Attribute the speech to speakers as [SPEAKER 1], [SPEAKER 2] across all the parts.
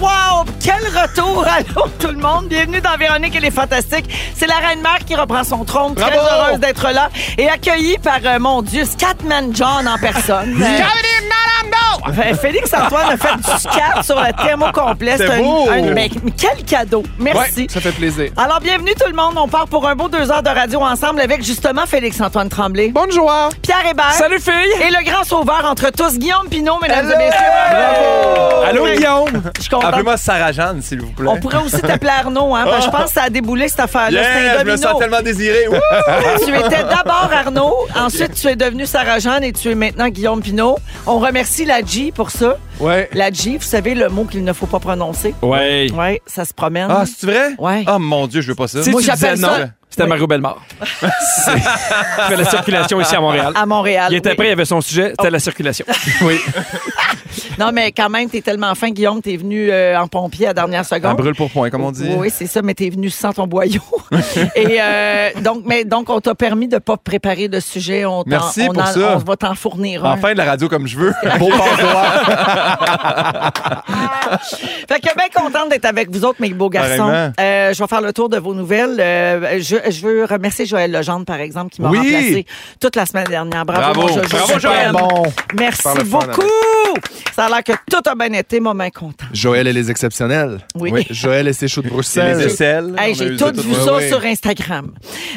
[SPEAKER 1] Wow! Quel retour! Allô tout le monde! Bienvenue dans Véronique et les Fantastiques. C'est la Reine-Mère qui reprend son trône. Très
[SPEAKER 2] Bravo!
[SPEAKER 1] heureuse d'être là et accueillie par, euh, mon Dieu, Scatman John en personne. Euh, F- Félix Antoine a fait du scat sur le thème au complet.
[SPEAKER 2] C'est
[SPEAKER 1] un-
[SPEAKER 2] beau.
[SPEAKER 1] un- mais quel cadeau! Merci.
[SPEAKER 2] Ouais, ça fait plaisir.
[SPEAKER 1] Alors, bienvenue tout le monde. On part pour un beau deux heures de radio ensemble avec justement Félix-Antoine Tremblay,
[SPEAKER 2] Bonjour.
[SPEAKER 1] Pierre Hébert
[SPEAKER 3] Salut, filles!
[SPEAKER 1] et le grand sauveur entre tous, Guillaume Pinot, mesdames et messieurs.
[SPEAKER 3] Allô,
[SPEAKER 1] Oui.
[SPEAKER 3] Guillaume!
[SPEAKER 1] Je suis contente.
[SPEAKER 4] Appelez-moi Sarah Jeanne, s'il vous plaît.
[SPEAKER 1] On pourrait aussi t'appeler Arnaud, hein, parce que je pense que ça a déboulé cette affaire-là. C'est un
[SPEAKER 4] Yeah, je me sens
[SPEAKER 1] domino.
[SPEAKER 4] tellement désiré. Wouh!
[SPEAKER 1] Tu étais d'abord Arnaud, ensuite tu es devenu Sarah Jeanne et tu es maintenant Guillaume Pinot. On remercie la G pour ça.
[SPEAKER 2] Ouais.
[SPEAKER 1] La G, vous savez le mot qu'il ne faut pas prononcer.
[SPEAKER 3] Ouais.
[SPEAKER 1] Oui, ça se promène.
[SPEAKER 4] Ah, c'est vrai?
[SPEAKER 1] Ouais.
[SPEAKER 4] Oh mon Dieu, je veux pas ça.
[SPEAKER 3] Si
[SPEAKER 1] Moi,
[SPEAKER 3] tu disais
[SPEAKER 1] j'appelle ça-
[SPEAKER 3] non, c'était Mario Bellemare. C'est- fait la circulation ici à Montréal.
[SPEAKER 1] à Montréal.
[SPEAKER 3] Il était
[SPEAKER 1] oui.
[SPEAKER 3] prêt, il avait son sujet, c'était la circulation.
[SPEAKER 4] Oui.
[SPEAKER 1] Non, mais quand même, t'es tellement fin, Guillaume, t'es venu euh, en pompier à la dernière
[SPEAKER 4] Un
[SPEAKER 1] seconde.
[SPEAKER 4] brûle pour point, comme on dit.
[SPEAKER 1] Oui, c'est ça, mais t'es venu sans ton boyau. Et euh, donc, mais donc, on t'a permis de pas préparer de sujet. On t'en-
[SPEAKER 4] Merci
[SPEAKER 1] on
[SPEAKER 4] pour
[SPEAKER 1] en-
[SPEAKER 4] ça.
[SPEAKER 1] On va t'en fournir un.
[SPEAKER 4] Enfin, de la radio comme je veux. Beau passe-droit.
[SPEAKER 1] Fait que bien contente d'être avec vous autres, mes beaux garçons.
[SPEAKER 4] Pareillement.
[SPEAKER 1] Euh, je vais faire le tour de vos nouvelles. Euh, je, je veux remercier Joël Legendre, par exemple, qui m'a
[SPEAKER 4] Oui.
[SPEAKER 1] remplacé toute la semaine dernière. Bravo,
[SPEAKER 4] Bravo.
[SPEAKER 1] mon Jojo.
[SPEAKER 4] Bravo,
[SPEAKER 1] Je
[SPEAKER 4] Joël.
[SPEAKER 1] t'aime.
[SPEAKER 2] Bon.
[SPEAKER 1] Merci
[SPEAKER 4] Par le fun,
[SPEAKER 1] beaucoup. Ça a l'air que tout a bien été, moi, bien content.
[SPEAKER 2] Joël et les exceptionnels.
[SPEAKER 1] Oui.
[SPEAKER 2] Joël et ses choux de
[SPEAKER 4] C'est les
[SPEAKER 2] Bruxelles.
[SPEAKER 4] aisselles.
[SPEAKER 1] Hey,
[SPEAKER 4] On a
[SPEAKER 1] j'ai
[SPEAKER 4] eu
[SPEAKER 1] tout vu
[SPEAKER 4] Ouais,
[SPEAKER 1] ça
[SPEAKER 4] ouais.
[SPEAKER 1] sur Instagram.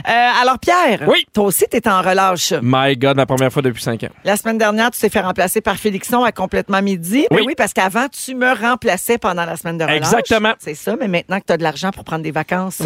[SPEAKER 1] Euh, alors, Pierre,
[SPEAKER 3] Oui.
[SPEAKER 1] toi aussi, t'es en relâche.
[SPEAKER 3] My God, la première fois depuis 5 ans.
[SPEAKER 1] La semaine dernière, tu t'es fait remplacer par Félixon à complètement midi. Mais
[SPEAKER 3] Oui.
[SPEAKER 1] oui, parce qu'avant, tu me remplaçais pendant la semaine de relâche.
[SPEAKER 3] Exactement.
[SPEAKER 1] C'est ça, mais maintenant que tu as de l'argent pour prendre des vacances.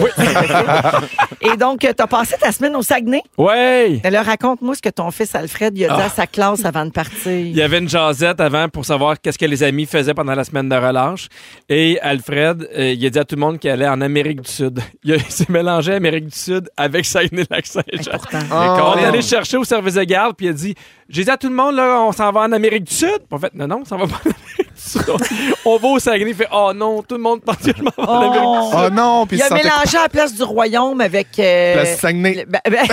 [SPEAKER 1] Et donc, tu as passé ta semaine au Saguenay.
[SPEAKER 3] Ouais!
[SPEAKER 1] Alors, raconte-moi ce que ton fils Alfred il a dit à sa classe avant de partir.
[SPEAKER 3] Ah. Il y avait une jasette avant pour savoir qu'est-ce que les amis faisaient pendant la semaine de relâche. Et Alfred, euh, il a dit à tout le monde qu'il allait en Amérique du Sud. Il, a- il s'est mélangé Amérique du Sud avec Saguenay-Lac-Saint-Jean.
[SPEAKER 1] Important.
[SPEAKER 2] Ah,
[SPEAKER 3] On est allé chercher au service de garde, puis il a dit J'ai dit à tout le monde, là, on s'en va en Amérique du Sud. Puis en fait, non, non, on s'en va pas en Amérique du Sud. on va au Saguenay. Il fait Oh non, tout le monde pense que je m'en vais en Amérique du Sud.
[SPEAKER 2] Oh non, puis
[SPEAKER 1] Il
[SPEAKER 2] il se
[SPEAKER 1] a
[SPEAKER 2] sentait
[SPEAKER 1] mélangé la place du royaume avec. euh,
[SPEAKER 2] place Saguenay.
[SPEAKER 1] le- ben- ben-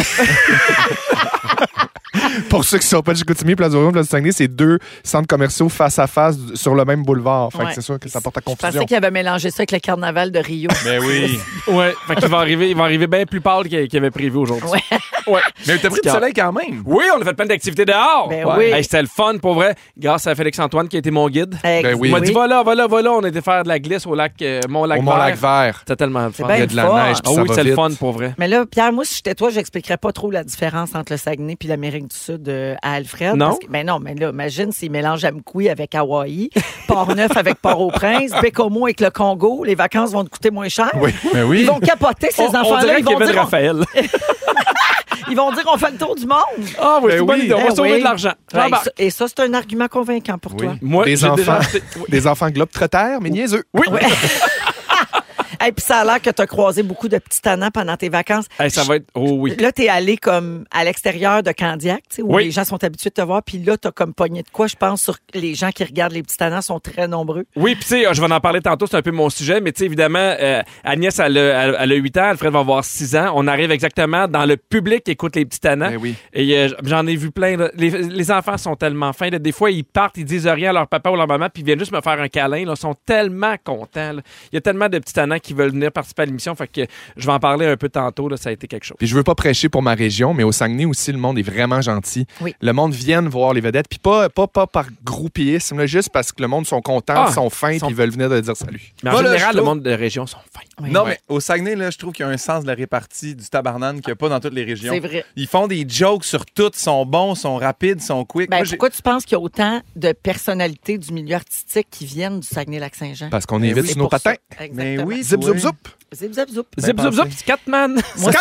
[SPEAKER 2] Pour ceux qui ne sont pas de Chicoutimi, Place du Royaume, Place du Saguenay, c'est deux centres commerciaux face à face du- sur le même boulevard. Fait que
[SPEAKER 1] Ouais.
[SPEAKER 2] c'est sûr que ça porte à
[SPEAKER 1] Je pensais
[SPEAKER 2] confusion.
[SPEAKER 1] qu'il avait mélangé ça avec le carnaval de Rio.
[SPEAKER 4] Mais oui.
[SPEAKER 3] Ouais, fait qu'il va arriver, il va arriver bien plus pâle qu'il qu'il avait prévu aujourd'hui.
[SPEAKER 1] Ouais.
[SPEAKER 3] Ouais.
[SPEAKER 4] Mais t'as pris du soleil quand même.
[SPEAKER 3] Oui, on a fait plein d'activités dehors.
[SPEAKER 1] Ben oui.
[SPEAKER 3] Hey, C'était le fun pour vrai, grâce à Félix-Antoine qui a été mon guide.
[SPEAKER 1] Ben
[SPEAKER 3] Il m'a dit va là, va là, va là. On était faire de la glisse au lac, euh, mon lac
[SPEAKER 2] Au Mont-Lac
[SPEAKER 3] vert.
[SPEAKER 2] Vert.
[SPEAKER 3] C'était tellement le fun.
[SPEAKER 1] bien Il y a de la fort. neige,
[SPEAKER 3] Ah
[SPEAKER 2] puis ça
[SPEAKER 3] oui,
[SPEAKER 2] va
[SPEAKER 3] c'est le
[SPEAKER 2] vite.
[SPEAKER 3] fun pour vrai.
[SPEAKER 1] Mais là, Pierre, moi, si j'étais toi, j'expliquerais pas trop la différence entre le Saguenay puis l'Amérique du Sud euh, à Alfred.
[SPEAKER 3] Non.
[SPEAKER 1] Parce que- ben non, mais là, imagine s'il mélange Amkoui avec Hawaï, Port-Neuf avec Port-au-Prince, Bécomo avec le Congo. Les vacances vont te coûter moins cher.
[SPEAKER 2] Oui.
[SPEAKER 4] Mais oui.
[SPEAKER 1] Ils vont capoter, ces
[SPEAKER 3] On- on
[SPEAKER 1] enfants-là.
[SPEAKER 3] dirait
[SPEAKER 1] Ils, vont
[SPEAKER 3] Kevin
[SPEAKER 1] dire,
[SPEAKER 3] Raphaël.
[SPEAKER 1] on- ils vont dire on fait le tour du monde.
[SPEAKER 3] Ah oui,
[SPEAKER 2] Ben
[SPEAKER 3] c'est une bonne
[SPEAKER 2] oui.
[SPEAKER 3] idée. On va
[SPEAKER 1] Ben
[SPEAKER 3] sauver
[SPEAKER 1] oui.
[SPEAKER 3] de l'argent.
[SPEAKER 1] Ouais,
[SPEAKER 3] J'embarque.
[SPEAKER 1] ça- et ça, c'est un argument convaincant pour toi.
[SPEAKER 3] Moi,
[SPEAKER 2] Des
[SPEAKER 3] j'ai déjà
[SPEAKER 2] enfants.
[SPEAKER 3] acheté- Oui.
[SPEAKER 2] Des enfants globe-trotteurs, mais niaiseux. Oui.
[SPEAKER 1] Et puis ça a l'air que tu as croisé beaucoup de petits tannants pendant tes vacances.
[SPEAKER 3] Hey, ça va être. Oh oui.
[SPEAKER 1] Là, t'es allé comme à l'extérieur de Candiac, tu sais, où
[SPEAKER 3] Oui.
[SPEAKER 1] les gens sont habitués de te voir. Puis là, t'as comme pogné de quoi, je pense, sur les gens qui regardent les petits tannants sont très nombreux.
[SPEAKER 3] Oui, puis tu sais, je vais en parler tantôt, c'est un peu mon sujet, mais tu sais, évidemment, euh, Agnès, elle a, elle a- elle a 8 ans, Alfred va avoir 6 ans. On arrive exactement dans le public qui écoute les petits
[SPEAKER 2] Hein?
[SPEAKER 3] tannants.
[SPEAKER 4] Ben oui.
[SPEAKER 3] Et euh, j'en ai vu plein. là. Les, les enfants sont tellement fins. là. Des fois, ils partent, ils disent rien à leur papa ou leur maman, puis ils viennent juste me faire un câlin. là. Ils sont tellement contents. là. Il y a tellement de petits tannants qui veulent venir participer à l'émission. Fait que je vais en parler un peu tantôt. Là. Ça a été quelque chose.
[SPEAKER 2] Puis je veux pas prêcher pour ma région, mais au Saguenay aussi, le monde est vraiment gentil.
[SPEAKER 1] Oui.
[SPEAKER 2] Le monde vient voir les vedettes, puis pas, pas, pas par groupisme, là, juste parce que le monde sont contents,
[SPEAKER 3] Ah,
[SPEAKER 2] sont fins,
[SPEAKER 3] sont-
[SPEAKER 2] puis ils veulent venir de dire salut.
[SPEAKER 3] Mais en
[SPEAKER 2] Voilà,
[SPEAKER 3] général,
[SPEAKER 2] je
[SPEAKER 3] le
[SPEAKER 2] trouve-
[SPEAKER 3] monde de région sont fins.
[SPEAKER 4] Non, mais au Saguenay, là, je trouve qu'il y a un sens de la répartie du tabarnane qu'il n'y a pas dans toutes les régions.
[SPEAKER 1] C'est vrai.
[SPEAKER 4] Ils font des jokes sur tout, sont bons, sont rapides, sont quick.
[SPEAKER 1] Ben,
[SPEAKER 4] Moi, j'ai-
[SPEAKER 1] pourquoi tu penses qu'il y a autant de personnalités du milieu artistique qui viennent du Saguenay-Lac-Saint-Jean?
[SPEAKER 2] Parce qu'on
[SPEAKER 4] Mais
[SPEAKER 2] évite
[SPEAKER 4] oui,
[SPEAKER 1] C'est
[SPEAKER 2] sur nos
[SPEAKER 1] pour ça.
[SPEAKER 2] patins. Ben
[SPEAKER 4] Mais
[SPEAKER 1] Exactement.
[SPEAKER 4] Ah. Ben oui,
[SPEAKER 2] Zip,
[SPEAKER 4] oui.
[SPEAKER 2] zoup, zoup.
[SPEAKER 1] Zip, zip, zoup.
[SPEAKER 3] Zip, zip, zip, c'est Catman.
[SPEAKER 1] Moi, c'est-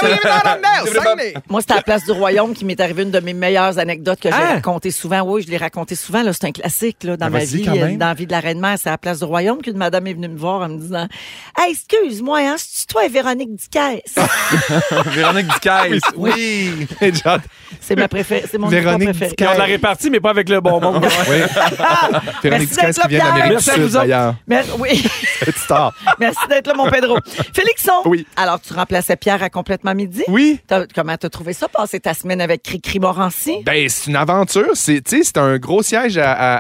[SPEAKER 5] Saguenay!
[SPEAKER 1] Moi, c'était à la place du royaume qui m'est arrivée une de mes meilleures anecdotes que j'ai
[SPEAKER 3] Ah!
[SPEAKER 1] racontées souvent. Oui, je l'ai racontée souvent. là. C'est un classique là, dans
[SPEAKER 4] Ben,
[SPEAKER 1] ma
[SPEAKER 4] vas-y
[SPEAKER 1] vie,
[SPEAKER 4] quand même.
[SPEAKER 1] euh, dans la vie de la reine-mère. C'est à la place du royaume qu'une madame est venue me voir en me disant Hey, Excuse-moi, hein, c'est-tu toi, Véronique Dicaisse?
[SPEAKER 4] Véronique Ducasse. oui.
[SPEAKER 1] c'est ma préférée. C'est mon
[SPEAKER 2] Véronique
[SPEAKER 1] histoire préférée.
[SPEAKER 3] Ils ont de la répartie, mais pas avec le bon monde.
[SPEAKER 2] Oui. Véronique
[SPEAKER 1] Merci d'être
[SPEAKER 2] Ducasse
[SPEAKER 1] là,
[SPEAKER 2] qui vient d'Amérique du
[SPEAKER 3] Pierre. Merci à
[SPEAKER 2] Sud,
[SPEAKER 3] vous autres.
[SPEAKER 2] d'ailleurs.
[SPEAKER 1] Mais- oui.
[SPEAKER 2] Petite star.
[SPEAKER 1] Merci d'être là, mon Pedro. Félixon.
[SPEAKER 2] Oui.
[SPEAKER 1] Alors, tu remplaçais Pierre à complètement midi.
[SPEAKER 2] Oui.
[SPEAKER 1] T'as- comment t'as trouvé ça, passer ta semaine avec Cricri Morancy?
[SPEAKER 2] Ben, c'est une aventure. C'est tu sais, c'est un gros siège à, à-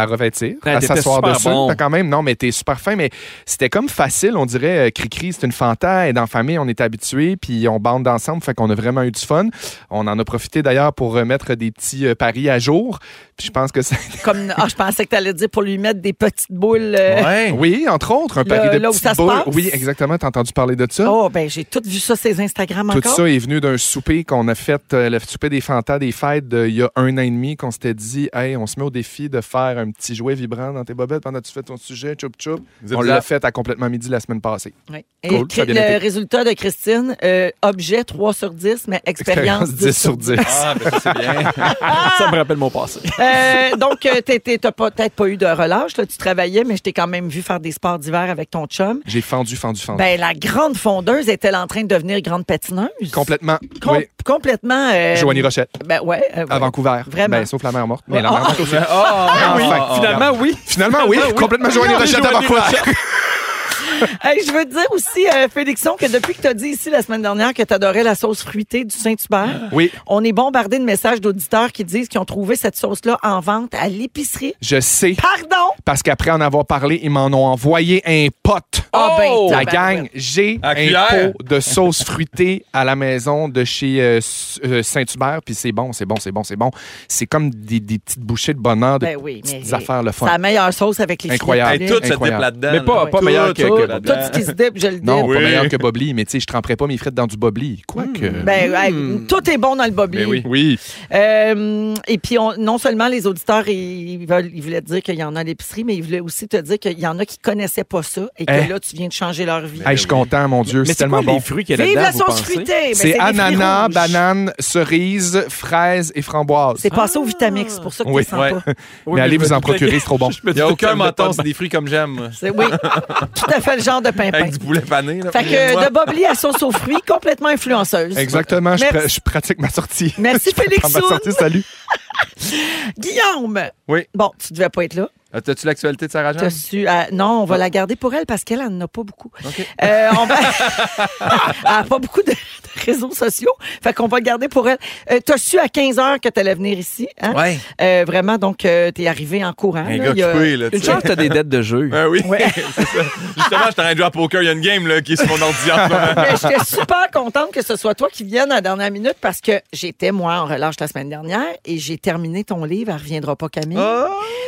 [SPEAKER 2] à- à revêtir,
[SPEAKER 1] Ben,
[SPEAKER 3] Ouais,
[SPEAKER 2] à
[SPEAKER 3] t'étais
[SPEAKER 2] s'asseoir
[SPEAKER 3] super
[SPEAKER 2] dessus.
[SPEAKER 3] bon.
[SPEAKER 2] Fait Quand même, non, mais t'es super fin. Mais c'était comme facile, on dirait. euh, Cri-cri, c'est une fanta. Et dans la famille, on est habitué. Puis on bande ensemble. Fait qu'on a vraiment eu du fun. On en a profité d'ailleurs pour remettre des petits euh, paris à jour. Puis je pense que ça.
[SPEAKER 1] Comme, ah, je pensais que t'allais dire pour lui mettre des petites boules. euh,
[SPEAKER 4] Ouais.
[SPEAKER 2] Oui, entre autres, un
[SPEAKER 1] Là-
[SPEAKER 2] pari de
[SPEAKER 1] là où
[SPEAKER 2] petites
[SPEAKER 1] ça se
[SPEAKER 2] boules.
[SPEAKER 1] passe?
[SPEAKER 2] Oui, exactement. T'as entendu parler de ça?
[SPEAKER 1] Oh, ben, j'ai tout vu ça, ces Instagram
[SPEAKER 2] Tout
[SPEAKER 1] encore.
[SPEAKER 2] ça est venu d'un souper qu'on a fait, euh, le souper des fantas des fêtes de, il y a un an et demi, qu'on s'était dit, hey, on se met au défi de faire un petit jouet vibrant dans tes bobettes pendant que tu fais ton sujet, choup choup.
[SPEAKER 4] Zip,
[SPEAKER 2] on l'a
[SPEAKER 4] zap.
[SPEAKER 2] fait à complètement midi la semaine passée.
[SPEAKER 1] Oui.
[SPEAKER 2] Cool,
[SPEAKER 1] Et
[SPEAKER 2] ça a bien
[SPEAKER 1] le
[SPEAKER 2] été.
[SPEAKER 1] résultat de Christine, euh, objet 3 sur 10, mais expérience 10, sur 10.
[SPEAKER 4] Ah, ben ça, c'est bien.
[SPEAKER 3] Ça me rappelle mon passé.
[SPEAKER 1] Euh, donc, euh, t'es- t'es- t'as pas- peut-être pas eu de relâche. Là, tu travaillais, mais je t'ai quand même vu faire des sports d'hiver avec ton chum.
[SPEAKER 2] J'ai fendu, fendu, fendu.
[SPEAKER 1] Ben, la grande fondeuse est-elle en train de devenir grande patineuse?
[SPEAKER 2] complètement.
[SPEAKER 1] Com-
[SPEAKER 2] oui.
[SPEAKER 1] Complètement. euh,
[SPEAKER 2] Joanie Rochette,
[SPEAKER 1] Ben, ouais. euh, ouais.
[SPEAKER 2] à Vancouver.
[SPEAKER 1] Vraiment.
[SPEAKER 2] Ben, sauf la mère morte. Mais la
[SPEAKER 1] Oh,
[SPEAKER 2] mère morte aussi.
[SPEAKER 4] Ah,
[SPEAKER 2] Enfin,
[SPEAKER 3] Finalement, oui.
[SPEAKER 2] Finalement, oui, complètement Joanie Rochette à
[SPEAKER 3] Joanie
[SPEAKER 2] Vancouver.
[SPEAKER 1] Hey, je veux te dire aussi, euh, Félixon, que depuis que tu as dit ici la semaine dernière que tu adorais la sauce fruitée du Saint-Hubert,
[SPEAKER 2] Oui.
[SPEAKER 1] on est bombardé de messages d'auditeurs qui disent qu'ils ont trouvé cette sauce-là en vente à l'épicerie.
[SPEAKER 2] Je sais,
[SPEAKER 1] Pardon!
[SPEAKER 2] parce qu'après en avoir parlé, ils m'en ont envoyé un pote.
[SPEAKER 1] Ah ben,
[SPEAKER 2] La
[SPEAKER 1] tabarouette.
[SPEAKER 2] gang, j'ai
[SPEAKER 4] À
[SPEAKER 2] un
[SPEAKER 4] cuillère.
[SPEAKER 2] pot de sauce fruitée à la maison de chez euh, S- euh, Saint-Hubert, puis c'est bon, c'est bon, c'est bon, c'est bon. C'est comme des, des petites bouchées de bonheur, des
[SPEAKER 1] Ben oui, mais
[SPEAKER 2] petites affaires le
[SPEAKER 1] c'est
[SPEAKER 2] fun.
[SPEAKER 1] la meilleure sauce avec les
[SPEAKER 2] Incroyable.
[SPEAKER 4] Hey,
[SPEAKER 1] filets
[SPEAKER 4] tout
[SPEAKER 1] de
[SPEAKER 4] se dip
[SPEAKER 2] Incroyable.
[SPEAKER 4] là-dedans.
[SPEAKER 3] Mais pas-
[SPEAKER 4] là.
[SPEAKER 3] pas
[SPEAKER 4] Tout,
[SPEAKER 3] meilleur que-
[SPEAKER 4] tout,
[SPEAKER 3] que
[SPEAKER 1] poulet. Tout ce qui se dip, je le dis.
[SPEAKER 2] Non,
[SPEAKER 4] Oui.
[SPEAKER 2] pas meilleur que Bobli, mais tu sais, je tremperais pas mes frites dans du Bobli.
[SPEAKER 3] Hmm.
[SPEAKER 2] Quoique.
[SPEAKER 1] Ben, hey, tout est bon dans le bobli.
[SPEAKER 4] Mais oui.
[SPEAKER 2] oui.
[SPEAKER 1] Euh, et puis, on- non seulement les auditeurs, ils, veulent, ils voulaient te dire qu'il y en a à l'épicerie, mais ils voulaient aussi te dire qu'il y en a qui connaissaient pas ça et que
[SPEAKER 2] Hein?
[SPEAKER 1] là, tu viens de changer leur vie.
[SPEAKER 2] Hey, je suis content, mon Dieu,
[SPEAKER 3] Ben Mais
[SPEAKER 2] c'est
[SPEAKER 3] c'est
[SPEAKER 2] tellement
[SPEAKER 3] quoi
[SPEAKER 2] bon.
[SPEAKER 3] les fruits qu'il y a
[SPEAKER 1] Vive
[SPEAKER 3] dedans,
[SPEAKER 1] la
[SPEAKER 3] vous
[SPEAKER 1] sauce
[SPEAKER 3] pensez?
[SPEAKER 1] fruitée! Ben,
[SPEAKER 2] C'est
[SPEAKER 1] des fruits
[SPEAKER 2] ananas,
[SPEAKER 1] rouges.
[SPEAKER 2] banane, cerise, fraise et framboise.
[SPEAKER 1] C'est passé au Vitamix, c'est pour ça que
[SPEAKER 2] Oui.
[SPEAKER 1] tu le sens pas.
[SPEAKER 3] Oui,
[SPEAKER 2] mais allez
[SPEAKER 3] je me
[SPEAKER 2] vous en
[SPEAKER 3] doutais que-
[SPEAKER 2] procurer, c'est trop bon.
[SPEAKER 3] je me
[SPEAKER 4] Il n'y a
[SPEAKER 3] doutais
[SPEAKER 4] aucun
[SPEAKER 3] que ça me
[SPEAKER 4] menton,
[SPEAKER 3] donnait
[SPEAKER 4] c'est des fruits comme j'aime.
[SPEAKER 1] C'est- Oui, tout à fait le genre de pimpin.
[SPEAKER 4] Avec du poulet pané. Là.
[SPEAKER 1] Fait que
[SPEAKER 4] Moi.
[SPEAKER 1] de Bobli à sauce aux fruits, complètement influenceuse.
[SPEAKER 2] Exactement, je,
[SPEAKER 1] Merci.
[SPEAKER 2] pra- je pratique ma sortie.
[SPEAKER 1] Merci
[SPEAKER 2] Prends ma
[SPEAKER 1] Félixoun.
[SPEAKER 2] sortie, salut.
[SPEAKER 1] Guillaume!
[SPEAKER 4] Oui.
[SPEAKER 1] Bon, tu devais pas être là.
[SPEAKER 4] Ah, T'as-tu l'actualité de Sarah Jeanne?
[SPEAKER 1] T'as su- ah, non, on va la garder pour elle parce qu'elle elle en a pas beaucoup. Euh, on va... elle a pas beaucoup de, de réseaux sociaux. Fait qu'on va le garder pour elle. Euh, T'as su à 15 heures que t'allais venir ici. Hein?
[SPEAKER 4] Ouais.
[SPEAKER 1] Euh, vraiment, donc, euh, t'es arrivé en courant.
[SPEAKER 4] Un
[SPEAKER 1] là.
[SPEAKER 4] gars
[SPEAKER 1] Il y a-
[SPEAKER 4] coupé, là. tu
[SPEAKER 3] Une
[SPEAKER 4] sais.
[SPEAKER 3] chance que t'as des dettes de jeu.
[SPEAKER 4] Ben oui. c'est ça. Justement, je suis en train de jouer à poker. Il y a une game là, qui est sur mon ordi en ce moment.
[SPEAKER 1] Mais J'étais super contente que ce soit toi qui vienne à la dernière minute parce que j'étais, moi, en relâche la semaine dernière et j'ai terminé ton livre, Elle reviendra pas Camille.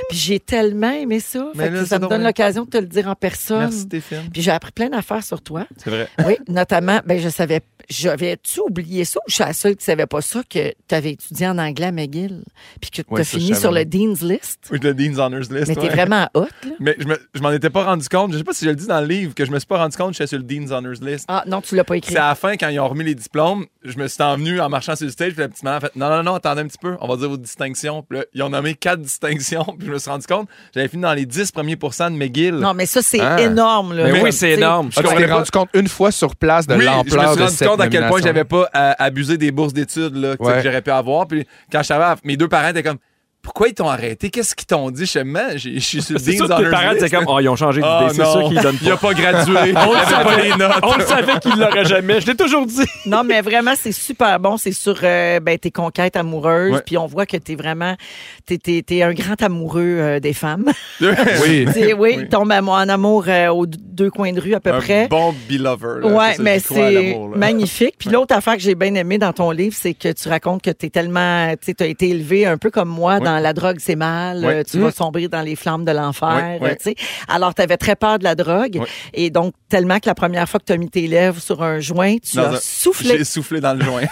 [SPEAKER 1] Puis j'ai tellement aimé ça.
[SPEAKER 4] Ah. Mais
[SPEAKER 1] Fait que
[SPEAKER 4] là,
[SPEAKER 1] ça
[SPEAKER 4] c'est
[SPEAKER 1] me donne
[SPEAKER 4] donc-
[SPEAKER 1] l'occasion de te le dire en personne.
[SPEAKER 4] Merci, Stéphane.
[SPEAKER 1] Puis j'ai appris plein d'affaires sur toi.
[SPEAKER 4] C'est vrai.
[SPEAKER 1] Oui, notamment, ben je savais, j'avais-tu oublié ça ou je suis la seule qui savait pas ça que tu avais étudié en anglais à McGill puis que tu as
[SPEAKER 2] Ouais, ça, je
[SPEAKER 1] fini
[SPEAKER 2] savais.
[SPEAKER 1] sur le Dean's List.
[SPEAKER 4] Oui, le Dean's Honors List.
[SPEAKER 1] Mais t'es
[SPEAKER 4] ouais.
[SPEAKER 1] vraiment hot, là.
[SPEAKER 4] Mais je, me- je m'en étais pas rendu compte. Je sais pas si je le dis dans le livre que je me suis pas rendu compte que j'étais sur le Dean's Honors List.
[SPEAKER 1] Ah non, tu l'as pas écrit.
[SPEAKER 4] C'est à la fin, quand ils ont remis les diplômes, je me suis envenu en marchant sur le stage, puis la petite maman a fait Non, non, non, attendez un petit peu, on va dire vos distinctions. Puis là, ils ont nommé quatre distinctions, puis je me suis rendu compte, j'avais fini dans les 10 premiers pourcents de McGill.
[SPEAKER 1] Non, mais ça c'est
[SPEAKER 4] Ah.
[SPEAKER 1] énorme là.
[SPEAKER 3] Mais Ben oui,
[SPEAKER 1] Ouais,
[SPEAKER 3] c'est
[SPEAKER 1] tu sais.
[SPEAKER 3] énorme.
[SPEAKER 2] Ah, tu
[SPEAKER 4] comprenais
[SPEAKER 2] t'es
[SPEAKER 4] pas.
[SPEAKER 2] rendu compte une fois sur place de
[SPEAKER 4] oui, je me
[SPEAKER 2] l'ampleur
[SPEAKER 4] suis
[SPEAKER 2] de
[SPEAKER 4] rendu
[SPEAKER 2] cette
[SPEAKER 4] compte à quel point
[SPEAKER 2] nomination.
[SPEAKER 4] j'avais pas euh, abusé des bourses d'études là, tu sais,
[SPEAKER 2] Ouais.
[SPEAKER 4] que j'aurais pu avoir. Puis quand je savais, mes deux parents étaient comme Pourquoi ils t'ont arrêté Qu'est-ce qu'ils t'ont dit Je sais, Man, j'ai- je suis sur le
[SPEAKER 3] C'est
[SPEAKER 4] Dean's
[SPEAKER 3] sûr
[SPEAKER 4] Honors
[SPEAKER 3] que tes parents
[SPEAKER 4] List.
[SPEAKER 3] disaient comme, oh, ils ont changé d'idée.
[SPEAKER 4] Ah,
[SPEAKER 3] c'est sûr
[SPEAKER 4] non.
[SPEAKER 3] qu'ils donnent
[SPEAKER 4] Il a pas gradué. on n'avait pas les notes.
[SPEAKER 3] On le savait qu'il l'aurait jamais. Je l'ai toujours dit.
[SPEAKER 1] Non, mais vraiment, c'est super bon. C'est sur euh, ben, tes conquêtes amoureuses.
[SPEAKER 4] Ouais.
[SPEAKER 1] Puis on voit que t'es vraiment. T'es es, un grand amoureux euh, des femmes.
[SPEAKER 2] Oui.
[SPEAKER 1] T'sais, oui, tombe am- en amour euh, aux deux coins de rue à peu
[SPEAKER 4] Un
[SPEAKER 1] près.
[SPEAKER 4] bon belover. là.
[SPEAKER 1] Ouais,
[SPEAKER 4] hein, Ça,
[SPEAKER 1] mais
[SPEAKER 4] j'y crois à
[SPEAKER 1] c'est
[SPEAKER 4] l'amour, là.
[SPEAKER 1] magnifique. Puis l'autre affaire que j'ai bien aimée dans ton livre, c'est que tu racontes que tu es tellement. Tu as été élevé un peu comme moi dans dans la drogue, c'est mal,
[SPEAKER 4] Oui.
[SPEAKER 1] euh, tu vas sombrer dans les flammes de l'enfer,
[SPEAKER 4] Oui, oui.
[SPEAKER 1] euh, tu sais. Alors, tu avais très peur de la drogue.
[SPEAKER 4] Oui.
[SPEAKER 1] Et donc, tellement que la première fois que tu as mis tes lèvres sur un joint, tu
[SPEAKER 4] Dans
[SPEAKER 1] as
[SPEAKER 4] un-
[SPEAKER 1] soufflé.
[SPEAKER 4] J'ai soufflé dans le joint.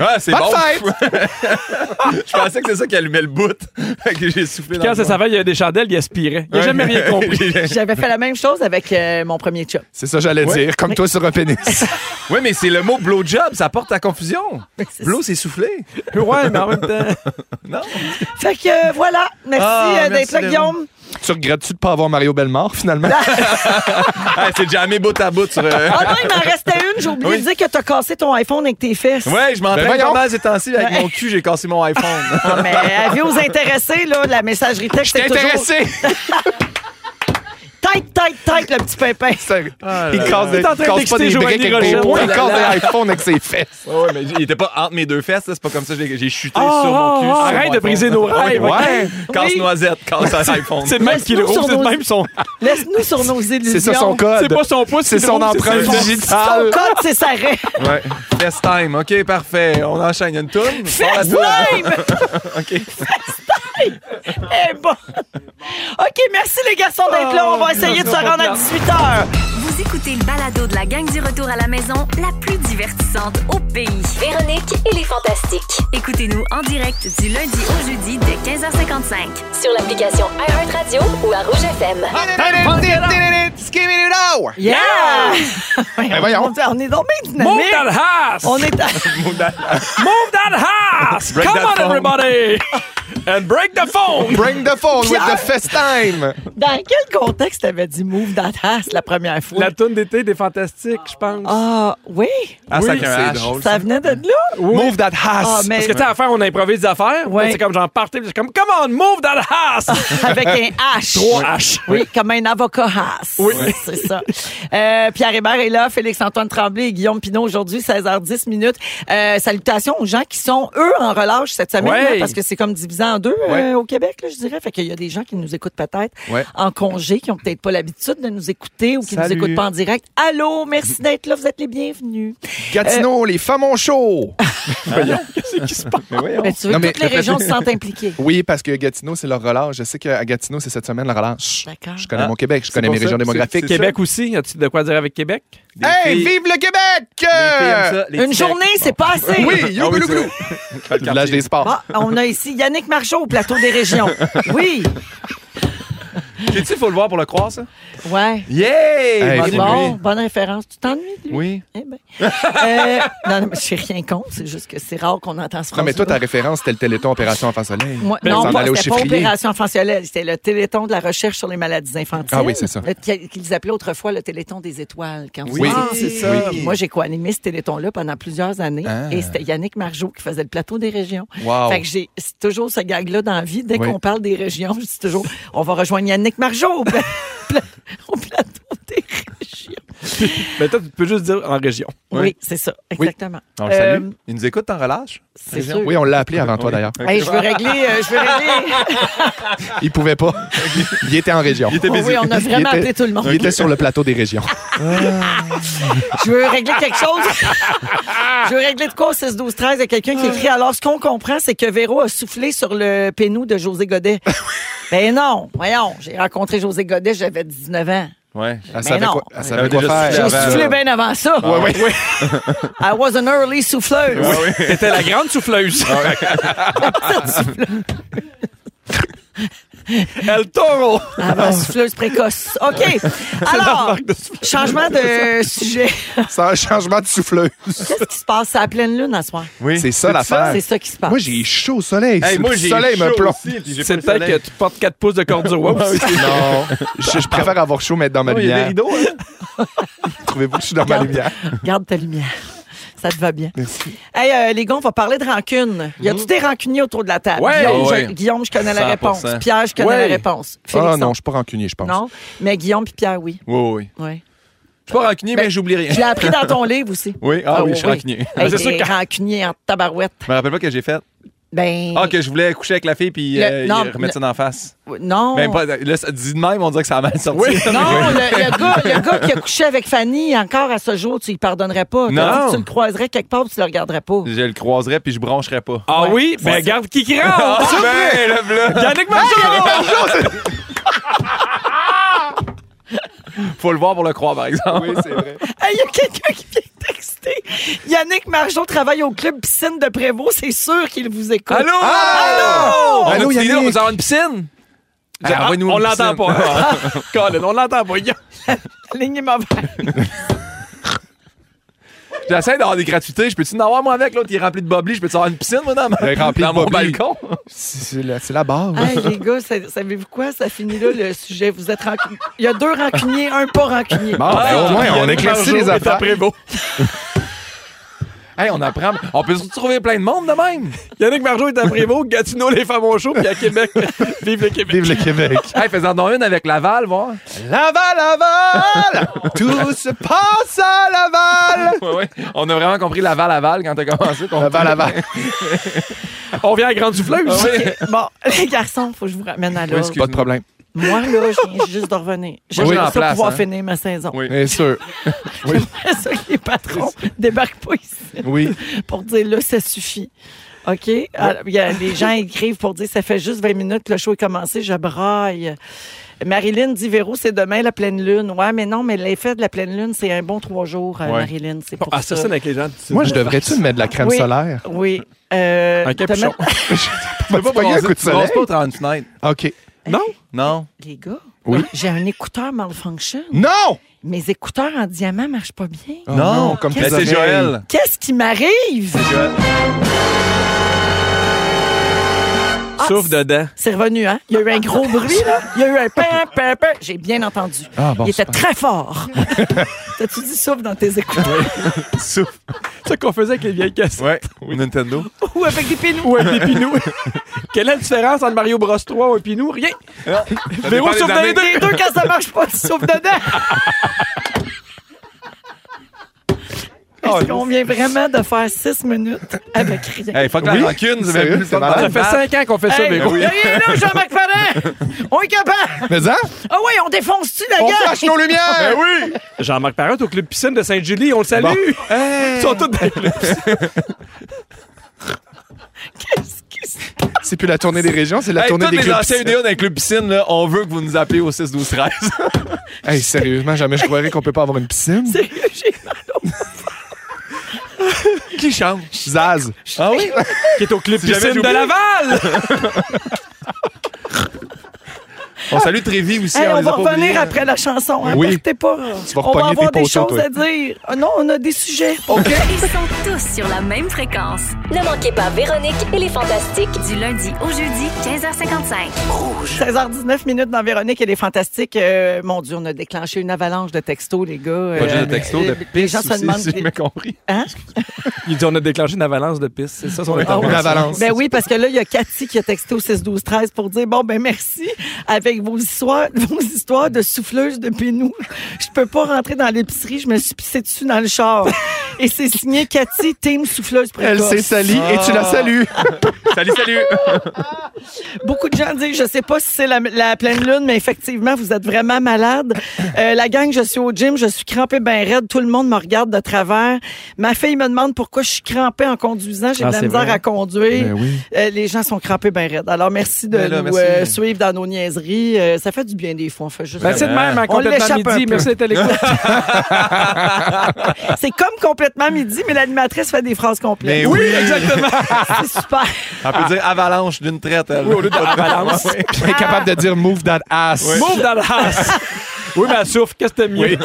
[SPEAKER 4] ah, c'est
[SPEAKER 2] Bonne
[SPEAKER 4] bon.
[SPEAKER 2] fête!
[SPEAKER 4] Je pensais que c'est ça qui allumait le bout. Fait que j'ai soufflé dans
[SPEAKER 3] Quand
[SPEAKER 4] le
[SPEAKER 3] ça
[SPEAKER 4] joint.
[SPEAKER 3] savait, il y a des chandelles, il aspirait. Il n'a
[SPEAKER 4] Ouais.
[SPEAKER 3] jamais rien compris.
[SPEAKER 1] J'avais fait la même chose avec euh, mon premier chum.
[SPEAKER 2] C'est ça, j'allais
[SPEAKER 4] Ouais.
[SPEAKER 2] dire. Comme toi sur un pénis.
[SPEAKER 4] Oui, mais c'est le mot blowjob, ça porte à confusion.
[SPEAKER 1] C'est
[SPEAKER 4] Blow, c'est soufflé.
[SPEAKER 3] ouais, mais en même temps.
[SPEAKER 4] Non?
[SPEAKER 1] Fait que euh, voilà, merci
[SPEAKER 4] Ah,
[SPEAKER 1] euh, d'être
[SPEAKER 4] merci,
[SPEAKER 1] là,
[SPEAKER 4] Véro.
[SPEAKER 1] Guillaume.
[SPEAKER 2] tu regrettes-tu de pas avoir Mario Bellemare, finalement?
[SPEAKER 4] Ah, c'est jamais bout à bout sur. euh,
[SPEAKER 1] Ah non, il m'en restait une. J'ai oublié
[SPEAKER 4] Oui.
[SPEAKER 1] de dire que t'as cassé ton iPhone avec tes fesses.
[SPEAKER 4] Ouais, je m'entraîne
[SPEAKER 2] voyons.
[SPEAKER 4] pas mal ces temps-ci. Avec
[SPEAKER 1] Ouais.
[SPEAKER 4] mon cul, j'ai cassé mon iPhone.
[SPEAKER 1] Ah, mais avis aux intéressés, là, la messagerie texte,
[SPEAKER 2] T'es
[SPEAKER 1] c'est toujours
[SPEAKER 2] intéressé?
[SPEAKER 3] Ah
[SPEAKER 1] tight, tight, tight, le petit pimpin.
[SPEAKER 2] il casse, des,
[SPEAKER 3] T'es en
[SPEAKER 2] il casse pas
[SPEAKER 3] train d'exciter
[SPEAKER 2] des briques
[SPEAKER 3] Joanie
[SPEAKER 2] avec des
[SPEAKER 3] Rochelle.
[SPEAKER 2] points, il
[SPEAKER 3] Oh là
[SPEAKER 2] casse des iPhones avec ses fesses.
[SPEAKER 4] Ouais, ouais, mais il était pas entre mes deux fesses, là, c'est pas comme ça que j'ai- j'ai chuté
[SPEAKER 3] Oh,
[SPEAKER 4] sur mon
[SPEAKER 3] oh, oh,
[SPEAKER 4] cul. sur mon
[SPEAKER 3] arrête de
[SPEAKER 4] iPhone.
[SPEAKER 3] briser nos
[SPEAKER 4] Ouais,
[SPEAKER 3] rêves, ok?
[SPEAKER 4] Ouais,
[SPEAKER 3] Oui.
[SPEAKER 4] casse-noisette, casse un iPhone.
[SPEAKER 3] C'est le même qui le
[SPEAKER 1] Laisse-nous
[SPEAKER 3] roule,
[SPEAKER 1] sur
[SPEAKER 3] c'est le
[SPEAKER 1] nos-
[SPEAKER 3] même son.
[SPEAKER 1] Laisse-nous sur nos illusions.
[SPEAKER 2] C'est ça son
[SPEAKER 3] C'est
[SPEAKER 2] code.
[SPEAKER 3] pas son pouce,
[SPEAKER 2] C'est
[SPEAKER 3] le
[SPEAKER 2] son
[SPEAKER 3] roule,
[SPEAKER 2] empreinte
[SPEAKER 3] son-
[SPEAKER 1] Son
[SPEAKER 2] digitale.
[SPEAKER 1] code, c'est sa raie.
[SPEAKER 4] Ouais. Fest time. OK, parfait. On enchaîne une tourne.
[SPEAKER 1] Fast time!
[SPEAKER 4] OK.
[SPEAKER 1] Eh bon. OK, merci les garçons d'être là.
[SPEAKER 3] Oh,
[SPEAKER 1] On va essayer de se rendre à 18 h.
[SPEAKER 6] Vous écoutez le balado de la gang du retour à la maison, la plus divertissante au pays.
[SPEAKER 7] Véronique et les Fantastiques.
[SPEAKER 6] Écoutez-nous en direct du lundi au jeudi dès 15h55.
[SPEAKER 7] Sur l'application iHeartRadio ou à Rouge FM.
[SPEAKER 1] Yeah!
[SPEAKER 2] Ben voyons.
[SPEAKER 1] On, on est dans mes
[SPEAKER 3] Move
[SPEAKER 1] dynamiques.
[SPEAKER 3] that house!
[SPEAKER 1] On est à...
[SPEAKER 3] Move that house!
[SPEAKER 4] Break
[SPEAKER 3] Come
[SPEAKER 4] that
[SPEAKER 3] on,
[SPEAKER 4] phone.
[SPEAKER 3] everybody! And break the phone!
[SPEAKER 2] Bring the phone with the fest time.
[SPEAKER 1] Dans quel contexte t'avais dit move that ass la première fois?
[SPEAKER 3] La toune d'été des Fantastiques, je pense.
[SPEAKER 1] Ah, oui.
[SPEAKER 4] Ah,
[SPEAKER 3] Oui,
[SPEAKER 4] ça qu'un
[SPEAKER 3] c'est
[SPEAKER 4] H.
[SPEAKER 3] drôle.
[SPEAKER 1] Ça venait de là.
[SPEAKER 2] Move that
[SPEAKER 1] Ah,
[SPEAKER 2] ass.
[SPEAKER 1] mais
[SPEAKER 3] Parce que, tu sais, à faire, on improvise des affaires.
[SPEAKER 1] Ouais.
[SPEAKER 3] C'est comme j'en partais, puis c'est comme, come on, move that house!
[SPEAKER 1] avec un H.
[SPEAKER 3] Trois H.
[SPEAKER 1] Oui, comme un avocat Haas. Oui. C'est ça. Euh, Pierre Hébert est là, Félix-Antoine Tremblay et Guillaume Pinot aujourd'hui, 16h10 minutes. Euh, salutations aux gens qui sont, eux, en relâche cette semaine,
[SPEAKER 3] Ouais.
[SPEAKER 1] là, parce que c'est comme divisé en deux euh,
[SPEAKER 4] Ouais.
[SPEAKER 1] au Québec, là, je dirais. Fait qu'il y a des gens qui nous écoutent peut-être
[SPEAKER 4] Ouais.
[SPEAKER 1] en congé, qui ont peut-être pas l'habitude de nous écouter ou qui
[SPEAKER 2] Salut.
[SPEAKER 1] nous écoutent pas en direct. Allô, merci d'être là, vous êtes les bienvenus.
[SPEAKER 3] euh,
[SPEAKER 2] Gatineau, les femmes ont chaud.
[SPEAKER 4] Mais voyons.
[SPEAKER 1] Mais tu veux
[SPEAKER 2] Non,
[SPEAKER 1] que
[SPEAKER 2] mais
[SPEAKER 1] toutes les
[SPEAKER 2] le fait-
[SPEAKER 1] régions se sentent impliquées.
[SPEAKER 2] Oui, parce que Gatineau, c'est leur relâche. Je sais qu'à Gatineau, c'est cette semaine le relâche.
[SPEAKER 1] D'accord.
[SPEAKER 2] Je connais
[SPEAKER 4] Ah,
[SPEAKER 2] mon Québec, je
[SPEAKER 4] c'est
[SPEAKER 2] connais
[SPEAKER 4] pour
[SPEAKER 2] mes
[SPEAKER 4] ça,
[SPEAKER 2] régions
[SPEAKER 4] c'est-
[SPEAKER 2] démographiques.
[SPEAKER 4] c'est ça.
[SPEAKER 3] Québec aussi, as-tu de quoi dire avec Québec?
[SPEAKER 4] Des
[SPEAKER 2] Hey, vive le
[SPEAKER 4] filles- des filles aiment
[SPEAKER 2] Québec!
[SPEAKER 4] ça, les
[SPEAKER 1] Une
[SPEAKER 4] Québec.
[SPEAKER 1] journée, c'est pas assez.
[SPEAKER 2] Oui,
[SPEAKER 4] Ah oui,
[SPEAKER 2] yougoulou goulou.
[SPEAKER 4] c'est vrai.
[SPEAKER 2] Le village des sports.
[SPEAKER 1] Ah, on a ici Yannick Marchand au plateau des régions. Oui.
[SPEAKER 4] Sais-tu, faut le voir pour le croire, ça?
[SPEAKER 1] Ouais.
[SPEAKER 4] Yeah!
[SPEAKER 2] Hey,
[SPEAKER 1] C'est
[SPEAKER 2] c'est
[SPEAKER 1] bon, bonne référence. Tu t'ennuies de lui?
[SPEAKER 4] Oui.
[SPEAKER 1] Eh ben. Euh, non, non, mais je sais rien contre. C'est juste que c'est rare qu'on entend ce
[SPEAKER 2] Non, mais toi, ta référence, c'était le Téléthon Opération Enfant Soleil.
[SPEAKER 1] Moi,
[SPEAKER 2] Ils
[SPEAKER 1] non,
[SPEAKER 2] s'en
[SPEAKER 1] pas,
[SPEAKER 2] allaient au
[SPEAKER 1] c'était pas
[SPEAKER 2] chiffrier.
[SPEAKER 1] Opération Enfant Soleil, c'était le Téléthon de la recherche sur les maladies infantiles.
[SPEAKER 2] Ah oui, c'est ça.
[SPEAKER 1] Le- qui- Qu'ils appelaient autrefois le Téléthon des étoiles. Quand vous
[SPEAKER 2] Oui.
[SPEAKER 1] étiez
[SPEAKER 2] Ah,
[SPEAKER 1] petit.
[SPEAKER 2] c'est ça.
[SPEAKER 1] Puis Moi, j'ai co-animé ce Téléthon-là pendant plusieurs années. Et c'était Yannick Margeau qui faisait le plateau des régions.
[SPEAKER 2] Ah. Wow.
[SPEAKER 1] Fait que j'ai c'est toujours ce gag-là dans la vie. Dès
[SPEAKER 2] Oui.
[SPEAKER 1] qu'on parle des régions, je dis toujours, on va rejoindre Yannick Margeau au, pla- pla- au plateau des régions.
[SPEAKER 3] Mais Ben, toi, tu peux juste dire en région.
[SPEAKER 1] Oui,
[SPEAKER 4] Oui.
[SPEAKER 1] c'est ça, exactement.
[SPEAKER 4] On le
[SPEAKER 1] Euh,
[SPEAKER 4] salue. Il nous écoute, t'en relâche?
[SPEAKER 1] C'est sûr.
[SPEAKER 2] Oui, on l'a appelé avant toi,
[SPEAKER 4] Oui.
[SPEAKER 2] d'ailleurs.
[SPEAKER 1] Hey, je veux régler, euh, je veux régler.
[SPEAKER 2] Il pouvait pas. Il était en région.
[SPEAKER 4] Il était
[SPEAKER 1] Oh
[SPEAKER 4] busy.
[SPEAKER 1] oui, on a vraiment
[SPEAKER 2] Il était-
[SPEAKER 1] appelé tout le monde.
[SPEAKER 2] Il était sur le plateau des régions.
[SPEAKER 1] Je veux régler quelque chose. Je veux régler de quoi au 6 12 13 Il y a quelqu'un qui écrit alors ce qu'on comprend c'est que Véro a soufflé sur le pénou de José Godet. ben non, voyons, j'ai rencontré José Godet, j'avais 19 ans.
[SPEAKER 4] Ouais.
[SPEAKER 2] Elle savait
[SPEAKER 1] non.
[SPEAKER 2] quoi, elle savait
[SPEAKER 4] Elle
[SPEAKER 2] quoi
[SPEAKER 4] avait déjà
[SPEAKER 1] J'ai
[SPEAKER 4] Avant,
[SPEAKER 2] faire.
[SPEAKER 1] soufflé ben,
[SPEAKER 4] euh,
[SPEAKER 1] bien avant ça.
[SPEAKER 2] Ouais, ouais.
[SPEAKER 1] I was an early souffleuse.
[SPEAKER 3] T'étais la grande souffleuse. El Toro!
[SPEAKER 1] Avant souffleuse précoce. OK. Alors, changement de sujet.
[SPEAKER 2] C'est un changement de souffleuse.
[SPEAKER 1] Qu'est-ce qui se passe? C'est la pleine lune à ce soir.
[SPEAKER 4] Oui.
[SPEAKER 2] C'est ça l'affaire.
[SPEAKER 1] C'est ça qui se passe.
[SPEAKER 2] Moi, j'ai chaud au soleil.
[SPEAKER 4] Hey,
[SPEAKER 2] C'est-
[SPEAKER 4] moi,
[SPEAKER 2] le
[SPEAKER 4] j'ai
[SPEAKER 2] soleil me
[SPEAKER 4] chaud
[SPEAKER 2] plombe.
[SPEAKER 4] aussi, puis j'ai
[SPEAKER 3] C'est
[SPEAKER 4] pas le
[SPEAKER 3] peut-être
[SPEAKER 4] soleil.
[SPEAKER 3] que tu portes 4 pouces de cordura.
[SPEAKER 2] Non. Je, je préfère avoir chaud, mettre dans ma
[SPEAKER 4] Oh, Il y a des
[SPEAKER 2] lumière.
[SPEAKER 4] rideaux, hein?
[SPEAKER 2] Trouvez-vous que je suis dans ma lumière?
[SPEAKER 1] Garde ta lumière. Ça te va bien. Merci. Hey, euh, les gars, on va parler de rancune. Y a-tu des rancuniers autour de la table?
[SPEAKER 3] Ouais.
[SPEAKER 1] Guillaume,
[SPEAKER 4] Ouais.
[SPEAKER 1] je, Guillaume, je connais la
[SPEAKER 4] 100%.
[SPEAKER 1] réponse. Pierre, je connais
[SPEAKER 3] Ouais.
[SPEAKER 1] la réponse. Félix,
[SPEAKER 2] Ah non, je suis pas rancunier, je pense.
[SPEAKER 1] non. Mais Guillaume puis Pierre, oui.
[SPEAKER 4] Oui, oui, oui.
[SPEAKER 1] Ouais.
[SPEAKER 4] Je suis pas rancunier,
[SPEAKER 1] Ben,
[SPEAKER 4] mais j'oublie rien.
[SPEAKER 1] Je l'ai appris dans ton livre aussi.
[SPEAKER 4] Oui, ah oui, je suis rancunier.
[SPEAKER 1] Hey,
[SPEAKER 3] C'est
[SPEAKER 1] t'es
[SPEAKER 3] sûr que-
[SPEAKER 1] rancunier en tabarouette.
[SPEAKER 4] Je me rappelle pas que j'ai fait.
[SPEAKER 1] Ben.
[SPEAKER 4] Ah, que je voulais coucher avec la fille puis
[SPEAKER 1] Le-
[SPEAKER 4] euh,
[SPEAKER 1] non,
[SPEAKER 4] remettre ça
[SPEAKER 1] le-
[SPEAKER 4] d'en face.
[SPEAKER 1] Non.
[SPEAKER 2] Ben,
[SPEAKER 4] Mais pas, là, ça- dit de même, on dirait que ça a mal sorti.
[SPEAKER 1] Non, le, le gars, le gars qui a couché avec Fanny, encore à ce jour, tu lui pardonnerais pas. T'as
[SPEAKER 4] Non.
[SPEAKER 1] dit que Tu le croiserais quelque part puis tu le regarderais pas.
[SPEAKER 4] Je le croiserais puis je broncherais pas.
[SPEAKER 3] Ah oui? Ben, regarde qui qui rentre!
[SPEAKER 4] ben, le bleu.
[SPEAKER 3] Yannick Marchand!
[SPEAKER 4] Faut le voir pour le croire, par exemple.
[SPEAKER 2] Oui, c'est vrai.
[SPEAKER 1] Hey, Il y a quelqu'un qui vient de texter. Yannick Margeau travaille au club piscine de Prévost. C'est sûr qu'il vous écoute.
[SPEAKER 3] Allô?
[SPEAKER 8] Oh,
[SPEAKER 1] Allô?
[SPEAKER 4] On
[SPEAKER 2] Allô,
[SPEAKER 4] va
[SPEAKER 2] Yannick?
[SPEAKER 4] on va avoir une piscine.
[SPEAKER 3] Ah,
[SPEAKER 4] Ah, envoie-nous
[SPEAKER 3] on
[SPEAKER 4] une
[SPEAKER 3] l'entend
[SPEAKER 4] piscine. Ah,
[SPEAKER 3] pas. Colin, on l'entend pas. Yann-
[SPEAKER 1] La ligne est mauvaise.
[SPEAKER 4] J'essaie d'avoir des gratuités. Je peux-tu en avoir, moi, avec? L'autre, il est rempli de bobli. Je peux-tu avoir une piscine, moi, dans, ma-
[SPEAKER 2] Il est rempli
[SPEAKER 4] dans
[SPEAKER 2] de
[SPEAKER 4] mon
[SPEAKER 2] bobli.
[SPEAKER 4] balcon?
[SPEAKER 2] C'est c'est la, c'est la barre. ouais.
[SPEAKER 1] Hey, les gars, ça- savez-vous quoi? Ça finit là, le sujet. Vous êtes rancuniers. Il y a deux rancuniers, un pas rancunier.
[SPEAKER 2] Bon,
[SPEAKER 3] Ah,
[SPEAKER 2] ben, au moins, on
[SPEAKER 4] Yannick
[SPEAKER 2] éclaircit
[SPEAKER 4] Margeau
[SPEAKER 2] les
[SPEAKER 4] est à
[SPEAKER 2] affaires.
[SPEAKER 4] Prévost. hey, on apprend. On peut trouver plein de monde de même.
[SPEAKER 3] Yannick Margeau est à Prévost, Gatineau, les femmes au chaud, puis à Québec. Vive le Québec!
[SPEAKER 2] Vive le Québec.
[SPEAKER 4] Hey, fais-en donc une avec Laval, voir.
[SPEAKER 2] Laval, Laval! Tout se passe à Laval!
[SPEAKER 4] Ouais, ouais. On a vraiment compris Laval, Laval quand t'as commencé. ton-
[SPEAKER 2] Laval, Laval.
[SPEAKER 3] On vient à Grande
[SPEAKER 4] Ah
[SPEAKER 3] Souffleuse!
[SPEAKER 1] OK. Bon, les garçons, faut que je vous ramène à l'ordre.
[SPEAKER 4] excuse-
[SPEAKER 2] Pas de problème.
[SPEAKER 1] Moi, là, je viens juste de revenir. J'aimerais
[SPEAKER 4] j'ai en
[SPEAKER 1] ça
[SPEAKER 4] place,
[SPEAKER 1] pouvoir
[SPEAKER 4] hein.
[SPEAKER 1] finir ma saison.
[SPEAKER 4] Oui.
[SPEAKER 2] Bien sûr.
[SPEAKER 1] C'est ça que les patrons débarquent pas ici
[SPEAKER 2] Oui.
[SPEAKER 1] pour dire là, ça suffit. OK? Alors, il y a- les gens écrivent pour dire ça fait juste 20 minutes que le show est commencé, je braille. Marilyn dit Véro, c'est demain la pleine lune. Ouais, mais non, mais l'effet de la pleine lune, c'est un bon trois jours, euh,
[SPEAKER 4] Ouais.
[SPEAKER 1] Marilyn. C'est pour
[SPEAKER 3] Ah, ça
[SPEAKER 1] ça.
[SPEAKER 3] sonne avec les gens.
[SPEAKER 2] Moi, je devrais-tu me mettre de la crème
[SPEAKER 1] Oui.
[SPEAKER 2] solaire?
[SPEAKER 1] Oui. Euh,
[SPEAKER 3] Un
[SPEAKER 1] t'as
[SPEAKER 3] capuchon.
[SPEAKER 1] même-
[SPEAKER 2] Vas-tu pogner un coup de
[SPEAKER 4] Tu bronzes
[SPEAKER 2] soleil?
[SPEAKER 4] pas au travers d'une fenêtre.
[SPEAKER 2] OK.
[SPEAKER 4] Non.
[SPEAKER 1] Les gars,
[SPEAKER 2] Oui.
[SPEAKER 1] j'ai un écouteur malfunction.
[SPEAKER 2] Non!
[SPEAKER 1] Mes écouteurs en diamant marchent pas bien.
[SPEAKER 2] Oh comme
[SPEAKER 4] Mais
[SPEAKER 2] tes
[SPEAKER 4] c'est
[SPEAKER 2] oreilles.
[SPEAKER 4] Joël.
[SPEAKER 1] Qu'est-ce qui m'arrive?
[SPEAKER 4] Joël. Ah,
[SPEAKER 1] Ah,
[SPEAKER 3] Souffle dedans.
[SPEAKER 1] C'est revenu, hein? Il y a eu un gros bruit, là. Il y a eu un pam, pam, pam. J'ai bien entendu.
[SPEAKER 2] Ah, bon,
[SPEAKER 1] Il était très fort. T'as-tu dit souffle dans tes écouteurs?
[SPEAKER 4] Souffle.
[SPEAKER 3] C'est ça qu'on faisait avec les vieilles cassettes.
[SPEAKER 4] Ouais. Nintendo.
[SPEAKER 1] Ou avec des pénous?
[SPEAKER 3] Ou avec des pinous. Quelle est la différence entre Mario Bros 3 et un pinou? Rien. Véro
[SPEAKER 4] dépend des
[SPEAKER 3] souffle dans les
[SPEAKER 4] années.
[SPEAKER 3] deux.
[SPEAKER 1] Les deux, quand ça marche pas, tu souffles dedans. Est-ce qu'on vient vraiment de faire six minutes avec rien?
[SPEAKER 4] Hey, fuck
[SPEAKER 2] Oui.
[SPEAKER 4] la rancune.
[SPEAKER 2] C'est vrai,
[SPEAKER 4] C'est
[SPEAKER 2] c'est malade.
[SPEAKER 3] Ça fait cinq ans qu'on fait ça,
[SPEAKER 1] Hey,
[SPEAKER 3] Véro.
[SPEAKER 1] viens là, Jean-Marc Parent! On est capable!
[SPEAKER 2] Mais hein?
[SPEAKER 1] Ah ouais, on défonce-tu la
[SPEAKER 2] On
[SPEAKER 1] gueule?
[SPEAKER 2] flash nos lumières!
[SPEAKER 4] Ben
[SPEAKER 2] oui!
[SPEAKER 3] Jean-Marc Parent est au club piscine de Sainte-Julie. On le salue. Ils sont tous dans le club.
[SPEAKER 1] Qu'est-ce que c'est?
[SPEAKER 2] C'est plus la tournée des régions, c'est la
[SPEAKER 4] Hey,
[SPEAKER 2] tournée
[SPEAKER 4] toutes
[SPEAKER 2] des
[SPEAKER 4] les
[SPEAKER 2] clubs.
[SPEAKER 4] anciens vidéos d'un club piscine, là, on veut que vous nous appelez au 6 12 13
[SPEAKER 2] Hey, sérieusement, jamais je croirais qu'on peut pas avoir une piscine.
[SPEAKER 1] Sérieux, j'ai mal au-
[SPEAKER 4] Qui chante?
[SPEAKER 2] Zaz.
[SPEAKER 4] Ah oui?
[SPEAKER 3] Qui est au club
[SPEAKER 4] Si jamais
[SPEAKER 3] piscine de
[SPEAKER 4] j'oublie.
[SPEAKER 3] Laval.
[SPEAKER 4] On salue Trévi aussi.
[SPEAKER 1] Hey, on
[SPEAKER 4] les
[SPEAKER 1] va
[SPEAKER 4] a pas
[SPEAKER 1] revenir
[SPEAKER 4] oubliés.
[SPEAKER 1] après la chanson. Hein,
[SPEAKER 2] Oui.
[SPEAKER 1] partez pas.
[SPEAKER 2] vas
[SPEAKER 1] on va
[SPEAKER 2] repogner
[SPEAKER 1] avoir
[SPEAKER 2] tes
[SPEAKER 1] des
[SPEAKER 2] poteaux,
[SPEAKER 1] choses
[SPEAKER 2] toi.
[SPEAKER 1] à dire. Ah non, on a des sujets.
[SPEAKER 6] Ils sont tous sur la même fréquence.
[SPEAKER 7] Ne manquez pas Véronique et les Fantastiques.
[SPEAKER 6] Du lundi au jeudi, 15h55.
[SPEAKER 1] 16h19 minutes dans Véronique, elle est fantastique. Euh, mon Dieu, on a déclenché une avalanche de textos, les gars.
[SPEAKER 4] Pas juste
[SPEAKER 1] Euh,
[SPEAKER 4] de texto, de
[SPEAKER 1] les- Les
[SPEAKER 4] pisse
[SPEAKER 1] gens se
[SPEAKER 4] aussi,
[SPEAKER 1] demandent.
[SPEAKER 4] si je m'ai compris.
[SPEAKER 1] Hein?
[SPEAKER 3] Il dit on a déclenché une avalanche de pistes. C'est ça son
[SPEAKER 2] Ah,
[SPEAKER 3] intervention.
[SPEAKER 2] Une avalanche.
[SPEAKER 1] Ben oui, parce que là, il y a Cathy qui a texté au 6 12 13 pour dire bon ben merci avec vos histoires, vos histoires de souffleuse de pénou. Je peux pas rentrer dans l'épicerie, je me suis pissé dessus dans le char. Et c'est signé Cathy Team souffleuse
[SPEAKER 2] Elle
[SPEAKER 1] précoce.
[SPEAKER 2] s'est salie et tu la salues.
[SPEAKER 4] Salut, salut.
[SPEAKER 1] Beaucoup de gens disent, je sais pas si c'est la, la pleine lune, mais effectivement, vous êtes vraiment malade. Euh, la gang, je suis au gym, je suis crampée ben raide, tout le monde me regarde de travers. Ma fille me demande pourquoi je suis crampée en conduisant, j'ai
[SPEAKER 3] Ah,
[SPEAKER 1] de la
[SPEAKER 3] c'est
[SPEAKER 1] misère
[SPEAKER 3] vrai.
[SPEAKER 1] à conduire.
[SPEAKER 2] Ben oui.
[SPEAKER 1] Euh, les gens sont crampés ben raides. Alors, merci de
[SPEAKER 4] Ben là,
[SPEAKER 1] nous
[SPEAKER 4] merci.
[SPEAKER 1] euh, suivre dans nos niaiseries. Euh, ça fait du bien des fois, on fait juste...
[SPEAKER 3] Ben, c'est de même, hein,
[SPEAKER 1] On
[SPEAKER 3] complètement
[SPEAKER 1] l'échappe un
[SPEAKER 3] midi.
[SPEAKER 1] peu.
[SPEAKER 3] Merci d'être à l'écoute.
[SPEAKER 1] C'est comme complètement midi, mais l'animatrice fait des phrases complètes.
[SPEAKER 2] Ben oui,
[SPEAKER 1] exactement. c'est super.
[SPEAKER 4] On peut dire avalanche d'une traite. elle.
[SPEAKER 2] Ah,
[SPEAKER 1] Ah.
[SPEAKER 3] Avalanche.
[SPEAKER 2] Incapable de dire move that ass.
[SPEAKER 3] Move dans le house. Oui, mais elle souffle. Qu'est-ce que t'as mieux?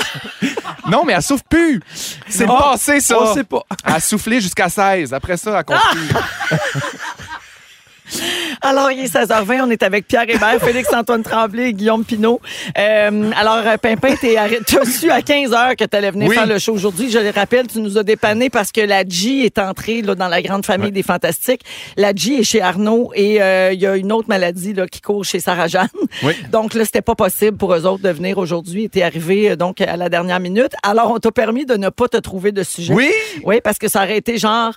[SPEAKER 2] Non, mais elle souffle plus. C'est le
[SPEAKER 3] Ah,
[SPEAKER 2] passé, ça.
[SPEAKER 3] on sait pas.
[SPEAKER 2] Elle a soufflé jusqu'à 16. Après ça, elle a compris.
[SPEAKER 1] Ah! Alors, il est 16h20, on est avec Pierre Hébert, Félix-Antoine Tremblay et Guillaume Pinault. Euh, alors, euh, Pimpin, t'es arrêt- t'as su à 15h que t'allais venir
[SPEAKER 2] Oui.
[SPEAKER 1] faire le show aujourd'hui. Je le rappelle, tu nous as dépanné parce que la G est entrée là, dans la grande famille des Fantastiques. La G est chez Arnaud et euh, il y a une autre maladie là, qui court chez Sarah-Jeanne.
[SPEAKER 4] Oui.
[SPEAKER 1] Donc là, c'était pas possible pour eux autres de venir aujourd'hui. Et T'es arrivé euh, donc à la dernière minute. Alors, on t'a permis de ne pas te trouver de sujet.
[SPEAKER 2] Oui.
[SPEAKER 1] Oui, parce que ça aurait été genre...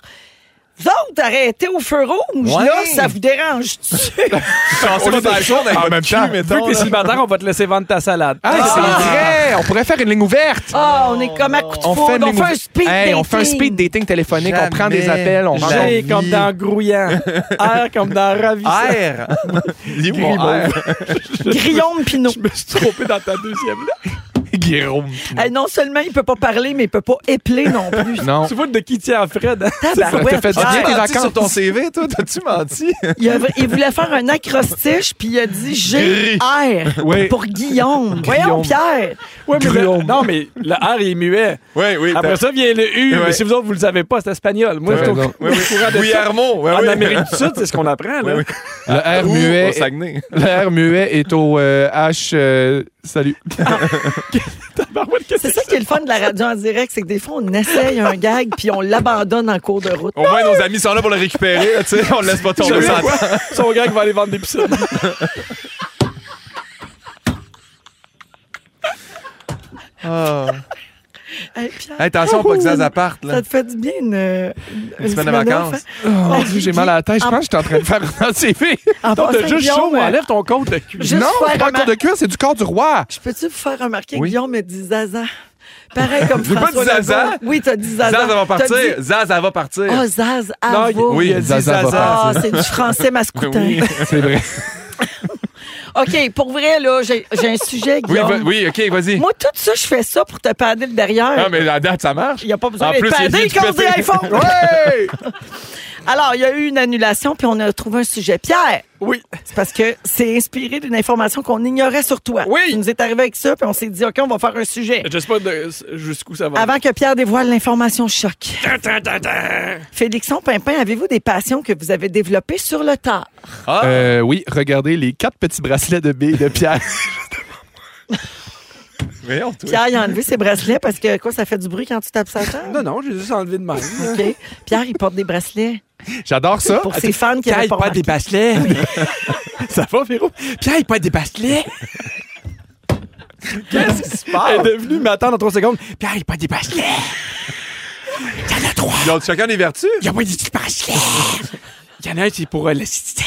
[SPEAKER 1] Vous autres, arrêtez au feu rouge,
[SPEAKER 8] Ouais.
[SPEAKER 1] là, ça vous dérange.
[SPEAKER 8] Chancez pas dans la cour, dans
[SPEAKER 2] en
[SPEAKER 8] votre
[SPEAKER 2] même
[SPEAKER 8] cul,
[SPEAKER 2] temps.
[SPEAKER 3] Vu que
[SPEAKER 8] mettons,
[SPEAKER 3] t'es
[SPEAKER 8] là.
[SPEAKER 3] célibataire, on va te laisser vendre ta salade.
[SPEAKER 2] Ah, c'est vrai! On pourrait faire une ligne ouverte!
[SPEAKER 1] Ah, on est comme à coups de foudre,
[SPEAKER 2] une
[SPEAKER 1] on
[SPEAKER 2] ligne
[SPEAKER 1] fait un
[SPEAKER 2] ouverte.
[SPEAKER 1] speed
[SPEAKER 2] Hey, on fait un
[SPEAKER 1] dating.
[SPEAKER 2] speed dating téléphonique, on prend des
[SPEAKER 8] Jamais.
[SPEAKER 2] appels, on rentre.
[SPEAKER 3] J'ai
[SPEAKER 8] J'ai
[SPEAKER 3] comme
[SPEAKER 8] envie.
[SPEAKER 3] dans grouillant. R comme dans ravissant.
[SPEAKER 8] Air! Il est où mon air?
[SPEAKER 1] Grillon de Pinot.
[SPEAKER 3] Je me suis trompé dans ta deuxième. là.
[SPEAKER 2] Guillaume.
[SPEAKER 1] Hey, non seulement il peut pas parler, mais il peut pas épeler non plus.
[SPEAKER 2] Non.
[SPEAKER 3] Tu vois de qui tient Fred. hein?
[SPEAKER 1] Tabarouette.
[SPEAKER 2] fait
[SPEAKER 8] T'as-tu
[SPEAKER 2] du bien,
[SPEAKER 1] Pierre,
[SPEAKER 2] tes
[SPEAKER 8] menti
[SPEAKER 2] vacances.
[SPEAKER 8] sur ton CV, toi? T'as-tu menti?
[SPEAKER 1] il, a- il voulait faire un acrostiche, puis il a dit G-R
[SPEAKER 2] Oui.
[SPEAKER 1] pour Guillaume. Voyons,
[SPEAKER 2] Guillaume.
[SPEAKER 1] Pierre.
[SPEAKER 3] Ouais, mais le- non, mais le R il est muet.
[SPEAKER 8] Oui, oui.
[SPEAKER 3] Après ça vient le U.
[SPEAKER 8] Ouais.
[SPEAKER 3] Mais si vous autres, vous le savez pas, c'est espagnol. Moi, je
[SPEAKER 2] Ouais,
[SPEAKER 3] suis au-
[SPEAKER 2] non.
[SPEAKER 8] Oui, oui. Guillermo, oui,
[SPEAKER 3] en
[SPEAKER 8] oui.
[SPEAKER 3] Amérique du Sud, c'est ce qu'on apprend. Là.
[SPEAKER 8] Oui,
[SPEAKER 2] Le R
[SPEAKER 8] Où?
[SPEAKER 2] muet.
[SPEAKER 8] Au Saguenay.
[SPEAKER 2] Le R muet est au euh, H. euh, salut.
[SPEAKER 3] Tabarouette, Ah qu'est-ce
[SPEAKER 1] C'est ça qui est le fun de la radio en direct, c'est que des fois, on essaye un gag, puis on l'abandonne en cours de route.
[SPEAKER 2] Oh.
[SPEAKER 8] Au moins, nos amis sont là pour le récupérer, tu sais. On le laisse pas tomber sans temps.
[SPEAKER 3] Son gars qui va aller vendre des piscines.
[SPEAKER 1] Hey, Pierre,
[SPEAKER 8] Hey, attention, pas que Zaza parte,
[SPEAKER 1] ça
[SPEAKER 8] là.
[SPEAKER 1] te fait du bien une, une
[SPEAKER 8] semaine de vacances.
[SPEAKER 1] off, hein?
[SPEAKER 2] Mon Dieu, j'ai mal à la tête. Je
[SPEAKER 1] En-
[SPEAKER 2] pense que je suis en train de faire un CV.
[SPEAKER 1] En
[SPEAKER 3] Donc,
[SPEAKER 1] passant,
[SPEAKER 3] t'as juste
[SPEAKER 1] Guillaume,
[SPEAKER 3] chaud. hein?
[SPEAKER 1] euh,
[SPEAKER 3] Enlève ton compte de cul.
[SPEAKER 1] Juste
[SPEAKER 2] non,
[SPEAKER 1] faire
[SPEAKER 2] c'est pas un
[SPEAKER 1] remar-
[SPEAKER 2] corps de cuir, c'est du corps du roi.
[SPEAKER 1] Je peux-tu vous faire remarquer
[SPEAKER 8] Oui.
[SPEAKER 1] que Guillaume me dit Zaza? Pareil comme
[SPEAKER 8] pas
[SPEAKER 1] François
[SPEAKER 8] dit Zaza?
[SPEAKER 1] Legault. Oui, t'as dit Zaza.
[SPEAKER 8] Zaza va
[SPEAKER 1] T'as
[SPEAKER 8] partir.
[SPEAKER 1] dit-
[SPEAKER 8] Zaza va partir.
[SPEAKER 1] Oh, Zaz,
[SPEAKER 3] Non,
[SPEAKER 1] à
[SPEAKER 3] il-
[SPEAKER 1] vous.
[SPEAKER 8] oui, il a dit
[SPEAKER 2] Zaza va
[SPEAKER 8] Zaza.
[SPEAKER 1] Ah, c'est du français
[SPEAKER 3] Oh,
[SPEAKER 1] mascoutin.
[SPEAKER 8] Oui.
[SPEAKER 2] C'est vrai.
[SPEAKER 1] OK, pour vrai, là, j'ai j'ai un sujet,
[SPEAKER 8] Oui,
[SPEAKER 1] Guillaume.
[SPEAKER 8] va- oui, OK, vas-y.
[SPEAKER 1] Moi, tout ça, je fais ça pour te pader le derrière.
[SPEAKER 8] Ah, mais la date, ça marche.
[SPEAKER 1] Il n'y a pas besoin
[SPEAKER 8] En
[SPEAKER 1] d'être
[SPEAKER 8] plus, il est
[SPEAKER 1] padé
[SPEAKER 8] venu
[SPEAKER 1] contre
[SPEAKER 8] te
[SPEAKER 1] des
[SPEAKER 8] péter.
[SPEAKER 1] iPhones.
[SPEAKER 2] Hey!
[SPEAKER 1] Alors, il y a eu une annulation, puis on a trouvé un sujet. Pierre,
[SPEAKER 3] Oui.
[SPEAKER 1] c'est parce que c'est inspiré d'une information qu'on ignorait sur toi.
[SPEAKER 3] Oui.
[SPEAKER 1] Tu nous est arrivé avec ça, puis on s'est dit, OK, on va faire un sujet.
[SPEAKER 3] Je sais pas de- jusqu'où ça va.
[SPEAKER 1] Avant que Pierre dévoile l'information choc.
[SPEAKER 3] Tan, tan, tan, tan.
[SPEAKER 1] Félixon Pimpin, avez-vous des passions que vous avez développées sur le tard?
[SPEAKER 8] Ah,
[SPEAKER 2] Euh, oui, regardez les quatre petits bracelets de billes de Pierre.
[SPEAKER 8] voyons, toi.
[SPEAKER 1] Pierre, il a enlevé ses bracelets parce que, quoi, ça fait du bruit quand tu tapes sa table?
[SPEAKER 3] Non, non, j'ai juste enlevé de main.
[SPEAKER 1] OK. Pierre, il porte des bracelets
[SPEAKER 2] J'adore ça.
[SPEAKER 1] pour ses fans qui
[SPEAKER 3] Pierre,
[SPEAKER 1] avaient
[SPEAKER 3] il
[SPEAKER 1] pas
[SPEAKER 3] pas des
[SPEAKER 1] remarqué.
[SPEAKER 3] bracelets. ça va, Véro? Pierre, il pas des bracelets. Qu'est-ce qui se passe? Elle est devenue m'attendre dans 3 secondes. Pierre, il pas des bracelets. Il y en a trois.
[SPEAKER 8] Ils ont chacun des vertus.
[SPEAKER 3] Il y a pas des petits bracelets. Il y en a un, c'est pour euh, l'acidité.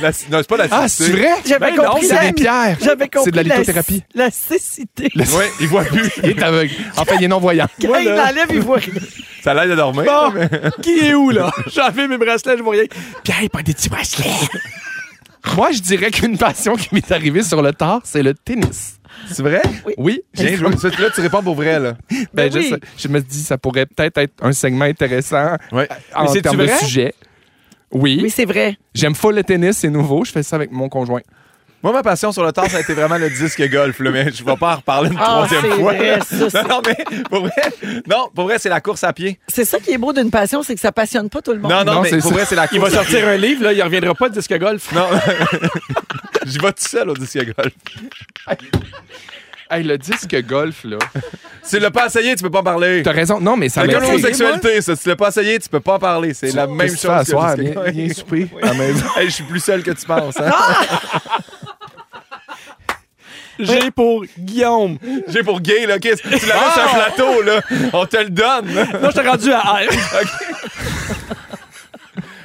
[SPEAKER 8] La- Non, c'est pas la
[SPEAKER 2] Ah, c'est vrai?
[SPEAKER 1] J'avais
[SPEAKER 3] Ben non,
[SPEAKER 1] compris.
[SPEAKER 2] c'est
[SPEAKER 1] la-
[SPEAKER 2] des pierres.
[SPEAKER 1] J'avais compris.
[SPEAKER 2] C'est de la
[SPEAKER 1] la-
[SPEAKER 2] lithothérapie.
[SPEAKER 1] La cécité.
[SPEAKER 8] Oui, ils voient plus.
[SPEAKER 2] Il est aveugle. En fait, il est non-voyant.
[SPEAKER 1] Quand il l'enlève, il voit rien.
[SPEAKER 8] Ça a l'air de dormir.
[SPEAKER 3] Bon, qui est où, là? J'avais mes bracelets, je vois rien. Pierre, il pas des petits bracelets.
[SPEAKER 2] Moi, je dirais qu'une passion qui m'est arrivée sur le tard, c'est le tennis.
[SPEAKER 8] C'est vrai?
[SPEAKER 2] Oui.
[SPEAKER 8] Bien joué. Ça, Là, tu réponds pour vrai, là.
[SPEAKER 2] Ben,
[SPEAKER 1] Ben
[SPEAKER 2] je,
[SPEAKER 1] oui.
[SPEAKER 2] sais- je me dis, ça pourrait peut-être être un segment intéressant
[SPEAKER 8] Ouais.
[SPEAKER 2] en
[SPEAKER 3] c'est-tu
[SPEAKER 2] termes de
[SPEAKER 3] vrai?
[SPEAKER 2] sujet. Oui.
[SPEAKER 1] Oui, c'est vrai.
[SPEAKER 2] J'aime full le tennis, c'est nouveau. Je fais ça avec mon conjoint.
[SPEAKER 8] Moi, ma passion sur le temps, ça a été vraiment le disque golf, là, mais je vais pas en reparler une
[SPEAKER 1] Ah,
[SPEAKER 8] troisième
[SPEAKER 1] c'est
[SPEAKER 8] fois.
[SPEAKER 1] vrai,
[SPEAKER 8] là.
[SPEAKER 1] ça, c'est-
[SPEAKER 8] non, non, mais pour vrai, non, pour vrai, c'est la course à pied.
[SPEAKER 1] C'est ça qui est beau d'une passion, c'est que ça passionne pas tout le monde.
[SPEAKER 8] Non, non,
[SPEAKER 2] Non,
[SPEAKER 8] mais
[SPEAKER 2] c'est
[SPEAKER 8] pour
[SPEAKER 2] ça.
[SPEAKER 8] vrai, c'est la course
[SPEAKER 3] Il va
[SPEAKER 8] à pied.
[SPEAKER 3] sortir un livre, là, il reviendra pas de disque golf.
[SPEAKER 8] Non. J'y vais tout seul au disque golf.
[SPEAKER 2] Hey, le disque golf, là.
[SPEAKER 8] Si tu l'as pas essayé, tu peux pas en parler.
[SPEAKER 2] T'as raison. Non, mais ça
[SPEAKER 8] C'est
[SPEAKER 2] m'a
[SPEAKER 8] comme
[SPEAKER 2] fait-
[SPEAKER 8] l'homosexualité, ça. Si tu l'as pas essayé, tu peux pas en parler. C'est la même chose
[SPEAKER 2] Qu'est-ce que tu fais à
[SPEAKER 8] que
[SPEAKER 2] soir?
[SPEAKER 8] le disque
[SPEAKER 2] Viens,
[SPEAKER 8] golf.
[SPEAKER 2] viens souper à la maison.
[SPEAKER 8] Hey, je suis plus seul que tu penses. hein.
[SPEAKER 3] J'ai pour Guillaume.
[SPEAKER 8] J'ai pour gay, là. Qu'est-ce- Tu l'avais sur un plateau, là. On te le donne. là.
[SPEAKER 3] Moi, je t'ai rendu à R.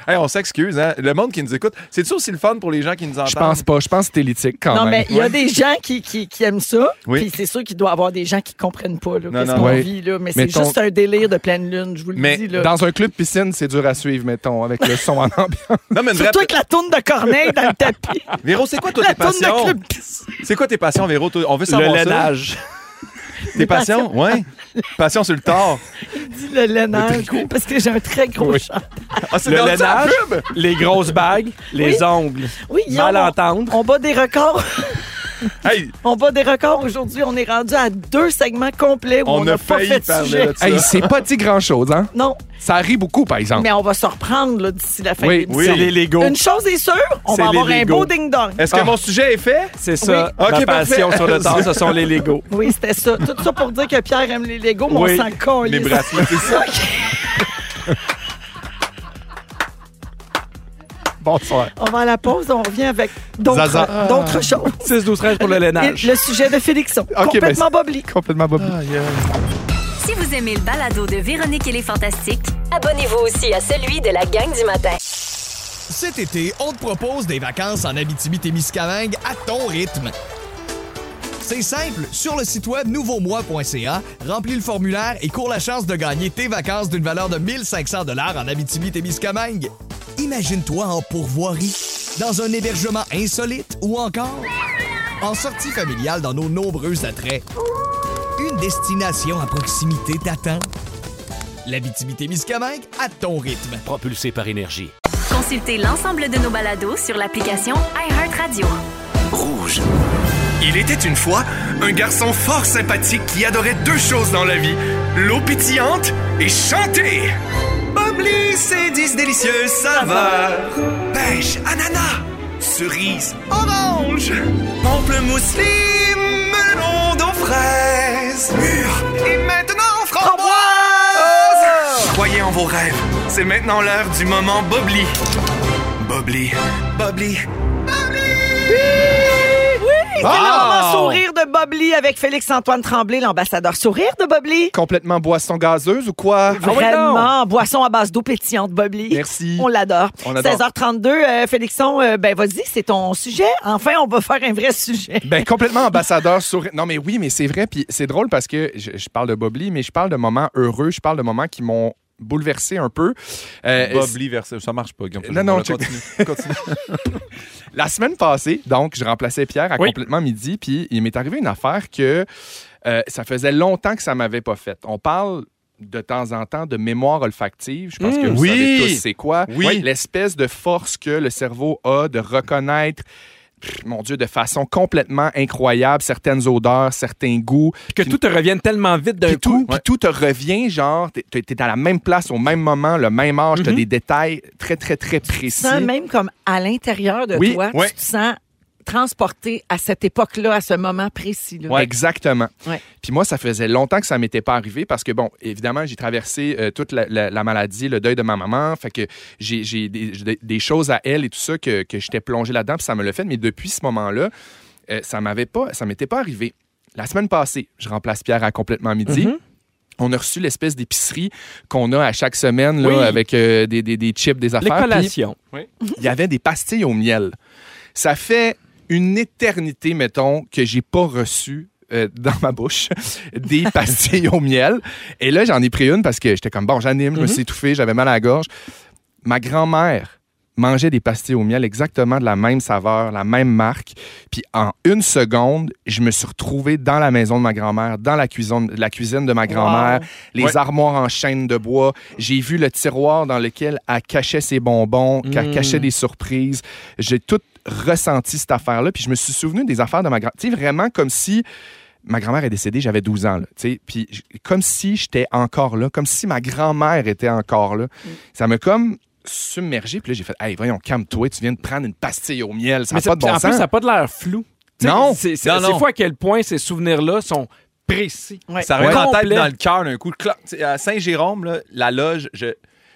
[SPEAKER 8] Hey, on s'excuse, hein. Le monde qui nous écoute, c'est-tu aussi le fun pour les gens qui nous entendent?
[SPEAKER 2] Je pense pas. Je pense que c'est éthique quand
[SPEAKER 1] Non,
[SPEAKER 2] même.
[SPEAKER 1] mais il y a des gens qui, qui, qui aiment ça.
[SPEAKER 8] Oui.
[SPEAKER 1] Puis c'est sûr qu'il doit y avoir des gens qui comprennent pas
[SPEAKER 8] Non,
[SPEAKER 1] là, qu'est-ce
[SPEAKER 8] non,
[SPEAKER 1] qu'on
[SPEAKER 2] ouais.
[SPEAKER 1] vit. Là, mais c'est
[SPEAKER 2] Mettons-
[SPEAKER 1] juste un délire de pleine lune, je vous le
[SPEAKER 8] Mais
[SPEAKER 1] dis. Là.
[SPEAKER 2] Dans un club piscine, c'est dur à suivre, mettons, avec le son en ambiance.
[SPEAKER 8] Non, mais une vraie...
[SPEAKER 1] Surtout avec la tourne de Corneille dans le tapis.
[SPEAKER 8] Véro, c'est quoi, toi,
[SPEAKER 1] la
[SPEAKER 8] tes
[SPEAKER 1] tourne de
[SPEAKER 8] passions?
[SPEAKER 1] Club
[SPEAKER 8] C'est quoi tes passions, Véro? Toi, On veut savoir
[SPEAKER 3] Le
[SPEAKER 8] ça.
[SPEAKER 3] lénage.
[SPEAKER 8] Tes passions, ouais. Passion sur le tort.
[SPEAKER 1] Dit le lénage. Parce que j'ai un très gros chat.
[SPEAKER 8] Ah, c'est
[SPEAKER 3] Le
[SPEAKER 8] dans la
[SPEAKER 3] lénage.
[SPEAKER 8] pub?
[SPEAKER 3] Les grosses bagues, les ongles.
[SPEAKER 1] Oui, Guillaume,
[SPEAKER 3] Mal
[SPEAKER 1] on-
[SPEAKER 3] entendre.
[SPEAKER 1] On bat des records.
[SPEAKER 8] Hey,
[SPEAKER 1] On bat des records aujourd'hui. On est rendu à deux segments complets où on
[SPEAKER 8] on,
[SPEAKER 1] n'a
[SPEAKER 8] a
[SPEAKER 1] pas fait
[SPEAKER 8] failli
[SPEAKER 1] de
[SPEAKER 8] parler
[SPEAKER 1] sujet.
[SPEAKER 8] de ça.
[SPEAKER 2] Hey, c'est pas dit grand-chose, hein?
[SPEAKER 1] Non,
[SPEAKER 2] Ça rit beaucoup, par exemple.
[SPEAKER 1] mais on va se reprendre là, d'ici la fin
[SPEAKER 2] Oui,
[SPEAKER 1] de
[SPEAKER 8] oui.
[SPEAKER 3] C'est les Legos.
[SPEAKER 1] Une chose est sûre, on
[SPEAKER 3] C'est
[SPEAKER 1] va avoir
[SPEAKER 3] les
[SPEAKER 1] un
[SPEAKER 3] Legos.
[SPEAKER 1] beau ding-dong.
[SPEAKER 8] Est-ce que mon sujet est fait?
[SPEAKER 3] C'est ça.
[SPEAKER 8] Oui.
[SPEAKER 3] Ma
[SPEAKER 8] Ok,
[SPEAKER 3] passion
[SPEAKER 8] parfait.
[SPEAKER 3] sur le temps, ce sont les Legos.
[SPEAKER 1] Oui, c'était ça. Tout ça pour dire que Pierre aime les Legos, mais
[SPEAKER 3] Oui,
[SPEAKER 1] on s'en colle.
[SPEAKER 8] Les bracelets, c'est ça.
[SPEAKER 2] Bonsoir.
[SPEAKER 1] On va à la pause, on revient avec d'autres euh,
[SPEAKER 2] Zaza.
[SPEAKER 1] d'autres choses.
[SPEAKER 3] 6, 12, 13 pour le
[SPEAKER 1] Et
[SPEAKER 3] lénage.
[SPEAKER 1] le sujet de Félixon,
[SPEAKER 2] ben,
[SPEAKER 1] complètement bobli.
[SPEAKER 2] Complètement bobli.
[SPEAKER 6] Si vous aimez le balado de Véronique et les Fantastiques,
[SPEAKER 7] Abonnez-vous aussi à celui de la gang du matin.
[SPEAKER 5] Cet été, on te propose des vacances en Abitibi-Témiscamingue à ton rythme. C'est simple, sur le site web nouveaumois.ca, remplis le formulaire et cours la chance de gagner tes vacances d'une valeur de 1500 dollars en Abitibi-Témiscamingue. Imagine-toi en pourvoirie, dans un hébergement insolite ou encore en sortie familiale dans nos nombreux attraits. Une destination à proximité t'attend. L'Abitibi-Témiscamingue à ton rythme.
[SPEAKER 8] Propulsé par énergie.
[SPEAKER 6] Consultez l'ensemble de nos balados sur l'application iHeartRadio.
[SPEAKER 9] Rouge. Il était une fois un garçon fort sympathique qui adorait deux choses dans la vie l'eau pétillante et chanter. Bob Lee, c'est dix délicieuses saveurs pêche, ananas, cerise, orange, pamplemousse, lime, melon d'eau fraise, mûre et maintenant framboise. Croyez en vos rêves. C'est maintenant l'heure du moment Bob Lee. Bob Lee, Bob Lee.
[SPEAKER 1] C'est le moment sourire de Bob Lee avec Félix-Antoine Tremblay, l'ambassadeur sourire de Bob Lee.
[SPEAKER 2] Complètement boisson gazeuse ou quoi?
[SPEAKER 3] Ah oui, non.
[SPEAKER 1] Vraiment, boisson à base d'eau pétillante, Bob Lee.
[SPEAKER 2] Merci.
[SPEAKER 1] On l'adore.
[SPEAKER 2] On l'adore.
[SPEAKER 1] 16h32, euh, Félixon, euh, ben vas-y, c'est ton sujet. Enfin, on va faire un vrai sujet.
[SPEAKER 2] Ben, complètement ambassadeur sourire. Non, mais oui, mais c'est vrai. Puis c'est drôle parce que je, je parle de Bob Lee, mais je parle de moments heureux. Je parle de moments qui m'ont bouleversé un peu. Euh,
[SPEAKER 4] Bob Lee versus- Ça marche pas, Guillaume.
[SPEAKER 2] Non, non,
[SPEAKER 4] Voilà,
[SPEAKER 2] check.
[SPEAKER 4] continue. continue.
[SPEAKER 2] La semaine passée, donc, je remplaçais Pierre à
[SPEAKER 3] Oui.
[SPEAKER 2] complètement midi, puis il m'est arrivé une affaire que euh, ça faisait longtemps que ça m'avait pas faite. On parle de temps en temps de mémoire olfactive. Je pense que vous
[SPEAKER 4] Hmm. oui.
[SPEAKER 2] savez tous c'est quoi.
[SPEAKER 4] Oui.
[SPEAKER 2] L'espèce de force que le cerveau a de reconnaître pff, mon Dieu, de façon complètement incroyable, certaines odeurs, certains goûts.
[SPEAKER 3] Que tout te revienne tellement vite d'un
[SPEAKER 2] Puis tout,
[SPEAKER 3] coup.
[SPEAKER 2] puis tout te revient, genre, t'es- t'es t'es à la même place, au même moment, le même âge,
[SPEAKER 4] Mm-hmm.
[SPEAKER 2] t'as des détails très, très, très
[SPEAKER 1] Tu
[SPEAKER 2] précis.
[SPEAKER 1] sens même comme à l'intérieur de
[SPEAKER 2] Oui,
[SPEAKER 1] toi,
[SPEAKER 2] ouais.
[SPEAKER 1] tu te sens transporté à cette époque-là, à ce moment précis-là.
[SPEAKER 2] Exactement.
[SPEAKER 1] Ouais.
[SPEAKER 2] Puis moi, ça faisait longtemps que ça m'était pas arrivé parce que, bon, évidemment, j'ai traversé euh, toute la, la- la maladie, le deuil de ma maman. Fait que j'ai j'ai des, j'ai des- des choses à elle et tout ça que, que j'étais plongé là-dedans. Puis ça me l'a fait. Mais depuis ce moment-là, euh, ça m'avait pas, ça m'était pas arrivé. La semaine passée, je remplace Pierre à complètement midi. On a reçu l'espèce d'épicerie qu'on a à chaque semaine là,
[SPEAKER 3] Oui.
[SPEAKER 2] avec euh, des, des- des chips, des
[SPEAKER 3] Les
[SPEAKER 2] affaires. Puis-
[SPEAKER 3] collations.
[SPEAKER 2] il y avait des pastilles au miel. Ça fait une éternité, mettons, que j'ai pas reçu euh, dans ma bouche des pastilles au miel. Et là, j'en ai pris une parce que j'étais comme, bon, j'anime, je me suis étouffé, j'avais mal à la gorge. Ma grand-mère mangeait des pastilles au miel exactement de la même saveur, la même marque. Puis en une seconde, je me suis retrouvé dans la maison de ma grand-mère, dans la cuisine, la cuisine de ma grand-mère, les
[SPEAKER 4] Ouais.
[SPEAKER 2] armoires en chaîne de bois. J'ai vu le tiroir dans lequel elle cachait ses bonbons, qu'elle cachait des surprises. J'ai tout ressenti cette affaire-là. Puis je me suis souvenu des affaires de ma grand-mère. Tu sais, vraiment comme si ma grand-mère est décédée, j'avais 12 ans. Là, tu sais. puis j- comme si j'étais encore là, comme si ma grand-mère était encore là. Ça m'a comme submergé. Puis là, j'ai fait, hey, voyons, calme-toi, tu viens de prendre une pastille au miel. Ça n'a
[SPEAKER 3] Mais
[SPEAKER 2] pas de
[SPEAKER 3] ça-
[SPEAKER 2] bon
[SPEAKER 3] en plus,
[SPEAKER 2] sens.
[SPEAKER 3] ça n'a pas de l'air flou. Tu sais,
[SPEAKER 2] Non.
[SPEAKER 3] C'est
[SPEAKER 4] Non,
[SPEAKER 3] c'est-
[SPEAKER 4] non.
[SPEAKER 3] c'est fou à quel point ces souvenirs-là sont précis.
[SPEAKER 1] Ouais.
[SPEAKER 4] Ça revient en tête
[SPEAKER 3] Complet.
[SPEAKER 4] dans le cœur d'un coup. Clac. Tu sais, À Saint-Jérôme, là, la loge, je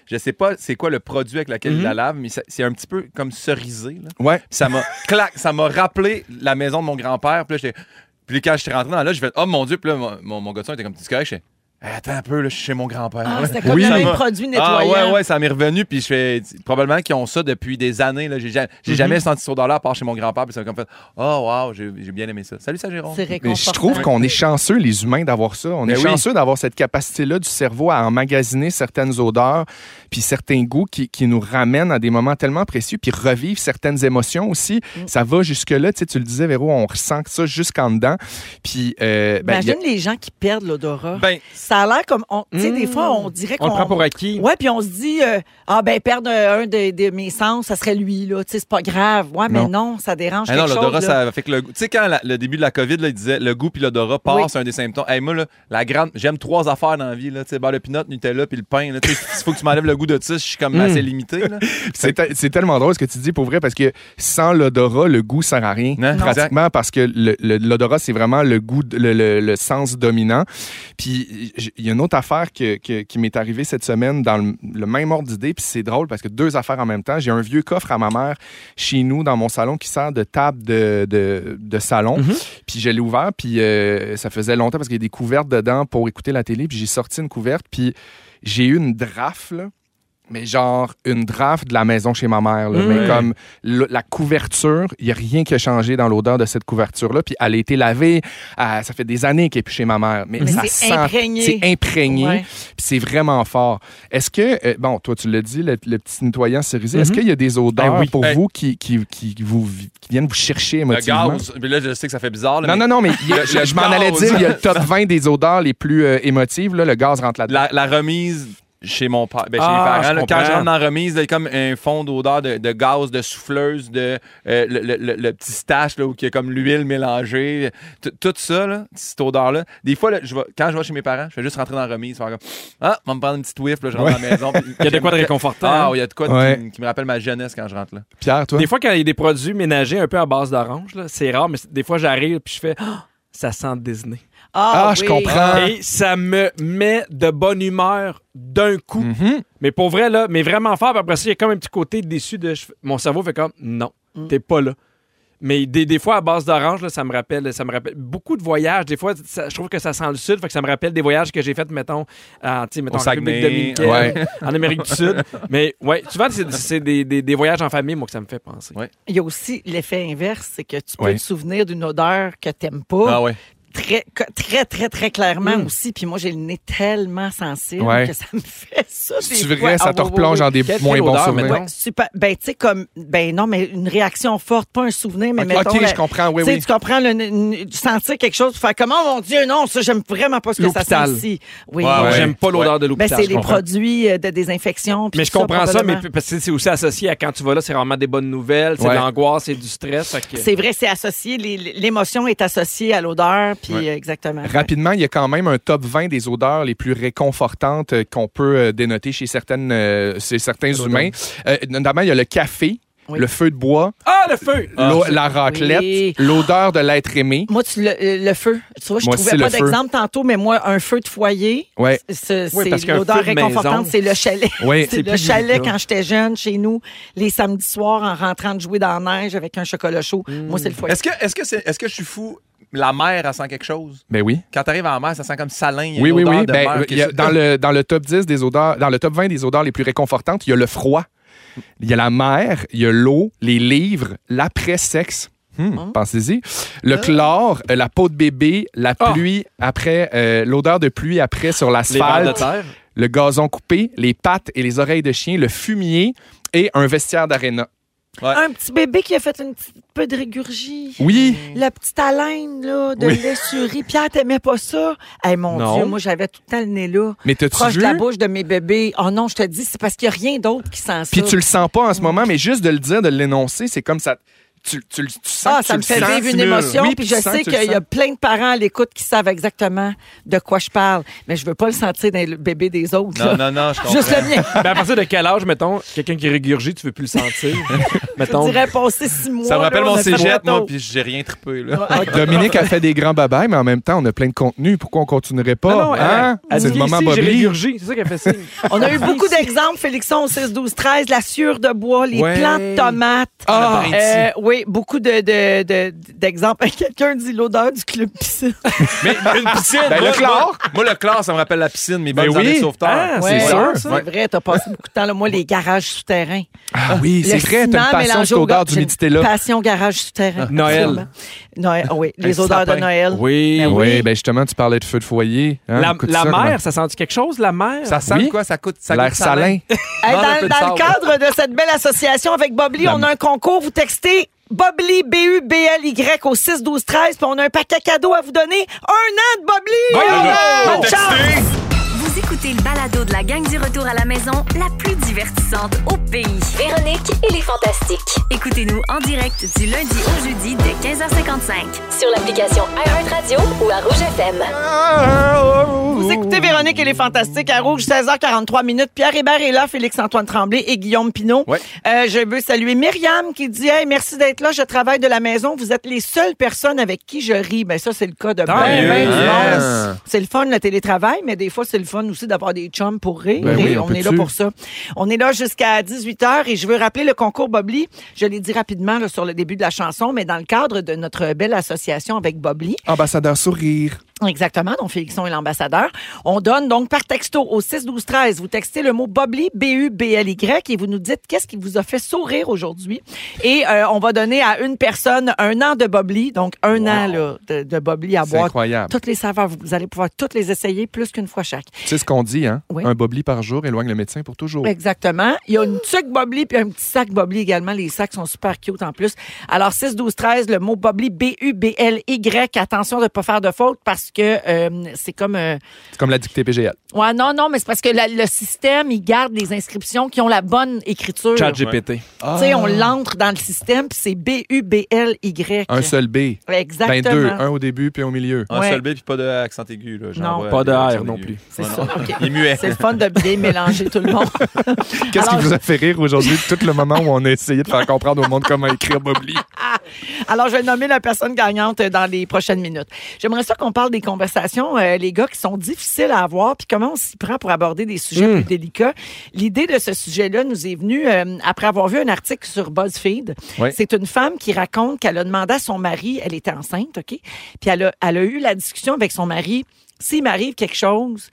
[SPEAKER 4] je sais pas c'est quoi le produit avec lequel il la lave, mais ça- c'est un petit peu comme cerisé. là.
[SPEAKER 2] Ouais.
[SPEAKER 4] Puis ça m'a clac, ça m'a rappelé la maison de mon grand-père. Puis là, j'étais- puis quand j'étais rentré dans la loge, j'ai fait Oh mon Dieu, puis là, mon, mon, mon gars de son était comme Tu es correct? J'étais, Hey, attends un peu, là, je suis chez mon grand-père.
[SPEAKER 1] Ah,
[SPEAKER 4] là.
[SPEAKER 1] c'était comme
[SPEAKER 2] Oui.
[SPEAKER 1] le
[SPEAKER 2] Ça
[SPEAKER 1] même
[SPEAKER 4] m'a-
[SPEAKER 1] produit
[SPEAKER 4] Ah
[SPEAKER 1] nettoyant.
[SPEAKER 4] ouais, ouais, ça m'est revenu. Puis je fais probablement qu'ils ont ça depuis des années. là. J'ai ja- j'ai
[SPEAKER 2] Mm-hmm.
[SPEAKER 4] jamais senti ce odeur-là à part chez mon grand-père. Puis ça m'a comme fait Oh wow, j'ai j'ai bien aimé ça. Salut, ça Jérôme.
[SPEAKER 1] C'est
[SPEAKER 2] Mais
[SPEAKER 1] réconfortant.
[SPEAKER 2] je trouve qu'on est chanceux, les humains, d'avoir ça. On
[SPEAKER 4] Ben
[SPEAKER 2] est
[SPEAKER 4] oui.
[SPEAKER 2] chanceux d'avoir cette capacité-là du cerveau à emmagasiner certaines odeurs puis certains goûts qui, qui nous ramènent à des moments tellement précieux puis revivre certaines émotions aussi.
[SPEAKER 1] Mm.
[SPEAKER 2] Ça va jusque-là. Tu sais, tu le disais, Véro, on ressent ça jusqu'en dedans. Puis, euh, ben, il y a-
[SPEAKER 1] Imagine les gens qui perdent l'odorat.
[SPEAKER 4] Ben,
[SPEAKER 1] ça a l'air comme... on- Tu sais, des
[SPEAKER 3] Mm.
[SPEAKER 1] fois, on dirait
[SPEAKER 3] On
[SPEAKER 1] qu'on...
[SPEAKER 3] le prend pour acquis.
[SPEAKER 1] Ouais, puis on se dit, euh, ah ben, perdre un de, de mes sens, ça serait lui, là. Tu sais, c'est pas grave. Ouais, mais
[SPEAKER 2] Non.
[SPEAKER 1] non, ça dérange
[SPEAKER 4] Ah non,
[SPEAKER 1] quelque
[SPEAKER 4] l'odorat,
[SPEAKER 1] chose. là.
[SPEAKER 4] ça fait que le goût. Tu sais, quand la- le début de la COVID, là, il disait le goût puis l'odorat passe,
[SPEAKER 1] Oui.
[SPEAKER 4] c'est un des symptômes. Hey, moi, là, la grande, j'aime trois affaires dans la vie. Là, tu sais, beurre de pinot, Nutella puis le pain. Là, tu sais, il faut que tu m'enlèves le goût de ça, je suis comme
[SPEAKER 2] Mm.
[SPEAKER 4] assez limité. Là.
[SPEAKER 2] c'est te- c'est tellement drôle ce que tu dis pour vrai parce que sans l'odorat, le goût sert à rien.
[SPEAKER 4] Non, exact.
[SPEAKER 2] pratiquement parce que le- le- l'odorat, c'est vraiment le goût, de- le, le- le sens dominant. Puis j- il y a une autre affaire que- que- qui m'est arrivée cette semaine dans le, le même ordre d'idée, puis c'est drôle parce que deux affaires en même temps. J'ai un vieux coffre à ma mère chez nous dans mon salon qui sert de table de, de- de salon.
[SPEAKER 4] Mm-hmm.
[SPEAKER 2] Puis je l'ai ouvert, puis euh, ça faisait longtemps parce qu'il y a des couvertes dedans pour écouter la télé, puis j'ai sorti une couverte, puis j'ai eu une draft, là. Mais genre une draft de la maison chez ma mère. là.
[SPEAKER 1] Mmh.
[SPEAKER 2] Mais comme le- la couverture, il n'y a rien qui a changé dans l'odeur de cette couverture-là. Puis elle a été lavée. euh, ça fait des années qu'elle est plus chez ma mère. Mais,
[SPEAKER 1] Mais
[SPEAKER 2] ça
[SPEAKER 1] c'est
[SPEAKER 2] sent-
[SPEAKER 1] imprégné.
[SPEAKER 2] C'est imprégné.
[SPEAKER 1] Ouais.
[SPEAKER 2] Puis c'est vraiment fort. Est-ce que, euh, bon, toi tu l'as dit, le, le petit nettoyant cérisé,
[SPEAKER 1] Mmh.
[SPEAKER 2] est-ce qu'il y a des odeurs
[SPEAKER 1] Ah
[SPEAKER 3] Ben oui.
[SPEAKER 2] pour
[SPEAKER 4] Ben-
[SPEAKER 2] vous qui, qui, qui, vous, vi- qui viennent vous chercher
[SPEAKER 4] Le
[SPEAKER 2] émotivement?
[SPEAKER 4] gaz. Puis là, je sais que ça fait bizarre. là,
[SPEAKER 2] Non,
[SPEAKER 4] mais
[SPEAKER 2] non, non, mais il y a-
[SPEAKER 4] Le-
[SPEAKER 2] je,
[SPEAKER 4] le
[SPEAKER 2] je m'en allais
[SPEAKER 4] gaz.
[SPEAKER 2] dire, il y a le top 20 des odeurs les plus euh, émotives. là. le gaz rentre là-dedans.
[SPEAKER 4] La, la remise chez mon père, ben, chez
[SPEAKER 3] Ah,
[SPEAKER 4] mes
[SPEAKER 3] je
[SPEAKER 4] parents, là,
[SPEAKER 3] comprends.
[SPEAKER 4] quand j'entre dans la remise, il y a comme un fond d'odeur de, de gaz, de souffleuse, de euh, le, le- le- le petit stache là, où il y a comme l'huile mélangée, Tout- tout ça, là, cette odeur-là. Des fois, là, je vais- quand je vais chez mes parents, je vais juste rentrer dans la remise, faire comme Ah, on va me prendre une petite whiff, là, je rentre à la maison.
[SPEAKER 3] Il y a de quoi de réconfortant.
[SPEAKER 4] Ah, il y a de quoi de-
[SPEAKER 2] Ouais.
[SPEAKER 4] qui, qui me rappelle ma jeunesse quand je rentre là.
[SPEAKER 2] Pierre, toi?
[SPEAKER 3] Des fois, quand il y a des produits ménagers un peu à base d'orange, là, c'est rare, mais c'est- des fois, j'arrive puis je fais Ah, ça sent Disney.
[SPEAKER 2] Ah, je
[SPEAKER 1] oui.
[SPEAKER 2] comprends.
[SPEAKER 3] Et ça me met de bonne humeur d'un coup.
[SPEAKER 2] Mhm.
[SPEAKER 3] Mais pour vrai, là, mais vraiment fort. Puis après ça, il y a comme un petit côté déçu de. je- Mon cerveau fait comme non,
[SPEAKER 1] Mm.
[SPEAKER 3] t'es pas là. Mais des, des fois, à base d'orange, là, ça me rappelle ça me rappelle beaucoup de voyages. Des fois, ça- je trouve que ça sent le sud, fait que ça me rappelle des voyages que j'ai faits, mettons, en, tu sais, mettons,
[SPEAKER 4] Au
[SPEAKER 3] en République
[SPEAKER 4] Saguenay.
[SPEAKER 3] dominicaine,
[SPEAKER 2] Ouais.
[SPEAKER 3] en Amérique du Sud. Mais ouais, souvent, c'est, c'est des, des- des voyages en famille, moi, que ça me fait penser.
[SPEAKER 4] Ouais.
[SPEAKER 1] Il y a aussi l'effet inverse, c'est que tu peux
[SPEAKER 2] Oui.
[SPEAKER 1] te souvenir d'une odeur que t'aimes pas,
[SPEAKER 4] Ah ouais.
[SPEAKER 1] très, que- très, très, très clairement
[SPEAKER 3] Mm.
[SPEAKER 1] aussi. Puis moi, j'ai le nez tellement sensible
[SPEAKER 2] Ouais.
[SPEAKER 1] que ça me fait ça. des
[SPEAKER 2] C'est
[SPEAKER 1] fois.
[SPEAKER 2] vrai, ça
[SPEAKER 1] Ah,
[SPEAKER 2] te
[SPEAKER 1] oui, oui,
[SPEAKER 2] replonge
[SPEAKER 1] oui.
[SPEAKER 2] dans des
[SPEAKER 3] Quelle-
[SPEAKER 2] moins
[SPEAKER 3] quelle
[SPEAKER 2] bons
[SPEAKER 3] odeur,
[SPEAKER 2] souvenirs.
[SPEAKER 3] mettons?
[SPEAKER 1] Ouais, super. Ben, tu sais, comme. Ben, non, mais une réaction forte, pas un souvenir, mais
[SPEAKER 2] Ok,
[SPEAKER 1] mettons.
[SPEAKER 2] ok,
[SPEAKER 1] la-
[SPEAKER 2] je comprends, oui,
[SPEAKER 1] tu sais,
[SPEAKER 2] oui.
[SPEAKER 1] Tu comprends, le, le- sentir quelque chose, faire comment, mon Dieu, non, ça, j'aime vraiment pas ce que ça
[SPEAKER 3] L'hôpital.
[SPEAKER 1] sent ici. Oui.
[SPEAKER 4] Ouais, Ah ouais.
[SPEAKER 3] J'aime pas l'odeur de
[SPEAKER 1] Ben,
[SPEAKER 3] l'hôpital.
[SPEAKER 1] c'est
[SPEAKER 3] je
[SPEAKER 1] les
[SPEAKER 3] comprends.
[SPEAKER 1] produits euh, de désinfection. puis
[SPEAKER 3] Mais je
[SPEAKER 1] tout
[SPEAKER 3] comprends ça, mais
[SPEAKER 1] probablement.
[SPEAKER 3] parce que c'est aussi associé à quand tu vas là, c'est vraiment des bonnes nouvelles, c'est
[SPEAKER 2] Ouais.
[SPEAKER 3] de l'angoisse, c'est du stress. fait que-
[SPEAKER 1] C'est vrai, c'est associé, les- l'émotion est associée à l'odeur, puis
[SPEAKER 2] Ouais.
[SPEAKER 1] euh, exactement.
[SPEAKER 2] Rapidement, il y a quand même un top 20 des odeurs les plus réconfortantes euh, qu'on peut euh, dénoter chez, certaines, euh, chez certains humains. Euh, notamment, il y a le café,
[SPEAKER 1] Oui.
[SPEAKER 2] le feu de bois,
[SPEAKER 3] Ah, le feu!
[SPEAKER 2] l'eau- la raclette,
[SPEAKER 1] Oui.
[SPEAKER 2] l'odeur de l'être aimé.
[SPEAKER 1] Moi, tu, le, euh, le feu. Tu vois, je
[SPEAKER 2] Moi
[SPEAKER 1] trouvais
[SPEAKER 2] aussi,
[SPEAKER 1] pas
[SPEAKER 2] le feu.
[SPEAKER 1] d'exemple tantôt, mais moi, un feu de foyer,
[SPEAKER 2] Ouais.
[SPEAKER 1] c'est
[SPEAKER 3] Oui,
[SPEAKER 1] c'est
[SPEAKER 3] parce qu'un
[SPEAKER 1] l'odeur
[SPEAKER 3] feu de
[SPEAKER 1] réconfortante,
[SPEAKER 3] maison,
[SPEAKER 1] c'est le chalet.
[SPEAKER 2] Oui.
[SPEAKER 1] C'est
[SPEAKER 3] c'est
[SPEAKER 1] le
[SPEAKER 3] plus
[SPEAKER 1] chalet
[SPEAKER 3] délicat.
[SPEAKER 1] quand j'étais jeune chez nous, les samedis soirs en rentrant de jouer dans la neige avec un chocolat chaud. Moi, c'est le foyer.
[SPEAKER 4] Est-ce que est-ce que c'est est-ce que je suis fou? La mer, elle sent quelque chose.
[SPEAKER 2] Ben oui.
[SPEAKER 4] Quand t'arrives à la mer, ça sent comme salin. il y a
[SPEAKER 2] Oui,
[SPEAKER 4] une
[SPEAKER 2] oui,
[SPEAKER 4] odeur
[SPEAKER 2] oui.
[SPEAKER 4] de
[SPEAKER 2] Ben,
[SPEAKER 4] mer qui
[SPEAKER 2] il y a-
[SPEAKER 4] est-
[SPEAKER 2] dans, le, dans le top 10 des odeurs, dans le top 20 des odeurs les plus réconfortantes, il y a le froid, il y a la mer, il y a l'eau, les livres, l'après-sexe. Hmm,
[SPEAKER 1] Oh.
[SPEAKER 2] Pensez-y. Le chlore, euh, la peau de bébé, la
[SPEAKER 3] Ah.
[SPEAKER 2] pluie après, euh, l'odeur de pluie après sur
[SPEAKER 3] Les barres de
[SPEAKER 2] l'asphalte,
[SPEAKER 3] terre.
[SPEAKER 2] le gazon coupé, les pattes et les oreilles de chien, le fumier et un vestiaire d'aréna.
[SPEAKER 1] Un petit bébé qui a fait un petit peu de régurgie.
[SPEAKER 2] Oui,
[SPEAKER 1] La petite haleine là, de
[SPEAKER 2] Oui.
[SPEAKER 1] l'essurie. Pierre, t'aimais pas ça? Eh mon
[SPEAKER 3] Non.
[SPEAKER 1] Dieu, moi, j'avais tout le temps le nez là.
[SPEAKER 2] mais t'as-tu
[SPEAKER 1] Proche
[SPEAKER 2] vu?
[SPEAKER 1] de la bouche de mes bébés. Oh non, je te dis, c'est parce qu'il n'y a rien d'autre qui sent ça.
[SPEAKER 2] Puis tu le sens pas en ce moment, mais juste de le dire, de l'énoncer, c'est comme ça. Tu, tu, le- tu sens
[SPEAKER 1] Ah,
[SPEAKER 2] que
[SPEAKER 1] ça
[SPEAKER 2] tu
[SPEAKER 1] me
[SPEAKER 2] le
[SPEAKER 1] fait
[SPEAKER 2] sens,
[SPEAKER 1] vivre une
[SPEAKER 2] tu le-
[SPEAKER 1] émotion.
[SPEAKER 2] Oui,
[SPEAKER 1] puis
[SPEAKER 2] tu
[SPEAKER 1] je
[SPEAKER 2] sens
[SPEAKER 1] sais
[SPEAKER 2] que tu le
[SPEAKER 1] qu'il y
[SPEAKER 2] sens.
[SPEAKER 1] a plein de parents à l'écoute qui savent exactement de quoi je parle. Mais je veux pas le sentir dans le bébé des autres.
[SPEAKER 4] Non,
[SPEAKER 1] là.
[SPEAKER 4] non, non, je comprends.
[SPEAKER 1] Juste le mien.
[SPEAKER 3] Ben, à partir de quel âge, mettons, quelqu'un qui régurgite, tu veux plus le sentir?
[SPEAKER 1] Je
[SPEAKER 3] mettons.
[SPEAKER 1] dirais passer six mois.
[SPEAKER 4] Ça me rappelle
[SPEAKER 1] là, on
[SPEAKER 4] mon
[SPEAKER 1] a fait le
[SPEAKER 4] cégep, moi,
[SPEAKER 1] tour.
[SPEAKER 4] puis j'ai rien trippé, là.
[SPEAKER 2] Ah, Dominique a fait des grands babayes, mais en même temps, on a plein de contenu. Pourquoi on continuerait pas?
[SPEAKER 3] Non, non, elle-
[SPEAKER 2] hein?
[SPEAKER 3] elle
[SPEAKER 2] C'est
[SPEAKER 3] dit
[SPEAKER 2] le moment
[SPEAKER 3] ici, j'ai
[SPEAKER 2] Bobby.
[SPEAKER 3] régurgi. C'est ça qu'elle fait signe.
[SPEAKER 1] On a eu
[SPEAKER 2] Ah,
[SPEAKER 1] beaucoup d'exemples, Félixon, au 6, 12, 13. La sciure de bois, les
[SPEAKER 3] Ouais.
[SPEAKER 1] plants de tomates.
[SPEAKER 2] Ah!
[SPEAKER 1] Euh, oui, beaucoup de- de- de- d'exemples. Quelqu'un dit l'odeur du club piscine.
[SPEAKER 4] Mais une piscine.
[SPEAKER 2] Ben,
[SPEAKER 4] moi,
[SPEAKER 2] le chlore.
[SPEAKER 4] Moi, moi, le chlore, ça me rappelle la piscine, mes
[SPEAKER 2] Ben
[SPEAKER 4] bonnes
[SPEAKER 2] oui.
[SPEAKER 4] années de sauveteur.
[SPEAKER 3] Ah,
[SPEAKER 1] Ouais.
[SPEAKER 2] c'est sûr.
[SPEAKER 1] C'est vrai, t'as passé beaucoup de temps. là. Moi, les garages souterrains.
[SPEAKER 2] Ah oui, c'est
[SPEAKER 1] Le
[SPEAKER 2] vrai, t'as
[SPEAKER 1] ciment
[SPEAKER 2] une passion
[SPEAKER 1] mélangé
[SPEAKER 2] cette
[SPEAKER 1] au
[SPEAKER 2] odeur
[SPEAKER 1] ga- j'ai une
[SPEAKER 2] d'humidité là.
[SPEAKER 1] Passion garage souterrain.
[SPEAKER 3] Noël.
[SPEAKER 1] Absolument. Noël, oui, les
[SPEAKER 4] Un
[SPEAKER 1] odeurs de
[SPEAKER 4] sapin.
[SPEAKER 1] Noël.
[SPEAKER 3] Oui.
[SPEAKER 1] Ben
[SPEAKER 2] Ben, Oui, ben justement, tu parlais de feu de foyer. hein,
[SPEAKER 3] La,
[SPEAKER 2] écoute
[SPEAKER 3] la
[SPEAKER 2] ça,
[SPEAKER 3] mer, ça sent quelque chose, la mer?
[SPEAKER 4] Ça sent
[SPEAKER 2] Oui.
[SPEAKER 4] quoi? Ça coûte ça
[SPEAKER 2] comment-
[SPEAKER 4] coûte
[SPEAKER 2] L'air salin.
[SPEAKER 1] Hey,
[SPEAKER 4] Non,
[SPEAKER 1] dans
[SPEAKER 4] un peu de
[SPEAKER 1] dans le
[SPEAKER 4] sable.
[SPEAKER 1] cadre de cette belle association avec Bobly, on a un concours. Vous textez Bobly, B-U-B-L-Y au 6 12 13 puis on a un paquet cadeau à vous donner. Un an de Bobly!
[SPEAKER 4] Voyons
[SPEAKER 1] Bonne
[SPEAKER 4] donc!
[SPEAKER 1] chance!
[SPEAKER 6] Vous écoutez écouter le balado de la gang du retour à la maison, la plus divertissante au pays.
[SPEAKER 7] Véronique et les Fantastiques.
[SPEAKER 6] Écoutez-nous en direct du lundi au jeudi dès 15h55.
[SPEAKER 7] Sur l'application iHeartRadio ou à Rouge FM.
[SPEAKER 1] Vous écoutez Véronique et les Fantastiques à Rouge, 16h43 minutes. Pierre Hébert est là, Félix-Antoine Tremblay et Guillaume Pinot.
[SPEAKER 4] Ouais.
[SPEAKER 1] Euh, je veux saluer Myriam qui dit Hey, merci d'être là, je travaille de la maison. Vous êtes les seules personnes avec qui je ris. Ben, ça, c'est le cas de
[SPEAKER 3] Tant
[SPEAKER 1] ben,
[SPEAKER 3] mieux, hein?
[SPEAKER 1] ben du
[SPEAKER 4] yes.
[SPEAKER 2] Ah,
[SPEAKER 1] monde. C'est le fun, le télétravail, mais des fois, c'est le fun aussi d'avoir des chums pour rire.
[SPEAKER 2] Ben
[SPEAKER 1] Et
[SPEAKER 2] oui, on
[SPEAKER 1] on
[SPEAKER 2] peut
[SPEAKER 1] est là
[SPEAKER 2] tu?
[SPEAKER 1] pour ça. On est là jusqu'à 18h et je veux rappeler le concours Bobli. Je l'ai dit rapidement là, sur le début de la chanson, mais dans le cadre de notre belle association avec Bobli,
[SPEAKER 2] Ambassadeur sourire.
[SPEAKER 1] Exactement, donc Félixon est l'ambassadeur. On donne donc par texto au 6-12-13, vous textez le mot Bobli, B-U-B-L-Y, et vous nous dites qu'est-ce qui vous a fait sourire aujourd'hui. Et euh, on va donner à une personne un an de Bobli, donc un an là, de, de Bobli à
[SPEAKER 2] C'est
[SPEAKER 1] boire.
[SPEAKER 2] incroyable.
[SPEAKER 1] Toutes les saveurs, vous, vous allez pouvoir toutes les essayer plus qu'une fois chaque.
[SPEAKER 2] Tu sais ce qu'on dit, hein?
[SPEAKER 1] Oui.
[SPEAKER 2] Un bobli par jour éloigne le médecin pour toujours.
[SPEAKER 1] Exactement. Il y a une tuque Bobli puis un petit sac Bobli également. Les sacs sont super cute en plus. Alors 6 12 13, le mot Bobli B U B L Y. Attention de ne pas faire de faute parce que euh, c'est comme euh,
[SPEAKER 2] C'est comme la dictée PGL.
[SPEAKER 1] Ouais, non, non, mais c'est parce que la- le système, il garde les inscriptions qui ont la bonne écriture.
[SPEAKER 3] Chat
[SPEAKER 1] Tu
[SPEAKER 3] GPT.
[SPEAKER 1] sais, on l'entre dans le système, puis c'est B-U-B-L-Y.
[SPEAKER 2] Un seul B.
[SPEAKER 1] Exactement. Oh.
[SPEAKER 2] Ben deux. Un au début, puis au milieu.
[SPEAKER 4] Un
[SPEAKER 1] Ouais.
[SPEAKER 4] seul B puis pas de accent aigu. Là,
[SPEAKER 1] Non.
[SPEAKER 4] genre, euh, ouais,
[SPEAKER 3] Pas de
[SPEAKER 4] des
[SPEAKER 3] R
[SPEAKER 4] accents
[SPEAKER 3] non
[SPEAKER 4] aigus.
[SPEAKER 3] plus.
[SPEAKER 1] C'est
[SPEAKER 4] Ouais,
[SPEAKER 1] ça,
[SPEAKER 4] non.
[SPEAKER 1] OK.
[SPEAKER 4] Il est muet.
[SPEAKER 1] C'est le fun de bien mélanger tout le monde.
[SPEAKER 2] Qu'est-ce qui
[SPEAKER 1] Alors-
[SPEAKER 2] vous a fait rire aujourd'hui? Tout le moment où on a essayé de faire comprendre au monde comment écrire bobli.
[SPEAKER 1] Alors, je vais nommer la personne gagnante euh, dans les prochaines minutes. J'aimerais ça qu'on parle des conversations, euh, les gars, qui sont difficiles à avoir, puis comment on s'y prend pour aborder des sujets plus délicats. L'idée de ce sujet-là nous est venue euh, après avoir vu un article sur BuzzFeed.
[SPEAKER 2] Ouais.
[SPEAKER 1] C'est une femme qui raconte qu'elle a demandé à son mari, elle était enceinte, OK? Puis elle a, elle a eu la discussion avec son mari, s'il m'arrive quelque chose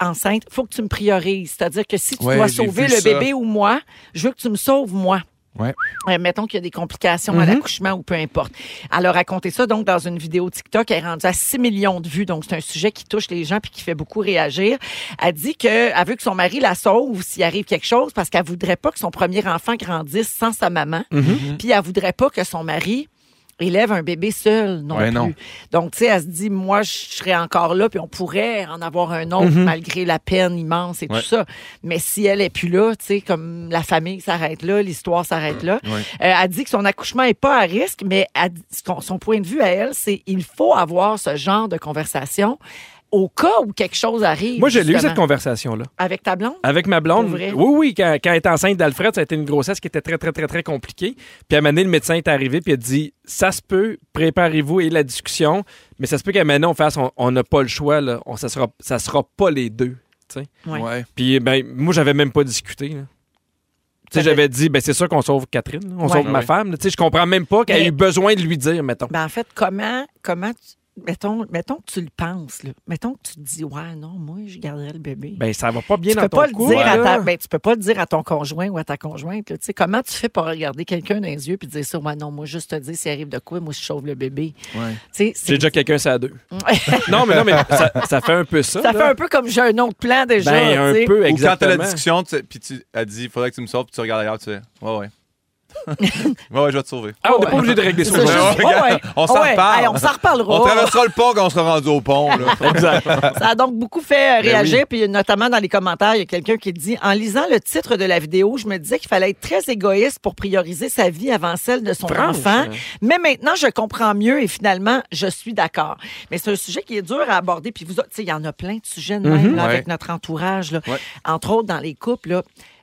[SPEAKER 1] enceinte, faut que tu me priorises. C'est-à-dire que si tu
[SPEAKER 2] Ouais,
[SPEAKER 1] dois
[SPEAKER 2] j'ai
[SPEAKER 1] sauver
[SPEAKER 2] vu
[SPEAKER 1] le
[SPEAKER 2] ça.
[SPEAKER 1] bébé ou moi, je veux que tu me sauves moi.
[SPEAKER 2] Ouais. Mhm.
[SPEAKER 1] Euh, mettons qu'il y a des complications à l'accouchement ou peu importe. Elle a raconté ça donc dans une vidéo TikTok. Elle est rendue à 6 millions de vues. Donc, c'est un sujet qui touche les gens puis qui fait beaucoup réagir. Elle dit qu'elle veut que son mari la sauve s'il arrive quelque chose parce qu'elle voudrait pas que son premier enfant grandisse sans sa maman.
[SPEAKER 2] Mhm.
[SPEAKER 1] Puis elle voudrait pas que son mari élève un bébé seul non
[SPEAKER 2] Ouais,
[SPEAKER 1] plus.
[SPEAKER 2] non.
[SPEAKER 1] Donc, tu sais, elle se dit, moi, je serais encore là, puis on pourrait en avoir un autre
[SPEAKER 3] Mhm.
[SPEAKER 1] malgré la peine immense et
[SPEAKER 4] Ouais.
[SPEAKER 1] tout ça. Mais si elle est plus là, tu sais, comme la famille s'arrête là, l'histoire s'arrête là.
[SPEAKER 4] Ouais.
[SPEAKER 1] Euh, elle dit que son accouchement est pas à risque, mais elle dit- son, son point de vue à elle, c'est il faut avoir ce genre de conversation au cas où quelque chose arrive.
[SPEAKER 3] Moi, j'ai lu
[SPEAKER 1] justement.
[SPEAKER 3] cette conversation-là.
[SPEAKER 1] Avec ta blonde?
[SPEAKER 3] Avec ma blonde,
[SPEAKER 1] Pour vrai?
[SPEAKER 3] oui, oui, quand, quand elle était enceinte d'Alfred, ça a été une grossesse qui était très, très, très, très compliquée. Puis à un moment donné, le médecin est arrivé, puis il a dit Ça se peut, préparez-vous et la discussion, mais ça se peut qu'à un moment donné, on fasse, on- on n'a pas le choix, là. On, ça sera, ça sera pas les deux. tu sais.
[SPEAKER 1] Ouais.
[SPEAKER 3] Puis ben, moi, j'avais même pas discuté. là. Tu sais,
[SPEAKER 1] Ça fait-
[SPEAKER 3] j'avais dit, ben c'est sûr qu'on sauve Catherine, là. on
[SPEAKER 1] Ouais.
[SPEAKER 3] sauve
[SPEAKER 4] Ah
[SPEAKER 3] ma
[SPEAKER 4] oui.
[SPEAKER 3] femme. là. Tu sais, je comprends même pas qu'elle
[SPEAKER 1] Mais-
[SPEAKER 3] ait eu besoin de lui dire, mettons.
[SPEAKER 1] Ben, en fait, comment, comment tu- mettons, mettons que tu le penses, là. mettons que tu te dis, ouais, non, moi, je garderai le bébé.
[SPEAKER 3] Ben ça va pas bien
[SPEAKER 1] tu
[SPEAKER 3] dans
[SPEAKER 1] peux
[SPEAKER 3] ton
[SPEAKER 1] pas le
[SPEAKER 3] couple,
[SPEAKER 1] dire à
[SPEAKER 3] là.
[SPEAKER 1] ta, ben, tu peux pas le dire à ton conjoint ou à ta conjointe. là. Tu sais, comment tu fais pour regarder quelqu'un dans les yeux puis dire ça, ouais, non, moi, juste te dire s'il arrive de quoi, moi, je sauve le bébé.
[SPEAKER 4] Ouais.
[SPEAKER 1] Tu sais, c'est-
[SPEAKER 3] J'ai déjà quelqu'un, ça à deux. non, mais non, mais ça, ça fait un peu ça.
[SPEAKER 1] ça
[SPEAKER 3] là.
[SPEAKER 1] fait un peu comme j'ai un autre plan déjà.
[SPEAKER 3] Ben, un
[SPEAKER 1] tu sais.
[SPEAKER 3] peu,
[SPEAKER 4] Ou quand t'as
[SPEAKER 3] exactement.
[SPEAKER 4] la discussion, tu, puis tu as dit, faudrait que tu me sauves, puis tu regardes ailleurs, tu sais, ouais, ouais. ouais, ouais, je vais te sauver.
[SPEAKER 3] Ah, on n'est
[SPEAKER 1] Ouais.
[SPEAKER 3] pas obligé de régler
[SPEAKER 1] Oh, C'est
[SPEAKER 3] ça.
[SPEAKER 1] ça,
[SPEAKER 3] aujourd'hui.
[SPEAKER 1] juste-
[SPEAKER 4] Ouais,
[SPEAKER 1] ouais, ouais.
[SPEAKER 4] on s'en
[SPEAKER 1] Ouais.
[SPEAKER 4] reparle.
[SPEAKER 1] Hey, on s'en
[SPEAKER 4] On
[SPEAKER 1] reparlera.
[SPEAKER 4] traversera le pont quand on sera rendu au pont, là.
[SPEAKER 1] Ça a donc beaucoup fait euh,
[SPEAKER 4] Ben
[SPEAKER 1] réagir, puis notamment dans les commentaires, il y a quelqu'un qui dit En lisant le titre de la vidéo, je me disais qu'il fallait être très égoïste pour prioriser sa vie avant celle de son
[SPEAKER 3] Franche.
[SPEAKER 1] enfant. Mais maintenant, je comprends mieux et finalement, je suis d'accord. Mais c'est un sujet qui est dur à aborder, puis vous autres, tu sais, il y en a plein de sujets de même, là,
[SPEAKER 4] Ouais.
[SPEAKER 1] avec notre entourage, là.
[SPEAKER 4] Ouais.
[SPEAKER 1] entre autres dans les couples, là,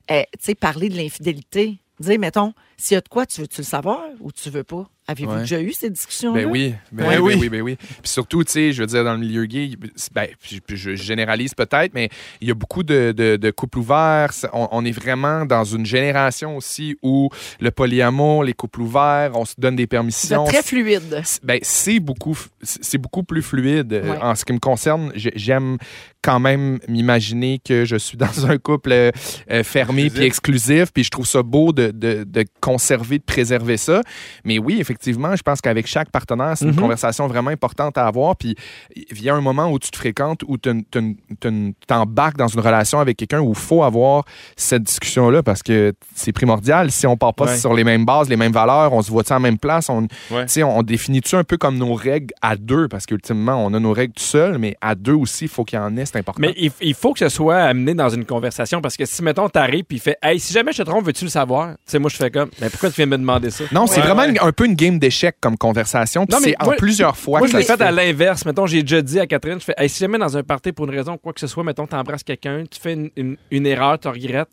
[SPEAKER 1] euh, tu sais, parler de l'infidélité. Dire, mettons, s'il y a de quoi, tu veux-tu le savoir ou tu veux pas? Avez-vous
[SPEAKER 2] Ouais.
[SPEAKER 1] déjà eu ces discussions-là?
[SPEAKER 2] Ben oui, ben
[SPEAKER 4] Ouais.
[SPEAKER 2] oui,
[SPEAKER 4] Oui.
[SPEAKER 2] ben oui, ben oui. Puis surtout, tu sais, je veux dire, dans le milieu gay, c'est- ben, je, je généralise peut-être, mais il y a beaucoup de, de- de couples ouverts. Ça- On, on est vraiment dans une génération aussi où le polyamour, les couples ouverts, on se donne des
[SPEAKER 1] C'est
[SPEAKER 2] permissions.
[SPEAKER 1] très fluide.
[SPEAKER 2] C'est- ben, c'est beaucoup f- c'est c'est beaucoup plus fluide Euh,
[SPEAKER 1] Ouais.
[SPEAKER 2] en ce qui me concerne j'ai- j'aime quand même m'imaginer que je suis dans un couple euh, euh, fermé
[SPEAKER 4] Exclusif.
[SPEAKER 2] puis exclusif puis je trouve ça beau de, de- de conserver de préserver ça mais oui effectivement je pense qu'avec chaque partenaire c'est une
[SPEAKER 3] Mhm.
[SPEAKER 2] conversation vraiment importante à avoir puis vient un moment où tu te fréquentes où tu t'embarques dans une relation avec quelqu'un où il faut avoir cette discussion là parce que c'est primordial si on part pas
[SPEAKER 3] Ouais.
[SPEAKER 2] sur les mêmes bases les mêmes valeurs on se voit en même place on,
[SPEAKER 4] Ouais.
[SPEAKER 2] tu sais, on définit-tu un peu comme nos règles à deux, parce qu'ultimement, on a nos règles tout seul, mais à deux aussi, il faut qu'il y en ait cette c'est important.
[SPEAKER 3] Mais il, il faut que ce soit amené dans une conversation parce que si, mettons, t'arrives puis il fait Hey, si jamais je te trompe, veux-tu le savoir? Tu sais, moi, je fais comme Mais pourquoi tu viens me demander ça?
[SPEAKER 2] Non, c'est
[SPEAKER 4] Ouais,
[SPEAKER 2] vraiment
[SPEAKER 4] ouais.
[SPEAKER 2] une- un peu une game d'échecs comme conversation. Puis
[SPEAKER 3] Non, mais
[SPEAKER 2] c'est en
[SPEAKER 3] moi-
[SPEAKER 2] plusieurs fois. que
[SPEAKER 3] Moi, je
[SPEAKER 2] ça
[SPEAKER 3] l'ai
[SPEAKER 2] se
[SPEAKER 3] fait
[SPEAKER 2] fait.
[SPEAKER 3] à l'inverse. Mettons, j'ai déjà dit à Catherine, je fais, Hey, si jamais dans un party, pour une raison ou quoi que ce soit, mettons, t'embrasses quelqu'un, tu fais une, une- une erreur, tu regrettes,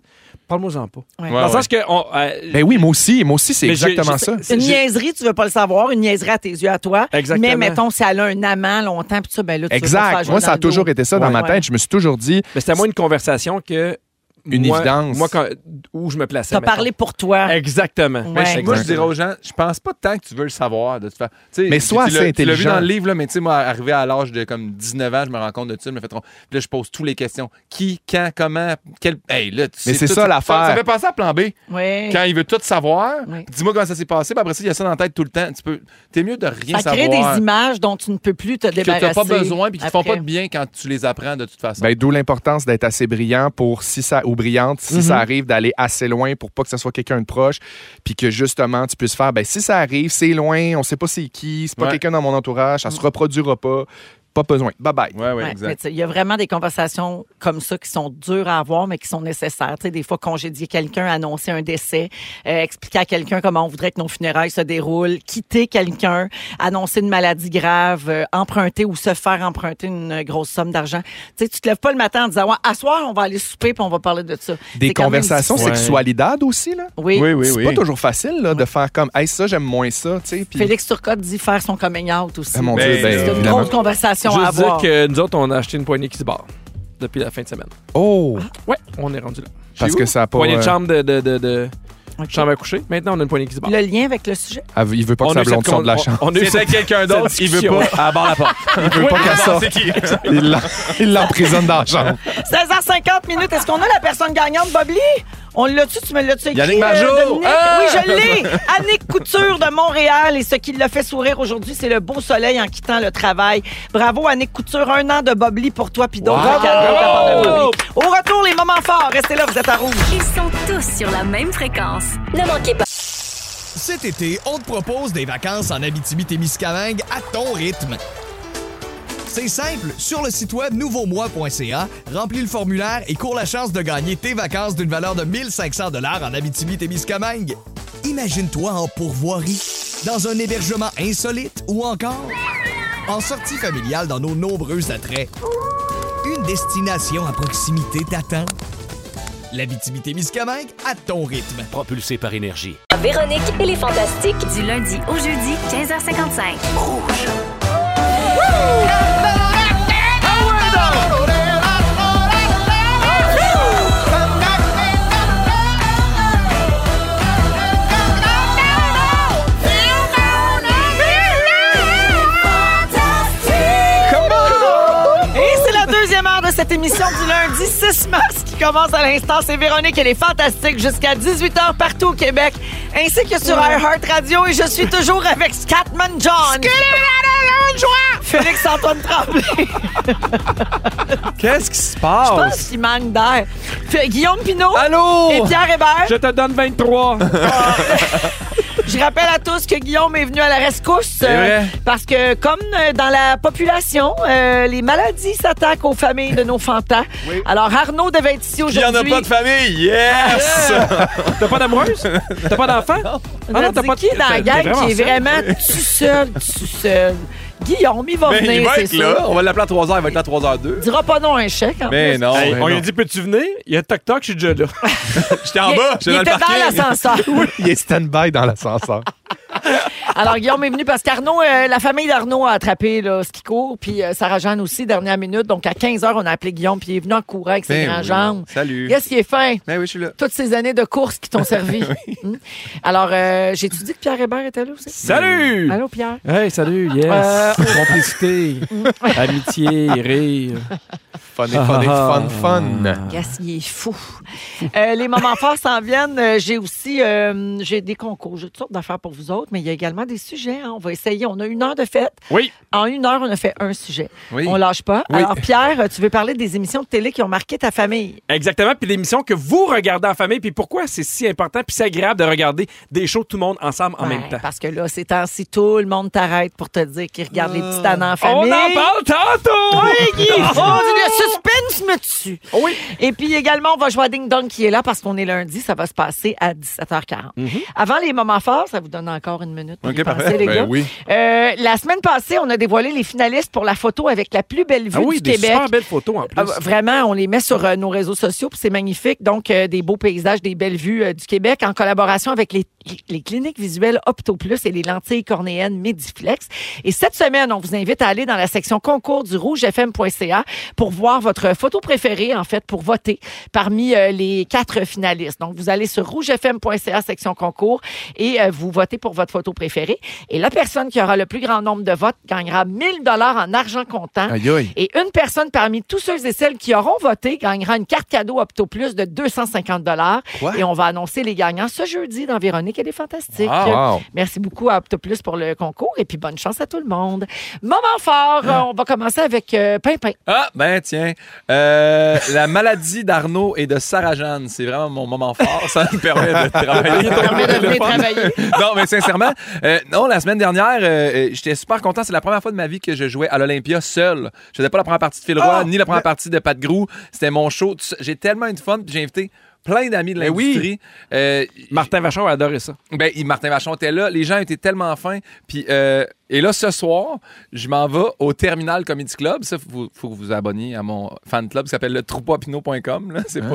[SPEAKER 3] parle-moi-en pas.
[SPEAKER 1] Ouais.
[SPEAKER 3] dans le sens que. on- euh,
[SPEAKER 2] Ben oui, moi aussi. Moi aussi, c'est
[SPEAKER 3] mais j'ai-
[SPEAKER 2] exactement
[SPEAKER 3] j'ai-
[SPEAKER 2] ça.
[SPEAKER 3] c'est-
[SPEAKER 1] Une
[SPEAKER 3] j'ai-
[SPEAKER 1] niaiserie, tu veux pas le savoir, une niaiserie à tes yeux, à toi.
[SPEAKER 3] Exactement.
[SPEAKER 1] Mais mettons, si elle a un amant longtemps, puis ça, ben là, tu veux pas te faire
[SPEAKER 2] Exact.
[SPEAKER 1] jouer
[SPEAKER 2] Moi,
[SPEAKER 1] dans
[SPEAKER 2] ça a
[SPEAKER 1] le dos.
[SPEAKER 2] toujours été ça dans
[SPEAKER 1] Ouais.
[SPEAKER 2] ma tête. Je me suis toujours dit,
[SPEAKER 3] Mais c'était moins une conversation que.
[SPEAKER 2] Une
[SPEAKER 3] moi-
[SPEAKER 2] évidence.
[SPEAKER 3] Moi, quand- où je me plaçais.
[SPEAKER 1] T'as
[SPEAKER 3] mettons.
[SPEAKER 1] parlé pour toi.
[SPEAKER 3] Exactement.
[SPEAKER 1] Ouais.
[SPEAKER 4] Mais je- moi, je dirais aux gens, je pense pas tant que tu veux le savoir. De toute façon. Tu sais,
[SPEAKER 2] Mais sois
[SPEAKER 4] tu l'as-
[SPEAKER 2] assez
[SPEAKER 4] Tu l'as vu
[SPEAKER 2] intelligent.
[SPEAKER 4] dans le livre, là, mais tu sais, moi, arrivé à l'âge de comme 19 ans, je me rends compte de ça, je me fais tromper. Puis là, je pose toutes les questions. Qui, quand, comment, quel. Hey, là, tu
[SPEAKER 2] Mais
[SPEAKER 4] sais
[SPEAKER 2] c'est
[SPEAKER 4] tout
[SPEAKER 2] ça, l'affaire.
[SPEAKER 4] Ça fait penser à plan B.
[SPEAKER 1] Ouais.
[SPEAKER 4] Quand il veut tout savoir,
[SPEAKER 1] Oui.
[SPEAKER 4] dis-moi comment ça s'est passé, puis après ça, il y a ça dans la tête tout le temps. Tu peux. T'es mieux de rien
[SPEAKER 1] Ça crée
[SPEAKER 4] savoir.
[SPEAKER 1] des images dont tu ne peux plus te
[SPEAKER 4] que
[SPEAKER 1] débarrasser.
[SPEAKER 4] t'as pas besoin puis qui te font
[SPEAKER 1] après.
[SPEAKER 4] pas de bien quand tu les apprends de toute façon.
[SPEAKER 2] ben, d'où l'importance d'être assez brillant pour, si ça, ou brillante, si
[SPEAKER 4] Mhm.
[SPEAKER 2] ça arrive, d'aller assez loin pour pas que ce soit quelqu'un de proche. Puis que justement, tu puisses faire, ben, si ça arrive, c'est loin, on sait pas c'est qui, c'est pas
[SPEAKER 4] Ouais. Mhm.
[SPEAKER 2] quelqu'un dans mon entourage, ça se reproduira pas. Pas besoin. Bye bye.
[SPEAKER 4] ouais, ouais,
[SPEAKER 1] Ouais, mais
[SPEAKER 4] exact.
[SPEAKER 1] tu sais, Il y a vraiment des conversations comme ça qui sont dures à avoir, mais qui sont nécessaires. Tu sais, des fois, congédier quelqu'un, annoncer un décès, euh, expliquer à quelqu'un comment on voudrait que nos funérailles se déroulent, quitter quelqu'un, annoncer une maladie grave, euh, emprunter ou se faire emprunter une grosse somme d'argent. Tu sais, tu te lèves pas le matin en disant, ouais, à soir, on va aller souper puis on va parler de ça.
[SPEAKER 2] Des
[SPEAKER 1] C'est quand même
[SPEAKER 2] conversations,
[SPEAKER 1] difficile.
[SPEAKER 2] sexualidade aussi, là.
[SPEAKER 1] Oui.
[SPEAKER 4] Oui, oui,
[SPEAKER 2] c'est
[SPEAKER 4] oui.
[SPEAKER 2] pas toujours facile là, de faire comme hey, ça, j'aime moins ça. tu sais, puis-
[SPEAKER 1] Félix Turcotte dit faire son coming out aussi.
[SPEAKER 2] Ah, mon
[SPEAKER 4] Ben,
[SPEAKER 2] Dieu, ben,
[SPEAKER 1] C'est une
[SPEAKER 2] évidemment.
[SPEAKER 1] grosse conversation à
[SPEAKER 3] Juste dire
[SPEAKER 1] avoir.
[SPEAKER 3] que nous autres, on a acheté une poignée qui se barre depuis la fin de semaine.
[SPEAKER 2] Oh,
[SPEAKER 3] Ouais, on est rendu là.
[SPEAKER 2] parce
[SPEAKER 4] Chez
[SPEAKER 2] que
[SPEAKER 4] où?
[SPEAKER 2] ça a pas.
[SPEAKER 3] Poignée de
[SPEAKER 2] euh,
[SPEAKER 3] chambre de, de, de, de-
[SPEAKER 1] Ok.
[SPEAKER 3] chambre à coucher. Maintenant, on a une poignée qui se barre.
[SPEAKER 1] Le lien avec le sujet.
[SPEAKER 2] ah, il veut pas que
[SPEAKER 3] on a
[SPEAKER 2] sa
[SPEAKER 3] eu
[SPEAKER 2] blonde
[SPEAKER 3] cette
[SPEAKER 2] sorte de la
[SPEAKER 3] con-
[SPEAKER 2] chambre.
[SPEAKER 3] on- on a eu
[SPEAKER 4] C'était
[SPEAKER 3] cette-
[SPEAKER 4] quelqu'un d'autre,
[SPEAKER 3] cette
[SPEAKER 4] il veut
[SPEAKER 3] discussion.
[SPEAKER 4] pas, à bord la porte.
[SPEAKER 2] Il veut pas qu'elle sorte.
[SPEAKER 4] Ah, C'est qui?
[SPEAKER 2] Il l'en- il l'emprisonne dans la chambre.
[SPEAKER 1] 16h50 minutes. Est-ce qu'on a la personne gagnante, Bob Lee? On l'a tu tu me l'as-tu écrit?
[SPEAKER 4] Yannick
[SPEAKER 1] euh,
[SPEAKER 4] Margeau!
[SPEAKER 1] Dominique?
[SPEAKER 4] Ah!
[SPEAKER 1] Oui, je l'ai! Annick Couture de Montréal. Et ce qui l'a fait sourire aujourd'hui, c'est le beau soleil en quittant le travail. Bravo, Annick Couture. Un an de Bob Lee pour toi, puis d'autres cadeaux
[SPEAKER 4] Wow!
[SPEAKER 1] de la part de Bob Lee. Au retour, les moments forts. Restez là, vous êtes à rouge.
[SPEAKER 6] Ils sont tous sur la même fréquence.
[SPEAKER 7] Ne manquez pas.
[SPEAKER 5] Cet été, on te propose des vacances en Abitibi-Témiscamingue à ton rythme. C'est simple, sur le site web nouveaumois.ca, remplis le formulaire et cours la chance de gagner tes vacances d'une valeur de 1500 dollars en Abitibi-Témiscamingue. Imagine-toi en pourvoirie, dans un hébergement insolite ou encore en sortie familiale dans nos nombreux attraits. Une destination à proximité t'attend. L'Abitibi-Témiscamingue à ton rythme.
[SPEAKER 8] Propulsé par énergie.
[SPEAKER 7] Véronique et les Fantastiques.
[SPEAKER 6] Du lundi au jeudi, 15h55.
[SPEAKER 1] Et c'est la deuxième heure de cette émission du lundi 6 mars qui commence à l'instant. C'est Véronique, elle est fantastique jusqu'à 18h partout au Québec, ainsi que sur iHeart Radio. Et je suis toujours avec Scatman John. Félix-Antoine Tremblay.
[SPEAKER 3] Qu'est-ce qui se
[SPEAKER 1] Je pense
[SPEAKER 3] passe?
[SPEAKER 1] qu'il manque d'air. Fait- Guillaume Pinot.
[SPEAKER 3] Allô?
[SPEAKER 1] Et Pierre Hébert.
[SPEAKER 3] Je te donne 23.
[SPEAKER 1] Je rappelle à tous que Guillaume est venu à la rescousse. euh,
[SPEAKER 3] vrai.
[SPEAKER 1] parce que, comme euh, dans la population, euh, les maladies s'attaquent aux familles de nos fantas. Alors, Arnaud devait être ici
[SPEAKER 4] Il y en
[SPEAKER 1] aujourd'hui.
[SPEAKER 4] a pas de famille, yes!
[SPEAKER 3] T'as pas d'amoureuse? T'as pas d'enfant?
[SPEAKER 4] Ah
[SPEAKER 1] On a
[SPEAKER 3] t'as
[SPEAKER 1] dit
[SPEAKER 3] pas
[SPEAKER 1] qui dans la
[SPEAKER 3] t'es
[SPEAKER 1] gang qui est
[SPEAKER 3] seule.
[SPEAKER 1] vraiment tout seul, tout seul. Guillaume, il va
[SPEAKER 4] Ben, il
[SPEAKER 1] venir,
[SPEAKER 4] va
[SPEAKER 1] c'est
[SPEAKER 4] être là,
[SPEAKER 1] sûr.
[SPEAKER 4] on va l'appeler à 3h, il va être là à 3h02.
[SPEAKER 1] Il dira pas non à un chèque. en
[SPEAKER 4] Mais
[SPEAKER 1] plus.
[SPEAKER 2] Oh,
[SPEAKER 4] non,
[SPEAKER 3] Hey,
[SPEAKER 4] ben
[SPEAKER 3] on lui a
[SPEAKER 4] non.
[SPEAKER 3] dit, peux-tu venir? Il y a toc-toc, je suis déjà là.
[SPEAKER 4] j'étais en
[SPEAKER 1] Il-
[SPEAKER 4] bas,
[SPEAKER 1] il
[SPEAKER 4] j'étais dans le
[SPEAKER 1] était dans
[SPEAKER 4] parking.
[SPEAKER 1] l'ascenseur.
[SPEAKER 2] Il est stand-by dans l'ascenseur.
[SPEAKER 1] Alors, Guillaume est venu parce qu'Arnaud, euh, la famille d'Arnaud a attrapé là, ce qui court, puis euh, Sarah-Jeanne aussi, dernière minute. Donc, à 15h, on a appelé Guillaume, puis il est venu en courant avec ses
[SPEAKER 4] Ben
[SPEAKER 1] grandes
[SPEAKER 4] oui.
[SPEAKER 1] jambes.
[SPEAKER 4] Salut.
[SPEAKER 1] Qu'est-ce qui est fin?
[SPEAKER 4] Ben oui, je suis là.
[SPEAKER 1] Toutes ces années de course qui t'ont servi. Hmm? Alors, euh, j'ai-tu dit que Pierre Hébert était là aussi?
[SPEAKER 3] Salut!
[SPEAKER 1] Allô, Pierre?
[SPEAKER 3] Hey, salut, yes.
[SPEAKER 1] Euh,
[SPEAKER 3] Complicité, amitié, rire.
[SPEAKER 2] Funny, funny,
[SPEAKER 4] Ah,
[SPEAKER 2] fun, fun.
[SPEAKER 1] Yes, il est fou. Euh, les moments forts s'en viennent. Euh, J'ai aussi euh, j'ai des concours, j'ai toutes sortes d'affaires pour vous autres, mais il y a également des sujets. hein. On va essayer. On a une heure de fête.
[SPEAKER 3] Oui.
[SPEAKER 1] En une heure, on a fait un sujet.
[SPEAKER 4] Oui.
[SPEAKER 1] On lâche pas.
[SPEAKER 4] Oui.
[SPEAKER 1] Alors, Pierre, euh, tu veux parler des émissions de télé qui ont marqué ta famille.
[SPEAKER 3] Exactement. Puis l'émission que vous regardez en famille, puis pourquoi c'est si important, puis c'est agréable de regarder des shows tout le monde ensemble en
[SPEAKER 1] Ben,
[SPEAKER 3] même temps.
[SPEAKER 1] Parce que là, ces temps-ci, tout le
[SPEAKER 4] Ah.
[SPEAKER 1] monde t'arrête pour te dire qu'il regarde les petits tannants en
[SPEAKER 3] On
[SPEAKER 1] famille.
[SPEAKER 3] en parle tantôt!
[SPEAKER 1] Oui, Guy! On dit le suspense me tue.
[SPEAKER 2] Oui.
[SPEAKER 1] Et puis également, on va jouer à Ding Dong qui est là parce qu'on est lundi. Ça va se passer à 17h40.
[SPEAKER 3] Mhm.
[SPEAKER 1] Avant les moments forts, ça vous donne encore une minute. pour
[SPEAKER 4] OK,
[SPEAKER 1] y penser,
[SPEAKER 4] parfait.
[SPEAKER 1] les
[SPEAKER 4] Ben
[SPEAKER 1] gars.
[SPEAKER 2] oui.
[SPEAKER 1] Euh, la semaine passée, on a dévoilé les finalistes pour la photo avec la plus belle vue
[SPEAKER 3] Ah oui,
[SPEAKER 1] du
[SPEAKER 3] des
[SPEAKER 1] Québec.
[SPEAKER 3] super belles photos en plus.
[SPEAKER 1] Ah, vraiment, on les met sur euh, nos réseaux sociaux, puis c'est magnifique. Donc, euh, des beaux paysages, des belles vues euh, du Québec en collaboration avec les, les cliniques visuelles OptoPlus et les lentilles cornéennes Mediflex. Et cette semaine, on vous invite à aller dans la section concours du rougefm.ca pour voir votre photo préférée, en fait, pour voter parmi euh, les quatre finalistes. Donc, vous allez sur rougefm.ca, section concours, et euh, vous votez pour votre photo préférée. Et la personne qui aura le plus grand nombre de votes gagnera 1000 dollars en argent comptant.
[SPEAKER 2] Aïe, aïe.
[SPEAKER 1] Et une personne parmi tous ceux et celles qui auront voté gagnera une carte cadeau Opto Plus de 250 dollars.
[SPEAKER 2] Quoi?
[SPEAKER 1] Et on va annoncer les gagnants ce jeudi dans Véronique. Elle est fantastique.
[SPEAKER 4] Ah,
[SPEAKER 2] Wow.
[SPEAKER 1] Merci beaucoup à Opto Plus pour le concours et puis bonne chance à tout le monde. Moment fort, euh, on va commencer avec euh, Pimpin.
[SPEAKER 4] Ah, ben tiens. Euh, la maladie d'Arnaud et de Sarah-Jeanne, c'est vraiment mon moment fort. Ça me permet de travailler.
[SPEAKER 1] Ça permet de venir travailler.
[SPEAKER 4] non, mais sincèrement, euh, non, la semaine dernière, euh, euh, j'étais super content. C'est la première fois de ma vie que je jouais à l'Olympia seul. Je faisais pas la première partie de Phil Roy,
[SPEAKER 1] Ah!
[SPEAKER 4] ni la première partie de Pat Grou. C'était mon show. Tu sais, J'ai tellement eu de fun, puis j'ai invité plein d'amis
[SPEAKER 1] Ben
[SPEAKER 4] de l'industrie. Euh,
[SPEAKER 3] Martin Vachon a adoré ça.
[SPEAKER 4] ben, il- Martin Vachon était là. Les gens étaient tellement fins. Puis, euh, et là, ce soir, je m'en vais au Terminal Comedy Club. Ça, faut, faut que vous vous abonniez à mon fan club qui s'appelle le troupeapinot.com. là. C'est pas,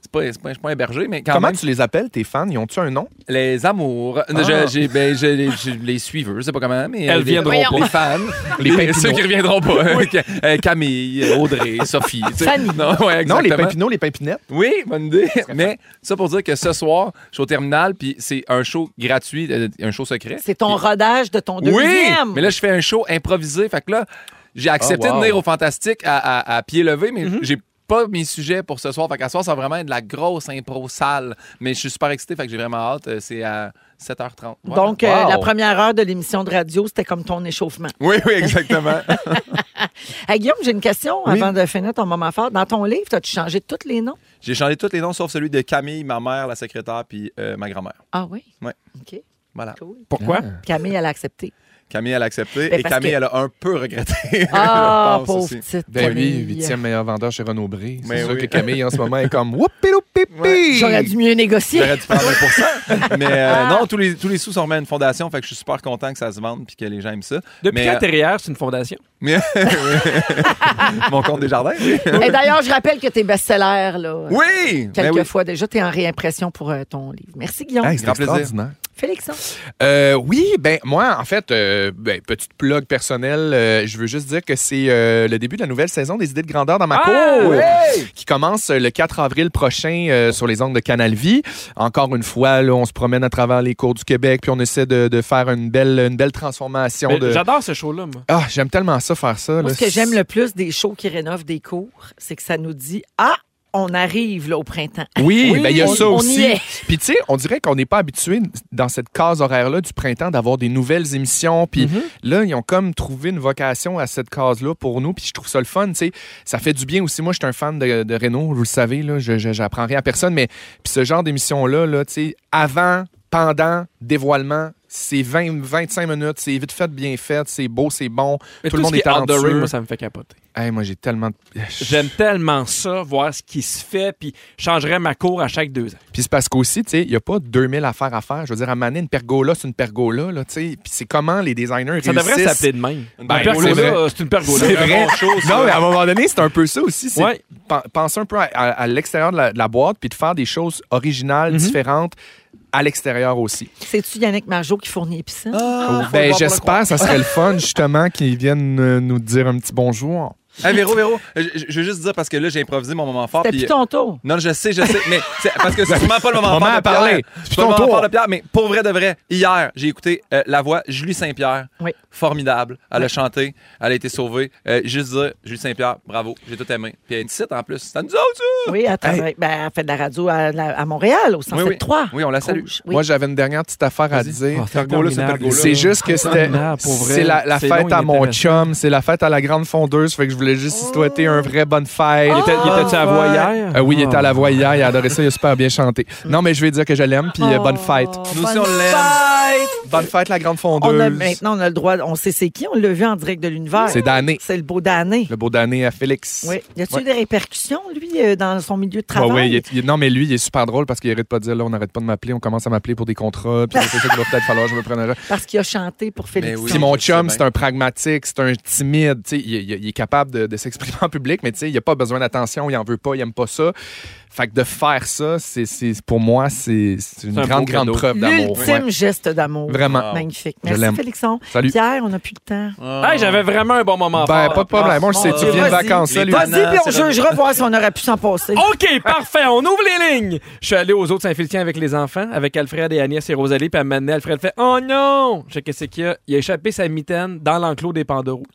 [SPEAKER 4] c'est pas, c'est pas, je suis pas un berger, mais quand
[SPEAKER 2] Comment
[SPEAKER 4] même.
[SPEAKER 2] tu les appelles, tes fans? Ils ont-tu un nom?
[SPEAKER 4] Les amours. Je, j'ai- ben, je les- je les suiveurs, je sais pas comment, mais.
[SPEAKER 3] Elles
[SPEAKER 4] les-
[SPEAKER 3] viendront
[SPEAKER 4] les,
[SPEAKER 3] pas.
[SPEAKER 4] fans. les, ceux qui reviendront pas. Euh, Camille, Audrey, Sophie. tu sais.
[SPEAKER 1] Fanny.
[SPEAKER 4] Non, ouais,
[SPEAKER 2] Non, les
[SPEAKER 4] exactement.
[SPEAKER 2] Pimpinos, les Pimpinettes.
[SPEAKER 4] Oui, bonne idée. Mais ça pour dire que ce soir, je suis au terminal, puis c'est un show gratuit, euh, un show secret.
[SPEAKER 1] C'est ton rodage de ton deuxième.
[SPEAKER 4] Oui, mais là, je fais un show improvisé. Fait que là, j'ai accepté
[SPEAKER 2] wow.
[SPEAKER 4] de venir au Fantastique à, à- à pied levé, mais
[SPEAKER 1] Mm-hmm.
[SPEAKER 4] j'ai pas mes sujets pour ce soir. Fait qu'à ce soir, ça va vraiment être de la grosse impro sale. Mais je suis super excité, fait que j'ai vraiment hâte. Euh, C'est à 7h30. Voilà.
[SPEAKER 1] Donc, euh,
[SPEAKER 2] Wow.
[SPEAKER 1] la première heure de l'émission de radio, c'était comme ton échauffement.
[SPEAKER 4] Oui, oui, exactement.
[SPEAKER 1] Hey, Guillaume, j'ai une question avant de finir ton moment fort. Dans ton livre, as-tu changé tous les noms?
[SPEAKER 4] j'ai changé tous les noms sauf celui de Camille, ma mère, la secrétaire, puis euh, ma grand-mère.
[SPEAKER 1] Ah oui?
[SPEAKER 4] Ouais.
[SPEAKER 1] OK,
[SPEAKER 4] Voilà.
[SPEAKER 1] cool.
[SPEAKER 3] Pourquoi?
[SPEAKER 2] Ah.
[SPEAKER 1] Camille, elle a accepté.
[SPEAKER 4] Camille, elle a accepté.
[SPEAKER 1] Ben,
[SPEAKER 4] et
[SPEAKER 1] parce
[SPEAKER 4] Camille,
[SPEAKER 1] que-
[SPEAKER 4] elle a un peu regretté.
[SPEAKER 1] Ah,
[SPEAKER 4] je pense
[SPEAKER 1] pauvre
[SPEAKER 4] aussi.
[SPEAKER 1] petite
[SPEAKER 2] Ben oui,
[SPEAKER 1] Camille.
[SPEAKER 2] huitième meilleur vendeur chez Renaud Bré.
[SPEAKER 4] Mais
[SPEAKER 2] C'est sûr
[SPEAKER 4] oui.
[SPEAKER 2] que Camille, en ce moment, est comme whoopidoupipi.
[SPEAKER 1] J'aurais dû mieux négocier.
[SPEAKER 4] J'aurais dû prendre 20%. Mais euh,
[SPEAKER 1] Ah.
[SPEAKER 4] non, tous les, tous les sous sont remis à une fondation. Fait que je suis super content que ça se vende puis que les gens aiment ça.
[SPEAKER 3] Depuis
[SPEAKER 4] mais,
[SPEAKER 3] quand
[SPEAKER 4] euh,
[SPEAKER 3] Terrière, c'est une fondation?
[SPEAKER 4] Mais- Mon compte des jardins. Oui,
[SPEAKER 1] Et d'ailleurs, je rappelle que t'es best-seller, là.
[SPEAKER 4] oui ben oui. Ah.
[SPEAKER 1] Quelquefois déjà, t'es en réimpression pour euh, ton livre. Merci, Guillaume.
[SPEAKER 2] Hey, c'est
[SPEAKER 4] Grand plaisir.
[SPEAKER 2] extraordinaire.
[SPEAKER 1] Félixon.
[SPEAKER 2] Euh, oui, ben moi, en fait, euh, ben, petite plug personnelle, euh, je veux juste dire que c'est euh, le début de la nouvelle saison des idées de grandeur dans ma
[SPEAKER 3] Ah,
[SPEAKER 2] cour, qui commence euh, le 4 avril prochain euh, sur les ondes de Canal Vie. Encore une fois, là, on se promène à travers les cours du Québec, puis on essaie de, de faire une belle, une belle transformation.
[SPEAKER 3] Ben,
[SPEAKER 2] de...
[SPEAKER 3] J'adore ce show-là, moi.
[SPEAKER 2] Ah, j'aime tellement ça faire
[SPEAKER 4] Ah,
[SPEAKER 2] ça.
[SPEAKER 1] Moi,
[SPEAKER 2] là.
[SPEAKER 1] ce que j'aime le plus des shows qui rénovent des cours, c'est que ça nous dit Ah, on arrive là au printemps.
[SPEAKER 2] Oui,
[SPEAKER 3] Oui,
[SPEAKER 2] ben, il y a
[SPEAKER 1] on-
[SPEAKER 2] ça
[SPEAKER 1] on y
[SPEAKER 2] aussi.
[SPEAKER 1] est.
[SPEAKER 2] Puis tu sais, on dirait qu'on n'est pas habitué dans cette case horaire-là du printemps d'avoir des nouvelles émissions. Puis là, ils ont comme trouvé une vocation à cette case-là pour nous. Puis je trouve ça le fun, tu sais. Ça fait du bien aussi. Moi, je suis un fan de, de Renault, vous le savez, là. Je, je- j'apprends rien à personne. Mais puis ce genre d'émission-là, là, tu sais, avant, pendant, dévoilement, c'est 20, 25 minutes. C'est vite fait, bien fait. C'est beau, c'est bon.
[SPEAKER 3] Mais
[SPEAKER 2] tout le monde
[SPEAKER 3] ce
[SPEAKER 2] est
[SPEAKER 3] qui out the ring,
[SPEAKER 2] talentueux.
[SPEAKER 3] moi, ça me fait capoter.
[SPEAKER 2] Hey, moi, j'ai tellement de...
[SPEAKER 3] J'aime tellement ça, voir ce qui se fait, puis je changerais ma cour à chaque deux ans.
[SPEAKER 2] Puis c'est parce qu'aussi, tu sais, il n'y a pas 2000 affaires à faire. Je veux dire, à maner une pergola, c'est une pergola, là, tu sais. Puis c'est comment les designers
[SPEAKER 3] Ça
[SPEAKER 2] réussissent.
[SPEAKER 3] devrait s'appeler de même. Une
[SPEAKER 2] Ben,
[SPEAKER 3] pergola,
[SPEAKER 2] c'est vrai.
[SPEAKER 3] euh, c'est une pergola.
[SPEAKER 2] C'est vrai.
[SPEAKER 3] Un bon show, ça.
[SPEAKER 2] Non, mais à un moment donné, c'est un peu ça aussi. C'est
[SPEAKER 3] Ouais.
[SPEAKER 2] pen- penser un peu à, à- à l'extérieur de la, de la boîte, puis de faire des choses
[SPEAKER 3] Mm-hmm.
[SPEAKER 2] originales, différentes, à l'extérieur aussi.
[SPEAKER 1] C'est-tu Yannick Margeau qui fournit les piscines?
[SPEAKER 4] Ah,
[SPEAKER 2] Ben, j'espère, ça serait le fun, justement, qu'ils viennent euh, nous dire un petit bonjour.
[SPEAKER 4] Hey, Véro, Véro, je, je- je veux juste dire parce que là, j'ai improvisé mon moment fort.
[SPEAKER 1] C'était
[SPEAKER 4] puis- euh,
[SPEAKER 1] plus ton tour.
[SPEAKER 4] Non, je sais, je sais, mais c'est- parce que c'est sûrement pas le moment
[SPEAKER 2] Moment
[SPEAKER 4] fort
[SPEAKER 2] à
[SPEAKER 4] de
[SPEAKER 2] parler.
[SPEAKER 4] Pierre.
[SPEAKER 2] C'est
[SPEAKER 4] C'est pas le
[SPEAKER 2] ton
[SPEAKER 4] moment
[SPEAKER 2] tour.
[SPEAKER 4] fort de Pierre, mais pour vrai de vrai, hier, j'ai écouté euh, la voix Julie Saint-Pierre.
[SPEAKER 1] Oui.
[SPEAKER 4] Formidable. Elle a chanté, elle a été sauvée. Euh, juste dire, Julie Saint-Pierre, bravo, j'ai tout aimé. Puis elle est ici en plus. Ça nous autres, ça!
[SPEAKER 1] Oui, elle, travaille- ben, elle fait de la radio à, la- à Montréal, au 107.3.
[SPEAKER 4] oui. Oui, on la salue.
[SPEAKER 1] Rouge, oui.
[SPEAKER 2] Moi, j'avais une dernière petite affaire à dire.
[SPEAKER 3] Oh, c'est
[SPEAKER 4] Pergola, c'est
[SPEAKER 3] interminable.
[SPEAKER 4] pergola.
[SPEAKER 2] C'est juste que c'était.
[SPEAKER 3] Ah, Non, pour vrai,
[SPEAKER 2] C'est la, la
[SPEAKER 3] c'est
[SPEAKER 2] fête
[SPEAKER 3] long,
[SPEAKER 2] à
[SPEAKER 3] il
[SPEAKER 2] mon
[SPEAKER 3] était
[SPEAKER 2] chum, c'est la fête à la grande fondeuse. Fait que je voulais juste lui souhaiter un vrai bonne fête.
[SPEAKER 3] Il était- il était-tu à voix hier?
[SPEAKER 2] Euh, oui, il était à
[SPEAKER 3] Ah. Mm.
[SPEAKER 2] la voix hier, il a adoré ça, il a super bien chanté. Non, mais je vais dire que je l'aime, puis euh, bonne fête.
[SPEAKER 4] Nous aussi, on l'aime.
[SPEAKER 1] Bye!
[SPEAKER 2] Bonne fête, la grande
[SPEAKER 1] On
[SPEAKER 2] fondeuse.
[SPEAKER 1] a, maintenant, on a le droit. On sait c'est qui. On l'a vu en direct de l'univers.
[SPEAKER 2] C'est damné.
[SPEAKER 1] C'est le beau damné.
[SPEAKER 2] Le beau damné à Félix.
[SPEAKER 1] Oui. Y a-tu
[SPEAKER 2] Ouais.
[SPEAKER 1] eu des répercussions, lui, euh, dans son milieu de travail?
[SPEAKER 2] Ouais, ouais, il est- il est- non, mais lui, il est super drôle parce qu'il arrête pas de dire là, on n'arrête pas de m'appeler, on commence à m'appeler pour des contrats, puis c'est ça qu'il va peut-être falloir que je me prenne un reste.
[SPEAKER 1] Parce qu'il a chanté pour Félix.
[SPEAKER 4] oui.
[SPEAKER 2] Puis mon
[SPEAKER 4] je sais
[SPEAKER 2] chum,
[SPEAKER 4] bien.
[SPEAKER 2] c'est un pragmatique, c'est un timide, tu sais, il, il- il est capable de, de s'exprimer en public, mais tu sais, il a pas besoin d'attention, il en veut pas, il aime pas ça. Fait que de faire ça, c'est, c'est- pour moi, c'est, c'est une
[SPEAKER 3] C'est un
[SPEAKER 2] grande,
[SPEAKER 3] beau
[SPEAKER 2] grande
[SPEAKER 3] cadeau.
[SPEAKER 2] preuve d'amour.
[SPEAKER 1] L'ultime
[SPEAKER 2] Ouais.
[SPEAKER 1] geste d'amour.
[SPEAKER 2] Vraiment.
[SPEAKER 1] Magnifique.
[SPEAKER 2] Je
[SPEAKER 1] Merci,
[SPEAKER 2] l'aime.
[SPEAKER 1] Félixon.
[SPEAKER 2] Salut.
[SPEAKER 1] Pierre, on n'a plus le temps.
[SPEAKER 4] Ah,
[SPEAKER 3] Hey, j'avais vraiment un bon moment.
[SPEAKER 2] Ben,
[SPEAKER 3] fort.
[SPEAKER 2] pas de problème. Bon, je sais, tu
[SPEAKER 1] Dieu,
[SPEAKER 2] viens de
[SPEAKER 1] vas-y.
[SPEAKER 2] vacances. Salut.
[SPEAKER 4] Ah,
[SPEAKER 1] Vas-y,
[SPEAKER 4] non,
[SPEAKER 1] puis on
[SPEAKER 4] c'est vrai.
[SPEAKER 1] jugera voir si on aurait pu s'en passer.
[SPEAKER 3] OK, parfait. On ouvre les lignes. Je suis allé aux autres Saint-Félicien avec les enfants, avec Alfred et Agnès et Rosalie. Puis à un moment donné, Alfred fait Oh non Je sais qu'est-ce qu'il y a. Il a échappé sa mitaine dans l'enclos des pandas roux.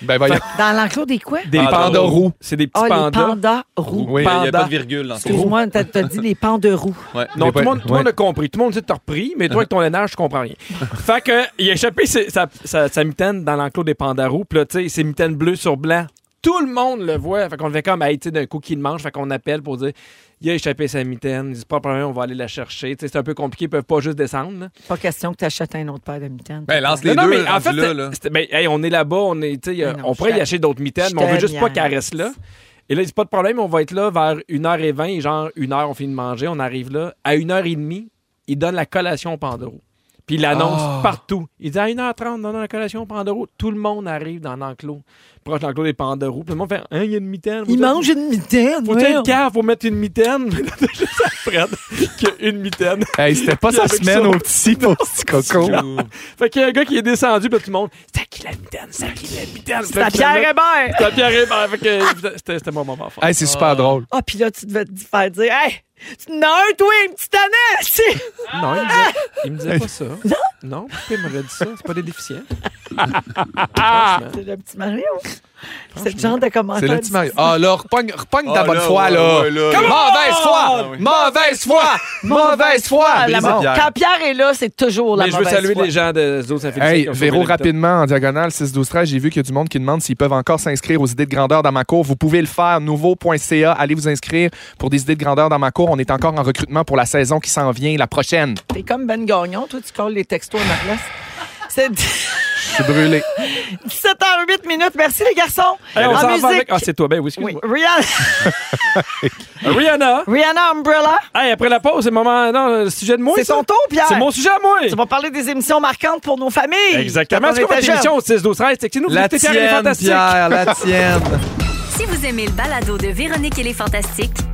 [SPEAKER 2] Ben, voyons.
[SPEAKER 1] Dans l'enclos des quoi?
[SPEAKER 3] Des
[SPEAKER 4] Pandas
[SPEAKER 3] pandas
[SPEAKER 2] roux.
[SPEAKER 3] roux. C'est des petits
[SPEAKER 1] Ah, les
[SPEAKER 3] pandas.
[SPEAKER 1] pandas roux.
[SPEAKER 2] Oui.
[SPEAKER 4] ah, Il n'y a
[SPEAKER 3] Panda.
[SPEAKER 4] pas de virgule dans ce
[SPEAKER 1] Excuse-moi, t'as t'as dit les pandas roux.
[SPEAKER 4] Ouais.
[SPEAKER 3] Non,
[SPEAKER 2] Les
[SPEAKER 3] tout le
[SPEAKER 2] pa-
[SPEAKER 3] monde, tout le monde
[SPEAKER 2] ouais.
[SPEAKER 3] a compris. Tout le monde dit t'as repris, mais toi, avec ton énergie, je comprends rien. fait que, il a échappé ses- sa, sa- sa mitaine dans l'enclos des pandarous. Puis là, tu sais, ses mitaines bleues sur blanc. Tout le monde le voit. Fait qu'on devait comme, hey, tu sais, d'un coup, qui le mange? Fait qu'on appelle pour dire, il a échappé sa mitaine. Ils disent, pas de problème, on va aller la chercher. Tu sais, c'est un peu compliqué. Ils peuvent pas juste descendre. là.
[SPEAKER 1] Pas question que t'achètes un autre paire de mitaines.
[SPEAKER 4] Ben, lance les
[SPEAKER 3] Non, non,
[SPEAKER 4] deux,
[SPEAKER 3] mais en
[SPEAKER 4] rendu
[SPEAKER 3] fait,
[SPEAKER 4] là, là.
[SPEAKER 3] c'était- ben, hey, on est là-bas, on est, tu sais, euh,
[SPEAKER 1] Mais non,
[SPEAKER 3] on
[SPEAKER 1] je
[SPEAKER 3] pourrait y
[SPEAKER 1] t'a-
[SPEAKER 3] acheter d'autres mitaines,
[SPEAKER 1] je
[SPEAKER 3] mais on veut juste pas
[SPEAKER 1] t'aime,
[SPEAKER 3] qu'elle reste là. Et là, il dit pas de problème, on va être là vers 1h20, et genre 1h, on finit de manger, on arrive là. À 1h30, il donne la collation au Pandoro. Puis il l'annonce
[SPEAKER 4] Ah.
[SPEAKER 3] partout. Il dit à 1h30, on donne la collation au Pandoro. Tout le monde arrive dans l'enclos, proche de l'enclos des Pandoro. Tout le monde fait, hein, il y a une mitaine.
[SPEAKER 1] Il
[SPEAKER 3] faut-tu-
[SPEAKER 1] mange une mitaine.
[SPEAKER 3] Faut-tu
[SPEAKER 1] voyons.
[SPEAKER 3] être cave pour mettre une mitaine? Là, juste Alfred qui a une mitaine.
[SPEAKER 2] Hey, c'était pas sa
[SPEAKER 3] Avec
[SPEAKER 2] semaine
[SPEAKER 3] ça.
[SPEAKER 2] au petit, mon petit coco.
[SPEAKER 3] Fait qu'il y a un gars qui est descendu, puis là, tout le monde, c'est à qui la mitaine? C'est à qui la mitaine?
[SPEAKER 1] C'est à Pierre Hébert.
[SPEAKER 3] C'était à Pierre Hébert. bah, Fait que c'était c'était mon moment fort.
[SPEAKER 2] Hey, c'est super drôle.
[SPEAKER 1] Ah, puis là, tu devais te faire dire, hey, tu en as un, toi, une petite année. tu sais.
[SPEAKER 3] Non, il me, disait, il me disait pas ça. Non? Non, pourquoi il m'aurait dit ça? C'est pas des déficients. Franchement.
[SPEAKER 1] C'est le petit Mario. C'est le genre de commentaire.
[SPEAKER 2] C'est le petit Mario. Ah là, repogne, repogne ta
[SPEAKER 4] Ah,
[SPEAKER 2] bonne
[SPEAKER 4] là,
[SPEAKER 2] foi,
[SPEAKER 4] ouais,
[SPEAKER 2] là.
[SPEAKER 4] ouais, là, là.
[SPEAKER 2] Mauvaise foi!
[SPEAKER 4] Ah, oui.
[SPEAKER 2] Mauvaise foi! Mauvaise foi!
[SPEAKER 1] Ah, la
[SPEAKER 2] Bon.
[SPEAKER 1] mauvaise- Quand Pierre est là, c'est toujours la
[SPEAKER 3] Mais je veux
[SPEAKER 1] mauvaise
[SPEAKER 3] saluer
[SPEAKER 1] foi.
[SPEAKER 3] les gens de Zo saint
[SPEAKER 2] Hey, Véro, rapidement, en diagonale, 6-12-13, j'ai vu qu'il y a du monde qui demande s'ils peuvent encore s'inscrire aux idées de grandeur dans ma cour. Vous pouvez le faire, nouveau.ca. Allez vous inscrire pour des idées de grandeur dans ma cour. On est encore en recrutement pour la saison qui s'en vient, la prochaine.
[SPEAKER 1] T'es comme Ben Gagnon, toi, tu colles les textos à Marlès. C'est
[SPEAKER 2] Je suis brûlé.
[SPEAKER 1] 17h08 minutes. Merci, les garçons.
[SPEAKER 3] on
[SPEAKER 1] en
[SPEAKER 3] s'en
[SPEAKER 1] musique.
[SPEAKER 3] va avec. Ah, c'est toi, ben oui,
[SPEAKER 1] oui.
[SPEAKER 3] excuse-moi.
[SPEAKER 1] Rihanna,
[SPEAKER 3] Rihanna,
[SPEAKER 1] Rihanna Umbrella.
[SPEAKER 3] hey, après la pause, c'est le moment. Non, le sujet de moi.
[SPEAKER 1] C'est
[SPEAKER 3] ça.
[SPEAKER 1] ton tour, Pierre.
[SPEAKER 3] C'est mon sujet à moi.
[SPEAKER 1] Tu vas parler des émissions marquantes pour nos familles.
[SPEAKER 3] Exactement.
[SPEAKER 1] Quand on
[SPEAKER 3] C'est quoi
[SPEAKER 1] était
[SPEAKER 3] votre
[SPEAKER 1] jeunes.
[SPEAKER 3] émission au 6 12 13 C'est nous, vous
[SPEAKER 4] La
[SPEAKER 3] écoutez Pierre et les
[SPEAKER 4] tienne,
[SPEAKER 3] Fantastiques.
[SPEAKER 4] Pierre, la tienne.
[SPEAKER 6] Si vous aimez le balado de Véronique et les Fantastiques,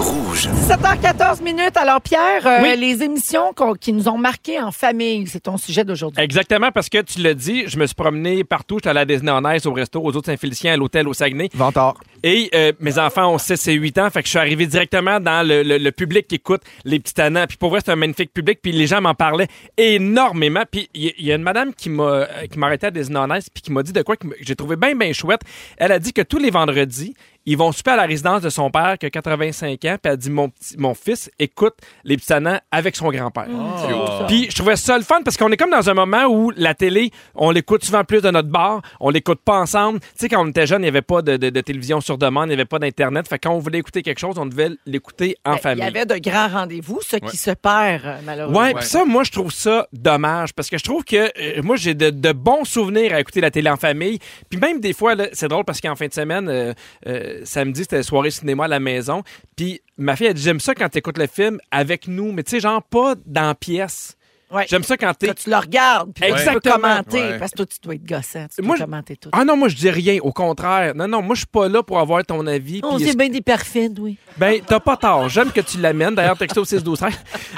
[SPEAKER 1] 17h14 minutes. Alors, Pierre, euh,
[SPEAKER 3] Oui.
[SPEAKER 1] les émissions qu'on- qui nous ont marquées en famille, c'est ton sujet d'aujourd'hui.
[SPEAKER 3] Exactement, parce que tu l'as dit, je me suis promené partout. J'étais allé à Disney en Ice, au resto, aux autres Saint-Félicien, à l'hôtel, au Saguenay.
[SPEAKER 2] Vantard.
[SPEAKER 3] Et euh, mes enfants ont 6 et 8 ans, fait que je suis arrivé directement dans le, le- le public qui écoute les petits tannants. Puis pour vrai, c'est un magnifique public, puis les gens m'en parlaient énormément. Puis il y, il y a une madame qui m'a euh, qui m'a arrêté à des Nice, puis qui m'a dit de quoi que m- que j'ai trouvé bien, bien chouette. Elle a dit que tous les vendredis, ils vont super à la résidence de son père qui a 85 ans, puis elle dit mon, petit- mon fils écoute les petits tannants avec son grand-père.
[SPEAKER 4] Ah.
[SPEAKER 3] Puis je trouvais ça le fun parce qu'on est comme dans un moment où la télé, on l'écoute souvent plus de notre bar, on l'écoute pas ensemble. Tu sais, quand on était jeune, il n'y avait pas de, de- de télévision sur demande, il n'y avait pas d'Internet. Fait que quand on voulait écouter quelque chose, on devait l'écouter en
[SPEAKER 1] Ben, Il y
[SPEAKER 3] famille.
[SPEAKER 1] avait de grands rendez-vous, ce qui se perd, euh, malheureusement.
[SPEAKER 3] Ouais, puis ça, moi, je trouve ça dommage parce que je trouve que euh, moi, j'ai de, de bons souvenirs à écouter la télé en famille. Puis même des fois, là, c'est drôle parce qu'en fin de semaine, euh, euh, samedi, c'était soirée cinéma à la maison. Puis ma fille, elle dit J'aime ça quand tu écoutes le film avec nous, mais tu sais, genre pas dans la pièce.
[SPEAKER 1] Ouais.
[SPEAKER 3] J'aime ça quand tu
[SPEAKER 1] Quand tu le regardes, puis tu peux
[SPEAKER 3] Exactement.
[SPEAKER 1] commenter,
[SPEAKER 4] Ouais.
[SPEAKER 1] parce que toi, tu dois être gossant. Tu peux
[SPEAKER 3] Moi, je-
[SPEAKER 1] commenter tout.
[SPEAKER 3] Ah non, moi je dis rien, au contraire. Non, non, moi je suis pas là pour avoir ton avis.
[SPEAKER 1] On
[SPEAKER 3] puis-
[SPEAKER 1] dit bien des perfides, oui.
[SPEAKER 3] Ben, t'as pas tort. J'aime que tu l'amènes. D'ailleurs, texto 6 12 13.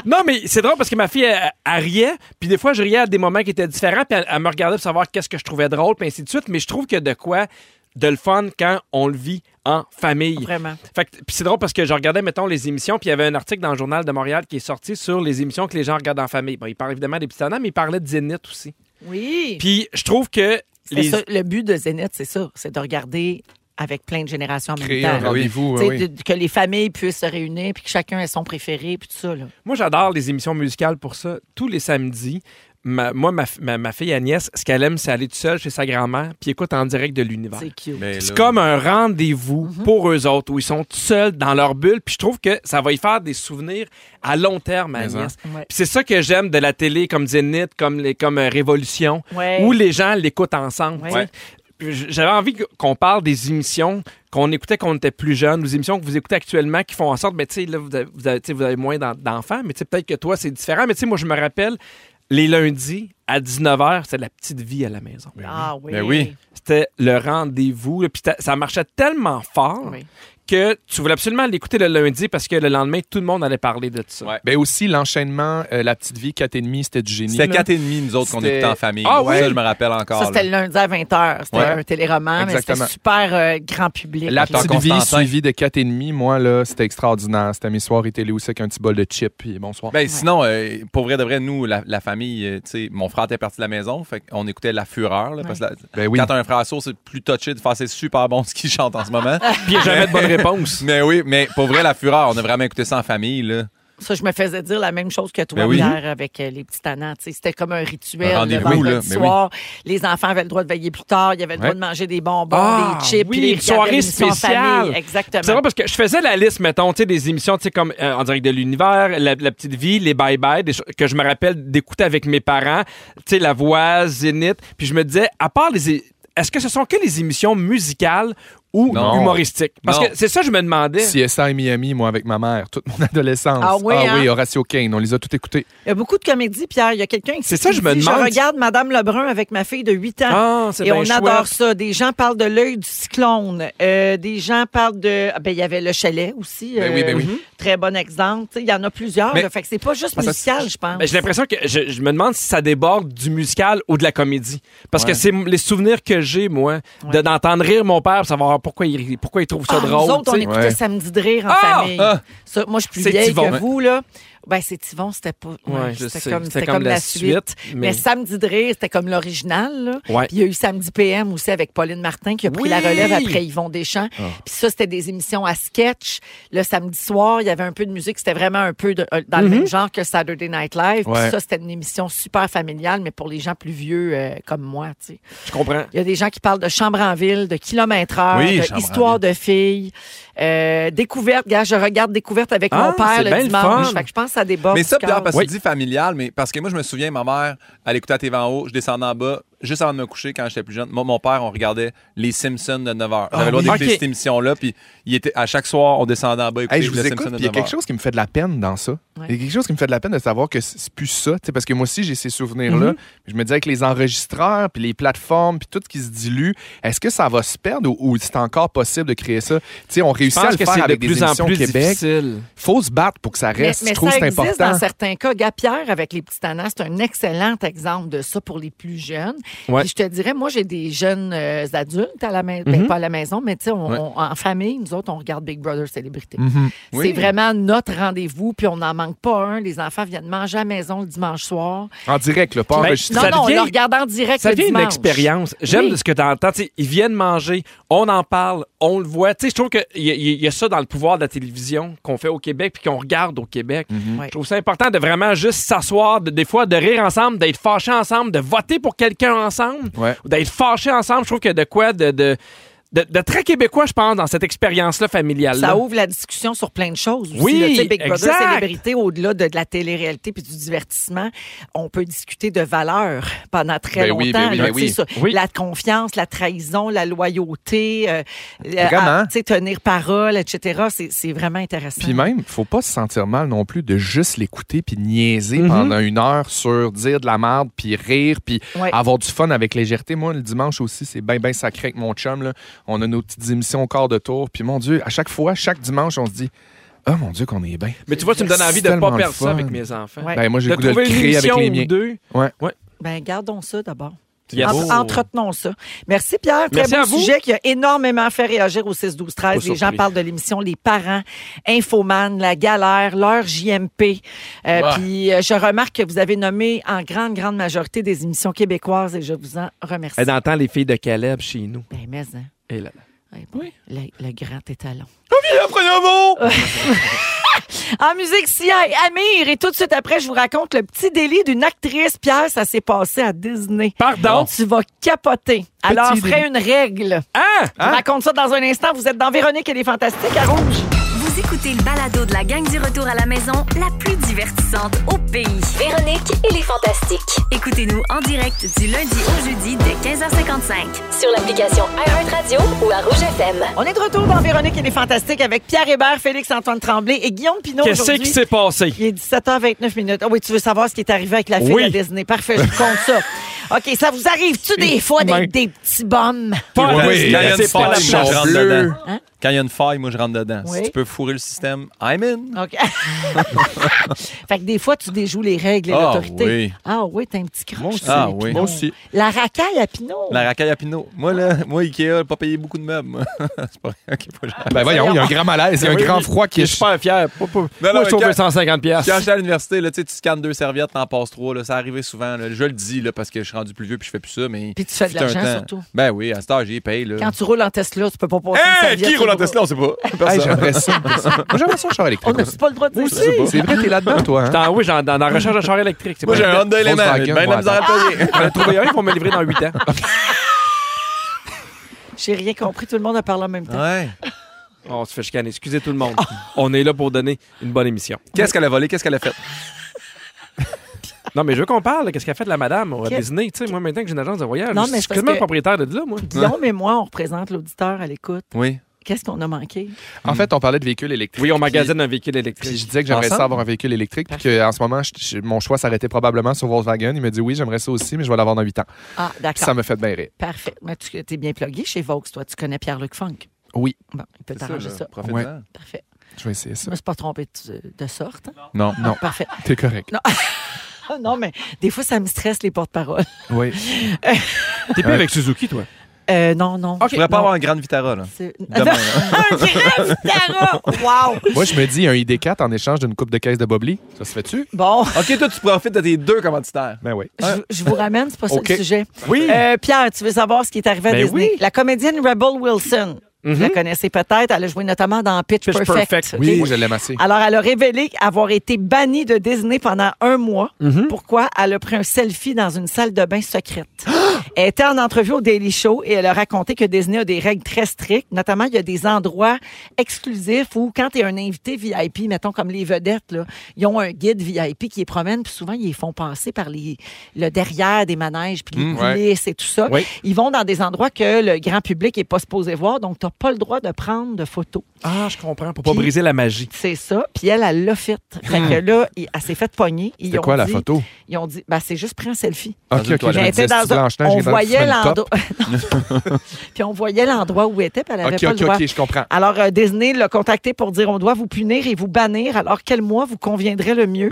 [SPEAKER 3] Non, mais c'est drôle parce que ma fille, elle, elle riait. Puis des fois, je riais à des moments qui étaient différents. Puis elle, elle me regardait pour savoir qu'est-ce que je trouvais drôle, puis ainsi de suite. Mais je trouve qu'il y a de quoi de le fun quand on le vit en famille.
[SPEAKER 1] Vraiment.
[SPEAKER 3] Fait que- puis c'est drôle parce que je regardais, mettons, les émissions, puis il y avait un article dans le Journal de Montréal qui est sorti sur les émissions que les gens regardent en famille. Bon, il parle évidemment des petits tannants, mais il parlait de Zénith aussi.
[SPEAKER 1] Oui.
[SPEAKER 3] Puis je trouve que...
[SPEAKER 1] C'est ça, le but de Zénith, c'est ça, c'est de regarder avec plein de générations en
[SPEAKER 2] Créer un
[SPEAKER 1] même temps.
[SPEAKER 2] rendez-vous.
[SPEAKER 1] Tu
[SPEAKER 2] oui,
[SPEAKER 1] sais,
[SPEAKER 2] oui.
[SPEAKER 1] de- que les familles puissent se réunir, puis que chacun ait son préféré, puis tout ça. Là.
[SPEAKER 3] Moi, j'adore les émissions musicales pour ça. Tous les samedis, ma- moi, ma, f- ma- ma fille Agnès, ce qu'elle aime, c'est aller toute seule chez sa grand-mère puis écoute en direct de l'univers.
[SPEAKER 1] C'est cute.
[SPEAKER 4] Mais
[SPEAKER 3] C'est
[SPEAKER 4] là-
[SPEAKER 3] comme un rendez-vous pour eux autres où ils sont tout seuls dans leur bulle. Puis je trouve que ça va y faire des souvenirs à long terme,
[SPEAKER 4] Mais
[SPEAKER 3] Agnès.
[SPEAKER 1] hein. Ouais.
[SPEAKER 3] Puis c'est ça que j'aime de la télé comme Zénith, comme, les, comme euh, Révolution,
[SPEAKER 1] Ouais.
[SPEAKER 3] où les gens l'écoutent ensemble.
[SPEAKER 1] Ouais.
[SPEAKER 3] tu sais.
[SPEAKER 1] Ouais.
[SPEAKER 3] Puis j- J'avais envie que- qu'on parle des émissions qu'on écoutait quand on était plus jeune, des émissions que vous écoutez actuellement qui font en sorte, mais tu sais, là, vous avez, vous avez- tu sais, vous avez moins d'en- d'enfants, mais tu sais, peut-être que toi, c'est différent. Mais tu sais, moi, je me rappelle, les lundis à 19h, c'est la petite vie à la maison.
[SPEAKER 1] Ah oui.
[SPEAKER 4] Ben oui.
[SPEAKER 3] C'était le rendez-vous. là, Puis t'a- ça marchait tellement fort
[SPEAKER 1] Oui.
[SPEAKER 3] que tu voulais absolument l'écouter le lundi parce que le lendemain, tout le monde allait parler de ça.
[SPEAKER 4] Ouais.
[SPEAKER 2] Ben aussi, l'enchaînement, euh, la petite vie, 4,5, c'était du génie.
[SPEAKER 4] C'était
[SPEAKER 2] là.
[SPEAKER 4] 4 et demi, nous autres, qu'on
[SPEAKER 2] C'était-
[SPEAKER 4] écoutait en famille.
[SPEAKER 3] Ah oui?
[SPEAKER 4] Ça, je me rappelle encore.
[SPEAKER 1] Ça, c'était le
[SPEAKER 4] là.
[SPEAKER 1] lundi à 20h. C'était
[SPEAKER 2] Ouais.
[SPEAKER 1] un téléroman, mais
[SPEAKER 2] Exactement.
[SPEAKER 1] c'était super euh, grand public.
[SPEAKER 2] La
[SPEAKER 4] Acteur
[SPEAKER 2] petite vie
[SPEAKER 4] Constantin.
[SPEAKER 2] suivie de 4,5, moi, là, c'était extraordinaire. C'était mes soirées télé où c'est qu'un petit bol de chips, puis bonsoir.
[SPEAKER 4] Ben, Sinon, euh, pour vrai de vrai, nous, la, la famille, euh, tu sais, mon frère était parti de la maison, fait qu'on écoutait La Fureur. là, parce que la-
[SPEAKER 2] Ben oui.
[SPEAKER 4] Quand t'as un frère sourd, c'est plus touché de faire c'est super bon ce qu'il chante en ce moment.
[SPEAKER 3] Puis il n'y a jamais de bonne réponse.
[SPEAKER 4] mais oui, mais pour vrai, La Fureur, on a vraiment écouté ça en famille. Là.
[SPEAKER 1] Ça, je me faisais dire la même chose que toi
[SPEAKER 4] Ben oui.
[SPEAKER 1] hier avec euh, les petits tannants. Tu sais, C'était comme un rituel.
[SPEAKER 4] Un
[SPEAKER 1] le
[SPEAKER 4] rendez-vous,
[SPEAKER 1] vendredi
[SPEAKER 4] là, ben oui.
[SPEAKER 1] soir, les enfants avaient le droit de veiller plus tard. Ils avaient le droit
[SPEAKER 2] Ouais.
[SPEAKER 1] de manger des bonbons,
[SPEAKER 3] Ah,
[SPEAKER 1] des chips.
[SPEAKER 3] oui,
[SPEAKER 1] puis
[SPEAKER 3] une soirée spéciale. C'est
[SPEAKER 1] Exactement.
[SPEAKER 3] vrai parce que je faisais la liste, mettons, tu sais, des émissions, tu sais, comme euh, en direct de l'univers, la, La petite vie, les bye bye, des choses que je me rappelle d'écouter avec mes parents, tu sais, la voix, Zénith. Puis je me disais, à part les, é- est-ce que ce sont que les émissions musicales ou
[SPEAKER 2] Non.
[SPEAKER 3] humoristiques Parce
[SPEAKER 4] Non.
[SPEAKER 3] que c'est ça que je me demandais.
[SPEAKER 2] CSI Miami, moi, avec ma mère, toute mon adolescence.
[SPEAKER 1] Ah oui, hein?
[SPEAKER 2] Horatio Kane, on les a tous écoutés.
[SPEAKER 1] Il y a beaucoup de comédies, Pierre. Il y a quelqu'un qui
[SPEAKER 3] C'est ça,
[SPEAKER 1] qui
[SPEAKER 3] je me
[SPEAKER 1] dit,
[SPEAKER 3] demande.
[SPEAKER 1] Je regarde Madame Lebrun avec ma fille de 8 ans.
[SPEAKER 3] Ah, c'est
[SPEAKER 1] Et
[SPEAKER 3] bien
[SPEAKER 1] on
[SPEAKER 3] chouette.
[SPEAKER 1] adore ça. Des gens parlent de l'œil du cyclone. Euh, des gens parlent de. ah, Ben, il y avait le chalet aussi. euh,
[SPEAKER 2] Ben oui, ben oui.
[SPEAKER 1] Très bon exemple. Tu sais, Il y en a plusieurs.
[SPEAKER 2] Mais-
[SPEAKER 1] là. fait que c'est pas juste
[SPEAKER 2] Parce que-
[SPEAKER 1] musical, je pense.
[SPEAKER 3] Ben, j'ai l'impression que je, je me demande si ça déborde du musical ou de la comédie. Parce que c'est m- les souvenirs que j'ai, moi, de- d'entendre rire mon père, savoir pourquoi il, rit, pourquoi il trouve ça
[SPEAKER 1] Ah,
[SPEAKER 3] drôle.
[SPEAKER 1] Nous autres, on
[SPEAKER 3] tu sais.
[SPEAKER 1] écoutait
[SPEAKER 2] Ouais.
[SPEAKER 1] Samedi de rire en
[SPEAKER 3] Ah!
[SPEAKER 1] famille.
[SPEAKER 4] Ah!
[SPEAKER 1] Ça, moi, je suis plus
[SPEAKER 3] C'est
[SPEAKER 1] vieille
[SPEAKER 3] Yvon. hein.
[SPEAKER 1] que vous, là. Ben, c'est Yvon, c'était pas. ouais,
[SPEAKER 3] Ouais, je sais.
[SPEAKER 1] c'était comme,
[SPEAKER 3] C'était
[SPEAKER 1] c'était comme la suite. Mais... Samedi de rire, c'était comme l'original, là.
[SPEAKER 3] Ouais.
[SPEAKER 1] Puis il y a eu Samedi PM aussi avec Pauline Martin qui a pris
[SPEAKER 3] Oui! Ah.
[SPEAKER 1] la relève après Yvon Deschamps. Puis ça, c'était des émissions à sketch. Le samedi soir, il y avait un peu de musique. C'était vraiment un peu de- euh, dans
[SPEAKER 3] Mm-hmm.
[SPEAKER 1] le même genre que Saturday Night Live. Puis
[SPEAKER 2] Ouais.
[SPEAKER 1] ça, c'était une émission super familiale, mais pour les gens plus vieux euh, comme moi, tu sais.
[SPEAKER 3] je comprends.
[SPEAKER 1] Il y a des gens qui parlent de chambre en ville, de kilomètre heure,
[SPEAKER 4] Oui,
[SPEAKER 1] de
[SPEAKER 4] chambre en
[SPEAKER 1] histoire de filles, euh, découverte. Gars, je regarde découverte avec
[SPEAKER 3] Ah,
[SPEAKER 1] mon père
[SPEAKER 3] c'est
[SPEAKER 1] le
[SPEAKER 3] bien le
[SPEAKER 1] dimanche.
[SPEAKER 3] fun.
[SPEAKER 1] Fait que je pense que ça déborde.
[SPEAKER 4] Mais ça,
[SPEAKER 1] du
[SPEAKER 4] Pierre,
[SPEAKER 1] cadre.
[SPEAKER 4] parce que
[SPEAKER 3] Oui.
[SPEAKER 4] tu dis familial, mais parce que moi, je me souviens, ma mère, elle écoutait TV en haut, je descendais en bas, juste avant de me coucher quand j'étais plus jeune. Moi, mon père, on regardait Les Simpsons de 9h.
[SPEAKER 2] Ah
[SPEAKER 4] J'avais le droit
[SPEAKER 3] oui.
[SPEAKER 4] d'écouter
[SPEAKER 3] Ok.
[SPEAKER 4] cette émission-là, puis il était, à chaque soir, on descendait en bas écouter
[SPEAKER 2] Hey, je
[SPEAKER 4] Les
[SPEAKER 2] vous écoute,
[SPEAKER 4] Simpsons
[SPEAKER 2] puis
[SPEAKER 4] de
[SPEAKER 2] il y a
[SPEAKER 4] 9h.
[SPEAKER 2] quelque chose qui me fait de la peine dans ça. Il y a quelque chose qui me fait de la peine de savoir que c'est c'est plus ça, tu sais, parce que moi aussi, j'ai ces souvenirs-là.
[SPEAKER 1] Mhm.
[SPEAKER 2] Je me disais que les enregistreurs, puis les plateformes, puis tout ce qui se dilue, est-ce que ça va se perdre ou, ou c'est encore possible de créer ça? Tu sais, on
[SPEAKER 3] Je
[SPEAKER 2] réussit à
[SPEAKER 3] pense
[SPEAKER 2] le
[SPEAKER 3] que
[SPEAKER 2] faire
[SPEAKER 3] c'est de
[SPEAKER 2] avec des
[SPEAKER 3] plus en
[SPEAKER 2] émissions au
[SPEAKER 3] plus
[SPEAKER 2] Québec.
[SPEAKER 3] difficile.
[SPEAKER 2] Faut se battre pour que ça
[SPEAKER 1] Mais,
[SPEAKER 2] reste.
[SPEAKER 1] mais
[SPEAKER 2] je trouve que
[SPEAKER 1] ça
[SPEAKER 2] c'est
[SPEAKER 1] existe
[SPEAKER 2] important.
[SPEAKER 1] dans certains cas. Gapière avec les petits tannants, c'est un excellent exemple de ça pour les plus jeunes.
[SPEAKER 3] Ouais.
[SPEAKER 1] Puis je te dirais, moi, j'ai des jeunes euh, adultes à la maison, pas à la maison, mais tu sais, on-
[SPEAKER 4] Mhm. Ouais. Mhm.
[SPEAKER 1] on- en famille, nous autres, on regarde Big Brother Célébrité. C'est
[SPEAKER 4] Oui.
[SPEAKER 1] vraiment notre rendez-vous, puis on n'en manque pas un. Les enfants viennent manger à la maison le dimanche soir.
[SPEAKER 2] En direct, là, pas
[SPEAKER 3] Ben,
[SPEAKER 2] enregistré.
[SPEAKER 1] Non,
[SPEAKER 3] Ça
[SPEAKER 1] non, on
[SPEAKER 3] devient-
[SPEAKER 1] le regarde en direct
[SPEAKER 3] Ça
[SPEAKER 1] le
[SPEAKER 3] devient une
[SPEAKER 1] dimanche.
[SPEAKER 3] expérience. J'aime
[SPEAKER 1] Oui.
[SPEAKER 3] ce que tu entends. Tu sais, ils viennent manger, on en parle, on le voit. Tu sais, je trouve qu'il y, a- il y a ça dans le pouvoir de la télévision qu'on fait au Québec puis qu'on regarde au Québec.
[SPEAKER 1] Ouais.
[SPEAKER 3] Je trouve ça important de vraiment juste s'asseoir, de- des fois de rire ensemble, d'être fâché ensemble, de voter pour quelqu'un ensemble,
[SPEAKER 2] Ouais.
[SPEAKER 3] ou d'être fâché ensemble. Je trouve qu'il y a de quoi de, de, de- de très québécois, je pense, dans cette expérience-là familiale.
[SPEAKER 1] Ça ouvre la discussion sur plein de choses aussi.
[SPEAKER 3] Oui,
[SPEAKER 1] là. Tu sais, Big Brother
[SPEAKER 3] exact.
[SPEAKER 1] Célébrité, au-delà de, de la télé-réalité puis du divertissement, on peut discuter de valeurs pendant très
[SPEAKER 2] Ben
[SPEAKER 1] longtemps.
[SPEAKER 2] oui, ben oui,
[SPEAKER 1] là,
[SPEAKER 2] ben
[SPEAKER 1] tu sais,
[SPEAKER 2] oui.
[SPEAKER 1] ça.
[SPEAKER 3] Oui.
[SPEAKER 1] La confiance, la trahison, la loyauté, euh, la-
[SPEAKER 2] Vraiment.
[SPEAKER 1] à- tu sais, tenir parole, etc. C'est- C'est vraiment intéressant.
[SPEAKER 2] Puis même, faut pas se sentir mal non plus de juste l'écouter puis niaiser pendant une heure sur dire de la merde puis rire puis
[SPEAKER 1] Ouais.
[SPEAKER 2] avoir du fun avec légèreté. Moi, le dimanche aussi, c'est bien, bien sacré avec mon chum. Là. On a nos petites émissions au quart de tour. Puis mon Dieu, à chaque fois, chaque dimanche, on se dit Oh mon Dieu, qu'on est bien.
[SPEAKER 3] Mais tu vois, tu me donnes envie de ne
[SPEAKER 2] tellement
[SPEAKER 3] pas
[SPEAKER 2] le
[SPEAKER 3] perdre
[SPEAKER 2] fun.
[SPEAKER 3] ça avec mes enfants.
[SPEAKER 1] Ouais.
[SPEAKER 2] Ben, moi, j'ai
[SPEAKER 3] De
[SPEAKER 2] le goût de le
[SPEAKER 3] trouver une
[SPEAKER 2] créer avec
[SPEAKER 3] émission
[SPEAKER 2] les
[SPEAKER 3] ou
[SPEAKER 2] miens.
[SPEAKER 3] deux.
[SPEAKER 2] Ouais.
[SPEAKER 1] Ben, gardons ça d'abord.
[SPEAKER 3] Yes.
[SPEAKER 1] Entre- entretenons ça. Merci Pierre. Très
[SPEAKER 3] Merci
[SPEAKER 1] beau
[SPEAKER 3] à vous.
[SPEAKER 1] sujet qui a énormément fait réagir au 6-12-13. Les
[SPEAKER 3] surpris.
[SPEAKER 1] gens parlent de l'émission Les parents, Infoman, La galère, leur JMP. Euh, Puis euh, je remarque que vous avez nommé en grande, grande majorité des émissions québécoises et je vous en remercie.
[SPEAKER 3] Elle entend les filles de Caleb chez nous.
[SPEAKER 1] Ben, mais, hein.
[SPEAKER 3] Et là, là.
[SPEAKER 1] Eh ben, le, le grand étalon. En musique, Sia et Amir. Et tout de suite après, je vous raconte le petit délit d'une actrice. Pierre, ça s'est passé à Disney.
[SPEAKER 3] Pardon?
[SPEAKER 1] Tu vas capoter. Alors, ferai une règle.
[SPEAKER 3] Ah!
[SPEAKER 4] Hein?
[SPEAKER 1] Je vous raconte ça dans un instant. Vous êtes dans Véronique et les Fantastiques à Rouge.
[SPEAKER 6] Vous écoutez le balado de la gang du retour à la maison, la plus divertissante au pays.
[SPEAKER 7] Véronique et les Fantastiques.
[SPEAKER 6] Écoutez-nous en direct du lundi au jeudi dès 15h55.
[SPEAKER 7] Sur l'application iHeartRadio ou à Rouge FM.
[SPEAKER 1] On est de retour dans Véronique et les Fantastiques avec Pierre Hébert, Félix-Antoine Tremblay et Guillaume Pinot
[SPEAKER 3] Qu'est-ce
[SPEAKER 1] aujourd'hui.
[SPEAKER 3] qui s'est passé?
[SPEAKER 1] Il est 17h29 minutes. Ah oui, tu veux savoir ce qui est arrivé avec la fille
[SPEAKER 3] Oui.
[SPEAKER 1] à Disney. Parfait, je vous compte ça. OK, ça vous arrive-tu des fois d'être des petits bums?
[SPEAKER 3] Pas
[SPEAKER 4] Quand
[SPEAKER 3] la-
[SPEAKER 4] il y a une Ben,
[SPEAKER 3] c'est Hein? pas la
[SPEAKER 4] faille, moi, je
[SPEAKER 3] chance.
[SPEAKER 4] rentre
[SPEAKER 2] bleue.
[SPEAKER 4] dedans. Quand il y a une faille, moi, je rentre dedans.
[SPEAKER 1] Oui.
[SPEAKER 4] Si tu peux fourrer le système, I'm in.
[SPEAKER 1] OK. fait que des fois, tu déjoues les règles et
[SPEAKER 4] Ah
[SPEAKER 1] l'autorité.
[SPEAKER 4] oui.
[SPEAKER 1] Ah oui, t'es un petit croche. tu
[SPEAKER 4] Ah
[SPEAKER 1] sais,
[SPEAKER 4] oui.
[SPEAKER 1] Pinot.
[SPEAKER 4] Moi aussi.
[SPEAKER 1] La racaille à Pinot.
[SPEAKER 4] La racaille à Pinot. Moi, là, moi, Ikea, pas payé beaucoup de meubles. moi. C'est pas rien qu'il faut que j'aille.
[SPEAKER 2] Ben voyons, il y a un grand malaise, il y a un grand froid qui
[SPEAKER 3] Je
[SPEAKER 2] est.
[SPEAKER 3] suis pas fier. Pas- pas-
[SPEAKER 4] Non, non,
[SPEAKER 3] Moi, je trouve
[SPEAKER 4] mais quand-
[SPEAKER 3] 150 pièces.
[SPEAKER 4] Quand j'étais à l'université, là, tu sais, tu scannes deux serviettes, t'en passes trois. Là, ça arrivait souvent. là. Je le dis là, parce que je suis rendu plus vieux puis je fais plus ça. Mais
[SPEAKER 1] Puis tu fais de
[SPEAKER 4] fut un
[SPEAKER 1] l'argent,
[SPEAKER 4] temps.
[SPEAKER 1] surtout.
[SPEAKER 4] Ben oui, à cet âge, j'y paye. Là.
[SPEAKER 1] Quand tu roules en Tesla, tu peux pas passer une
[SPEAKER 4] Hey,
[SPEAKER 1] serviette
[SPEAKER 4] qui
[SPEAKER 1] au
[SPEAKER 4] roule en
[SPEAKER 1] bras.
[SPEAKER 4] Tesla? On sait pas.
[SPEAKER 2] Hey,
[SPEAKER 4] Personne.
[SPEAKER 2] j'aimerais ça. Moi, j'aimerais ça un char
[SPEAKER 1] On
[SPEAKER 2] électrique.
[SPEAKER 1] n'a pas le droit de dire ça.
[SPEAKER 2] C'est vrai, t'es là-dedans, toi. Hein?
[SPEAKER 3] Dans- oui, j'en- dans la recherche de char électrique. c'est
[SPEAKER 4] Moi,
[SPEAKER 3] pas-
[SPEAKER 4] j'ai un Honda Element.
[SPEAKER 2] Volkswagen,
[SPEAKER 4] j'ai Ben,
[SPEAKER 2] moi,
[SPEAKER 4] la misère à le payer.
[SPEAKER 3] J'en ai trouvé un, ils vont me livrer dans 8 ans.
[SPEAKER 1] J'ai rien compris, tout le monde a parlé en même temps.
[SPEAKER 4] Ouais.
[SPEAKER 3] On se fait chicaner. Excusez tout le monde. On est là pour donner une bonne émission.
[SPEAKER 4] Qu'est-ce qu'elle a volé? Qu'est-ce qu'elle a fait?
[SPEAKER 3] Non, mais je veux qu'on parle. de Qu'est-ce qu'a fait la madame au
[SPEAKER 1] Qu'est-
[SPEAKER 3] Disney? Tu sais, moi, maintenant que j'ai une agence de voyage,
[SPEAKER 1] Non,
[SPEAKER 3] je
[SPEAKER 1] mais
[SPEAKER 3] suis
[SPEAKER 1] c'est parce
[SPEAKER 3] quasiment
[SPEAKER 1] que-
[SPEAKER 3] propriétaire de là, moi. Hein?
[SPEAKER 1] Guillaume et moi, on représente l'auditeur à l'écoute.
[SPEAKER 4] Oui.
[SPEAKER 1] Qu'est-ce qu'on a manqué?
[SPEAKER 2] En fait, on parlait de véhicules électriques.
[SPEAKER 3] Oui, on
[SPEAKER 2] Puis-
[SPEAKER 3] magasine un véhicule
[SPEAKER 2] Puis je
[SPEAKER 3] électrique.
[SPEAKER 2] disais que j'aimerais
[SPEAKER 4] Ensemble?
[SPEAKER 2] ça avoir un véhicule électrique. Puis que, en ce moment, je- je- mon choix s'arrêtait probablement sur Volkswagen. Il me dit oui, j'aimerais ça aussi, mais je vais l'avoir dans 8 ans.
[SPEAKER 1] Ah,
[SPEAKER 2] Puis ça
[SPEAKER 1] d'accord.
[SPEAKER 2] me fait bien rire.
[SPEAKER 1] Parfait. Mais tu es bien plugué chez Vox, toi. Tu connais Pierre-Luc Funk.
[SPEAKER 2] Oui,
[SPEAKER 1] Bon, il peut t'arranger ça.
[SPEAKER 4] Profite-en.
[SPEAKER 2] Ouais.
[SPEAKER 1] Parfait.
[SPEAKER 2] je vais essayer
[SPEAKER 1] Je
[SPEAKER 2] ça.
[SPEAKER 1] me suis pas trompée de, de sorte. hein?
[SPEAKER 2] Non, non,
[SPEAKER 1] Parfait.
[SPEAKER 2] t'es correct.
[SPEAKER 1] Ah non, mais des fois, ça me stresse les porte-paroles.
[SPEAKER 2] Oui.
[SPEAKER 3] T'es plus avec Suzuki, toi.
[SPEAKER 1] Euh, non, non.
[SPEAKER 4] Je pourrais pas
[SPEAKER 1] Non,
[SPEAKER 4] avoir un Grand Vitara. Là.
[SPEAKER 1] c'est-
[SPEAKER 4] Demain, là.
[SPEAKER 1] Un grave Tara! Wow!
[SPEAKER 2] Moi, je me dis un ID4 en échange d'une coupe de caisse de Bobli. Ça se fait-tu?
[SPEAKER 1] Bon,
[SPEAKER 4] OK, toi, tu profites de tes deux commanditaires.
[SPEAKER 2] Ben oui.
[SPEAKER 1] je, je vous ramène, c'est pas ça
[SPEAKER 2] OK.
[SPEAKER 1] le sujet.
[SPEAKER 3] Oui.
[SPEAKER 1] Euh, Pierre, tu veux savoir ce qui est arrivé à
[SPEAKER 3] Ben
[SPEAKER 1] Disney?
[SPEAKER 3] oui.
[SPEAKER 1] La comédienne Rebel Wilson, vous la connaissez peut-être, elle a joué notamment dans Pitch,
[SPEAKER 3] Pitch
[SPEAKER 1] Perfect.
[SPEAKER 3] Perfect.
[SPEAKER 2] Oui,
[SPEAKER 1] OK?
[SPEAKER 2] je l'aime assez.
[SPEAKER 1] Alors, elle a révélé avoir été bannie de Disney pendant un mois.
[SPEAKER 2] Mhm.
[SPEAKER 1] Pourquoi? Elle a pris un selfie dans une salle de bain secrète. elle était en entrevue au Daily Show et elle a raconté que Disney a des règles très strictes. Notamment, il y a des endroits exclusifs où, quand tu es un invité VIP, mettons comme les vedettes, là, ils ont un guide VIP qui les promène, puis souvent, ils les font passer par les, le derrière des manèges, puis les
[SPEAKER 2] Mm, ouais.
[SPEAKER 1] coulisses et tout ça.
[SPEAKER 2] Oui.
[SPEAKER 1] Ils vont dans des endroits que le grand public n'est pas supposé voir, donc tu n'as pas le droit de prendre de photos.
[SPEAKER 3] Ah, je comprends. Pour pas
[SPEAKER 1] Puis-
[SPEAKER 3] briser la magie.
[SPEAKER 1] C'est ça. Puis elle, elle l'a fait. Fait que là, il- elle s'est fait pogner. Ils
[SPEAKER 2] C'était
[SPEAKER 1] ont
[SPEAKER 2] quoi la
[SPEAKER 1] dit-
[SPEAKER 2] photo?
[SPEAKER 1] Ils ont dit, ben, c'est juste prendre un selfie.
[SPEAKER 2] Ok,
[SPEAKER 4] une
[SPEAKER 2] ok, je
[SPEAKER 4] toilette.
[SPEAKER 1] Mais
[SPEAKER 2] me
[SPEAKER 1] elle
[SPEAKER 2] disais,
[SPEAKER 1] était
[SPEAKER 2] c'est-tu
[SPEAKER 1] dans un-
[SPEAKER 2] Blanche-Neige,
[SPEAKER 1] on
[SPEAKER 2] j'ai dans-
[SPEAKER 1] voyait
[SPEAKER 2] tu fais une
[SPEAKER 1] l'endroit.
[SPEAKER 2] top?
[SPEAKER 1] Puis on voyait l'endroit où elle était, puis elle n'avait
[SPEAKER 2] Ok,
[SPEAKER 1] pas
[SPEAKER 2] ok,
[SPEAKER 1] le droit.
[SPEAKER 2] ok, je comprends.
[SPEAKER 1] Alors, euh, Disney l'a contacté pour dire on doit vous punir et vous bannir. Alors, quel mois vous conviendrait le mieux?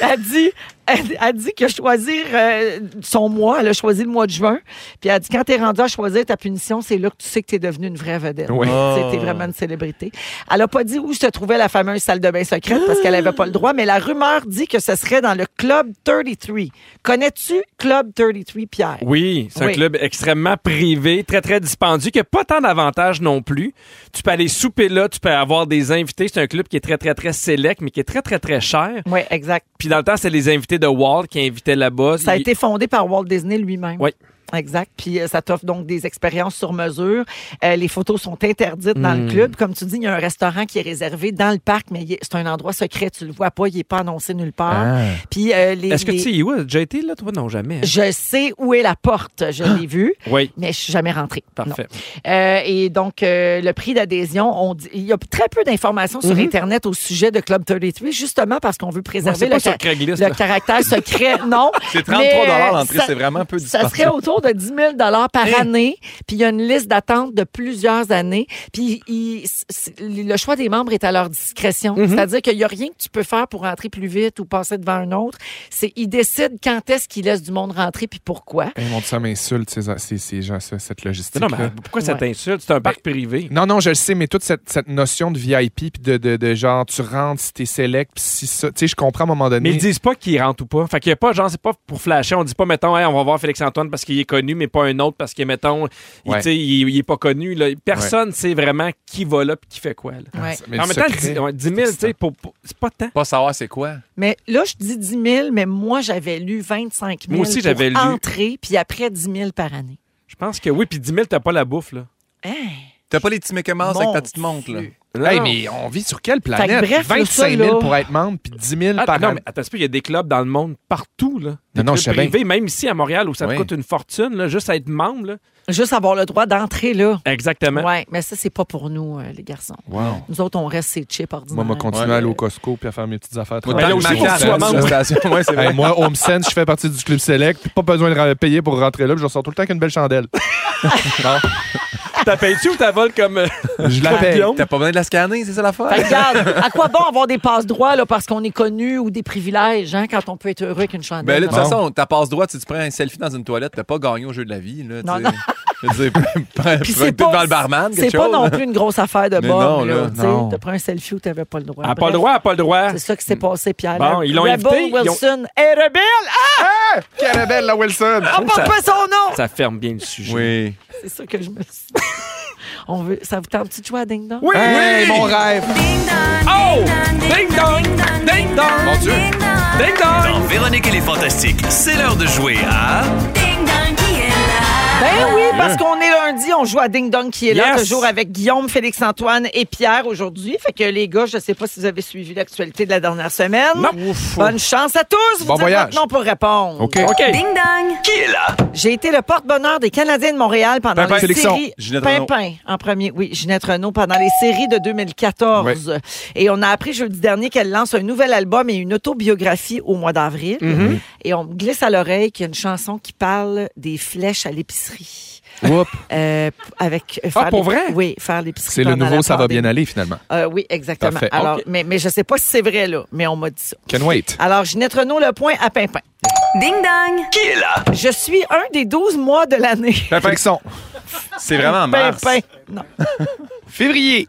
[SPEAKER 1] elle dit, elle, elle dit que choisir euh, son mois, elle a choisi le mois de juin. Puis elle dit quand t'es rendu à choisir ta punition, c'est là que tu sais que t'es devenu une vraie vedette.
[SPEAKER 2] Oui.
[SPEAKER 1] Tu sais, T'es vraiment une célébrité. Elle a pas dit où se trouvait la fameuse salle de bain secrète parce qu'elle avait pas le droit, mais la rumeur dit que ce serait dans le Club 33. Connais-tu Club 33, Pierre?
[SPEAKER 3] Oui, c'est un
[SPEAKER 1] Oui.
[SPEAKER 3] club extrêmement privé, très, très dispendieux, qui n'a pas tant d'avantages non plus. Tu peux aller souper là, tu peux avoir des invités. C'est un club qui est très, très, très sélect, mais qui est très, très, très cher.
[SPEAKER 1] Oui, exact.
[SPEAKER 3] Puis dans le temps, c'est les invités de Walt qui invitaient là-bas.
[SPEAKER 1] Ça a
[SPEAKER 3] Il-
[SPEAKER 1] été fondé par Walt Disney lui-même.
[SPEAKER 3] Oui.
[SPEAKER 1] Exact. Puis euh, ça t'offre donc des expériences sur mesure. Euh, les photos sont interdites dans
[SPEAKER 3] Hmm.
[SPEAKER 1] le club. Comme tu dis, il y a un restaurant qui est réservé dans le parc, mais il est- c'est un endroit secret. Tu le vois pas, il est pas annoncé nulle part. Puis euh, les,
[SPEAKER 3] Ah. Est-ce que
[SPEAKER 1] les-
[SPEAKER 3] tu sais où a déjà été là, toi? Non, jamais. hein?
[SPEAKER 1] je sais où est la porte, je l'ai vu,
[SPEAKER 3] Oui,
[SPEAKER 1] mais je suis jamais rentrée. Non.
[SPEAKER 3] Ah. parfait.
[SPEAKER 1] Euh, et donc, euh, le prix d'adhésion, on dit- il y a très peu d'informations sur
[SPEAKER 3] Mm-hmm.
[SPEAKER 1] Internet au sujet de Club 33, justement parce qu'on veut
[SPEAKER 3] Ouais,
[SPEAKER 1] préserver
[SPEAKER 3] c'est pas
[SPEAKER 1] le,
[SPEAKER 3] sur
[SPEAKER 1] ca-
[SPEAKER 3] Craigslist.
[SPEAKER 1] le
[SPEAKER 3] là.
[SPEAKER 1] caractère secret. Non.
[SPEAKER 4] C'est 33
[SPEAKER 1] Mais, euh,
[SPEAKER 4] l'entrée,
[SPEAKER 1] ça-
[SPEAKER 4] c'est vraiment peu
[SPEAKER 1] ça serait autour de 10 000 par année. Puis il y a une liste d'attente de plusieurs années. Puis il- c'est- le choix des membres est à leur discrétion. C'est-à-dire qu'il n'y a rien que tu peux faire pour rentrer plus vite ou passer devant un autre. C'est Ils décident quand est-ce qu'ils laissent du monde rentrer puis pourquoi.
[SPEAKER 2] Hey, Eh, mon Dieu, ça m'insulte, ces- ces- ces gens, ça, cette logistique.
[SPEAKER 3] Non, mais pourquoi ça
[SPEAKER 1] Ouais. Ben,
[SPEAKER 3] t'insulte? C'est un parc privé.
[SPEAKER 2] Non, non, je le sais, mais toute cette, cette notion de VIP, puis de, de, de genre, tu rentres si t'es select, puis si ça. Tu sais, je comprends à un moment donné.
[SPEAKER 3] Mais ils disent pas qu'ils rentrent ou pas. Fait qu'il y a pas, genre, c'est pas pour flasher. On dit pas, mettons, Hey, on va voir Félix-Antoine parce qu'il est connu, mais pas un autre parce que, mettons, il-
[SPEAKER 2] Ouais.
[SPEAKER 3] tu sais, il, il est pas connu. là. Personne sait vraiment qui va là et qui fait quoi. là.
[SPEAKER 1] Ouais.
[SPEAKER 2] Mais
[SPEAKER 3] en
[SPEAKER 2] du
[SPEAKER 3] même temps,
[SPEAKER 2] secret,
[SPEAKER 3] 10, ouais, 10 000, tu sais, pour- pour- c'est pas tant.
[SPEAKER 4] Pas savoir c'est quoi.
[SPEAKER 1] Mais là, je dis 10 000, mais moi, j'avais lu 25 000
[SPEAKER 3] Moi aussi,
[SPEAKER 1] pour
[SPEAKER 3] j'avais lu.
[SPEAKER 1] entrer, puis après 10 000 par année.
[SPEAKER 3] Je pense que oui, puis 10 000, t'as pas la bouffe. Là.
[SPEAKER 1] Hey,
[SPEAKER 4] T'as pas les petits Mickey Mouse avec
[SPEAKER 1] mon
[SPEAKER 4] ta petite montre, là.
[SPEAKER 1] Dieu.
[SPEAKER 2] Hey,
[SPEAKER 3] Non.
[SPEAKER 2] mais on vit sur quelle planète?
[SPEAKER 1] bref, là,
[SPEAKER 2] 25
[SPEAKER 1] ça,
[SPEAKER 2] 000
[SPEAKER 1] là-
[SPEAKER 2] pour être membre, puis 10 000
[SPEAKER 3] Ah,
[SPEAKER 2] par
[SPEAKER 3] non,
[SPEAKER 2] an.
[SPEAKER 3] mais attends, c'est pas, il y a des clubs dans le monde partout. Là. Des
[SPEAKER 2] Non, non,
[SPEAKER 3] clubs
[SPEAKER 2] je sais bien.
[SPEAKER 3] privés, même ici à Montréal où ça
[SPEAKER 2] Oui.
[SPEAKER 3] te coûte une fortune, là, juste à être membre. là.
[SPEAKER 1] Juste avoir le droit d'entrer, là.
[SPEAKER 3] Exactement.
[SPEAKER 1] Ouais, mais ça, c'est pas pour nous, euh, les garçons.
[SPEAKER 2] Wow.
[SPEAKER 1] Nous autres, on reste ces chips ordinaires.
[SPEAKER 2] Moi, je continue
[SPEAKER 4] Ouais.
[SPEAKER 2] à aller au Costco puis à faire mes petites affaires.
[SPEAKER 4] Moi,
[SPEAKER 2] tranquilles.
[SPEAKER 3] là
[SPEAKER 4] tant
[SPEAKER 3] aussi,
[SPEAKER 4] que ma
[SPEAKER 3] faut
[SPEAKER 4] carte,
[SPEAKER 3] que tu sois
[SPEAKER 4] euh,
[SPEAKER 3] membre.
[SPEAKER 4] la station, ouais, c'est vrai.
[SPEAKER 2] Hey, moi, HomeSense, je fais partie du club Select. puis Pas besoin de ra- payer pour rentrer là. puis Je ressors tout le temps avec une belle chandelle.
[SPEAKER 3] T'as payé-tu ou t'as vol comme. euh,
[SPEAKER 2] Je la
[SPEAKER 3] Comme
[SPEAKER 2] paye.
[SPEAKER 3] Guillaume.
[SPEAKER 4] T'as pas besoin de la scanner, c'est ça
[SPEAKER 1] Fait que
[SPEAKER 4] l'affaire?
[SPEAKER 1] regarde, à quoi bon avoir des passe-droits là, parce qu'on est connu ou des privilèges hein, quand on peut être heureux avec une chandelle?
[SPEAKER 4] Ben là, de toute
[SPEAKER 2] Bon.
[SPEAKER 4] façon, ta passe droite, si tu prends un selfie dans une toilette, t'as pas gagné au jeu de la vie, là.
[SPEAKER 1] Non,
[SPEAKER 4] tu sais. Je veux dire, prends-
[SPEAKER 1] Puis
[SPEAKER 4] prends
[SPEAKER 1] c'est
[SPEAKER 4] une
[SPEAKER 1] pas,
[SPEAKER 4] devant le barman, quelque
[SPEAKER 1] c'est pas
[SPEAKER 4] chose, hein.
[SPEAKER 1] non
[SPEAKER 4] là.
[SPEAKER 1] plus une grosse affaire de
[SPEAKER 4] Mais
[SPEAKER 1] bon.
[SPEAKER 4] non,
[SPEAKER 1] là,
[SPEAKER 4] là,
[SPEAKER 1] tu sais,
[SPEAKER 2] non.
[SPEAKER 1] T'as pris un selfie ou t'avais pas le droit.
[SPEAKER 3] Ah, pas
[SPEAKER 1] Bref,
[SPEAKER 3] le droit, ah, pas le droit.
[SPEAKER 1] C'est ça qui s'est passé, Pierre.
[SPEAKER 3] Bon,
[SPEAKER 1] Le
[SPEAKER 3] ils l'ont
[SPEAKER 1] Rebel
[SPEAKER 3] invité, ils ont-
[SPEAKER 1] Wilson est rebelle! Ah!
[SPEAKER 2] Quelle est belle, la
[SPEAKER 1] On
[SPEAKER 2] Wilson!
[SPEAKER 3] trouve
[SPEAKER 1] porte
[SPEAKER 3] ça-
[SPEAKER 1] pas son nom!
[SPEAKER 3] Ça ferme bien le sujet.
[SPEAKER 4] Oui.
[SPEAKER 1] C'est ça que je me suis On veut... Ça vous tente-tu de jouer à Ding Dong?
[SPEAKER 3] Oui!
[SPEAKER 2] Hey, mon rêve!
[SPEAKER 3] Oh! Ding dong! Ding dong! Mon Dieu! Ding dong!
[SPEAKER 9] Dans Véronique et les Fantastiques, c'est l'heure de jouer à...
[SPEAKER 2] Ah,
[SPEAKER 1] Ben oui,
[SPEAKER 2] hein?
[SPEAKER 1] parce qu'on est lundi, on joue à Ding Dong qui est là,
[SPEAKER 3] Yes.
[SPEAKER 1] toujours avec Guillaume, Félix-Antoine et Pierre aujourd'hui. Fait que les gars, je sais pas si vous avez suivi l'actualité de la dernière semaine.
[SPEAKER 3] Non.
[SPEAKER 1] Bonne chance à tous. Vous
[SPEAKER 2] Bon
[SPEAKER 1] dites
[SPEAKER 2] voyage.
[SPEAKER 1] Non, pour répondre.
[SPEAKER 2] OK.
[SPEAKER 3] OK.
[SPEAKER 6] Ding dong!
[SPEAKER 1] J'ai été le porte-bonheur des Canadiens de Montréal pendant
[SPEAKER 2] Pimpin.
[SPEAKER 1] les
[SPEAKER 2] Félixon.
[SPEAKER 1] séries.
[SPEAKER 4] Ginette
[SPEAKER 1] Pimpin en premier, oui, Ginette Renault pendant les séries de 2014. Et on a appris jeudi dernier qu'elle lance un nouvel album et une autobiographie au mois d'avril.
[SPEAKER 2] Mm-hmm.
[SPEAKER 1] Et on me glisse à l'oreille qu'il y a une chanson qui parle des flèches à l'épicerie.
[SPEAKER 2] Whoop.
[SPEAKER 1] Euh, p- avec euh, faire
[SPEAKER 3] Ah, pour
[SPEAKER 1] l'ép-
[SPEAKER 3] vrai?
[SPEAKER 1] Oui, faire l'épicerie.
[SPEAKER 2] C'est le
[SPEAKER 1] pendant
[SPEAKER 2] nouveau
[SPEAKER 1] la
[SPEAKER 2] Ça va bien
[SPEAKER 1] pandémie.
[SPEAKER 2] aller, finalement.
[SPEAKER 1] Euh, oui, exactement.
[SPEAKER 2] Parfait.
[SPEAKER 1] Alors,
[SPEAKER 2] Ok.
[SPEAKER 1] mais, mais je sais pas si c'est vrai, là, mais on m'a dit ça.
[SPEAKER 2] Can wait.
[SPEAKER 1] Alors, Ginette Renault, le point à Pimpin.
[SPEAKER 6] Ding dong!
[SPEAKER 1] Je suis un des 12 mois de l'année.
[SPEAKER 2] Félixon.
[SPEAKER 4] C'est vraiment en mars.
[SPEAKER 1] Pimpin. Non,
[SPEAKER 2] Février.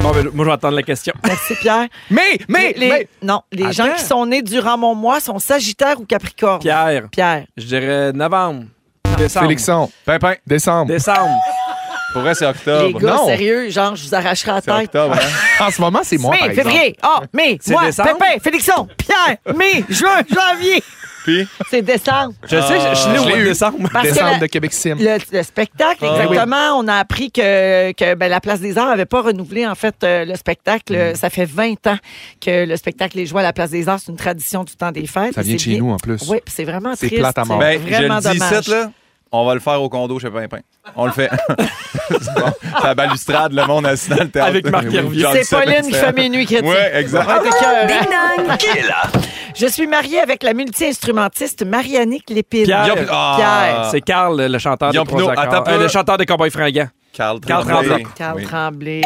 [SPEAKER 3] Bon, ben, moi, je vais attendre la question.
[SPEAKER 1] merci Pierre.
[SPEAKER 2] Mais, mais,
[SPEAKER 1] les,
[SPEAKER 2] mais.
[SPEAKER 1] Non, les
[SPEAKER 3] Attends.
[SPEAKER 1] gens qui sont nés durant mon mois sont Sagittaire ou Capricorne.
[SPEAKER 3] Pierre,
[SPEAKER 1] Pierre.
[SPEAKER 3] je dirais novembre, décembre.
[SPEAKER 2] Félixon.
[SPEAKER 4] Pimpin.
[SPEAKER 2] Décembre.
[SPEAKER 3] Décembre.
[SPEAKER 4] Pour vrai, c'est
[SPEAKER 3] Ah,
[SPEAKER 1] Les
[SPEAKER 3] bah,
[SPEAKER 4] octobre.
[SPEAKER 1] gars,
[SPEAKER 2] non.
[SPEAKER 1] sérieux, genre, je vous arracherai la
[SPEAKER 4] C'est
[SPEAKER 1] tête.
[SPEAKER 4] octobre, hein?
[SPEAKER 2] En ce moment, c'est moi, par
[SPEAKER 1] mai,
[SPEAKER 2] exemple.
[SPEAKER 1] février. Ah, mai,
[SPEAKER 3] C'est
[SPEAKER 1] moi,
[SPEAKER 3] décembre?
[SPEAKER 1] Pépin, Félixon, Pierre, mai, juin, janvier.
[SPEAKER 4] Puis,
[SPEAKER 1] C'est décembre.
[SPEAKER 3] Je sais, je, je suis né
[SPEAKER 2] je
[SPEAKER 3] au mois
[SPEAKER 2] l'ai
[SPEAKER 3] de
[SPEAKER 2] eu.
[SPEAKER 3] décembre.
[SPEAKER 1] Parce que
[SPEAKER 2] Décembre
[SPEAKER 1] la-
[SPEAKER 2] de Québec Sim.
[SPEAKER 1] Le, le spectacle,
[SPEAKER 2] Ah
[SPEAKER 1] exactement. On a appris que, que ben, la Place des Arts n'avait pas renouvelé, en fait, euh, le spectacle.
[SPEAKER 2] Mm.
[SPEAKER 1] Ça fait 20 ans que le spectacle est joué à la Place des Arts. C'est une tradition du temps des fêtes.
[SPEAKER 2] Ça vient de chez nous, en plus.
[SPEAKER 1] Oui, puis c'est vraiment
[SPEAKER 2] C'est
[SPEAKER 1] triste.
[SPEAKER 2] plate à mort.
[SPEAKER 1] C'est
[SPEAKER 4] ben, je
[SPEAKER 1] vraiment
[SPEAKER 4] le dis
[SPEAKER 1] dommage.
[SPEAKER 4] ici, là. On va le faire au condo chez Pimpin. On le fait. C'est bon. C'est la balustrade, le monde assis dans le théâtre.
[SPEAKER 3] Avec Marc Hervier.
[SPEAKER 4] Genre,
[SPEAKER 1] C'est Pauline qui
[SPEAKER 4] c'est-
[SPEAKER 1] fait minuit chrétien.
[SPEAKER 4] Ouais, exact.
[SPEAKER 1] Ah, t'es
[SPEAKER 2] euh,
[SPEAKER 1] cœur, hein?
[SPEAKER 6] Ding dong!
[SPEAKER 1] Je suis mariée avec la multi-instrumentiste Marianique Lépine.
[SPEAKER 3] Pierre.
[SPEAKER 4] Guillaume- Ah.
[SPEAKER 3] C'est Carl, le chanteur des
[SPEAKER 4] Guillaume
[SPEAKER 3] Trois
[SPEAKER 4] Pinault,
[SPEAKER 3] Accords.
[SPEAKER 4] attends un peu.
[SPEAKER 3] le chanteur des Cowboys Fringants.
[SPEAKER 4] Carl
[SPEAKER 3] Carl
[SPEAKER 4] Tremblay.
[SPEAKER 3] Tremblay.
[SPEAKER 1] Carl
[SPEAKER 4] Oui.
[SPEAKER 1] Tremblay.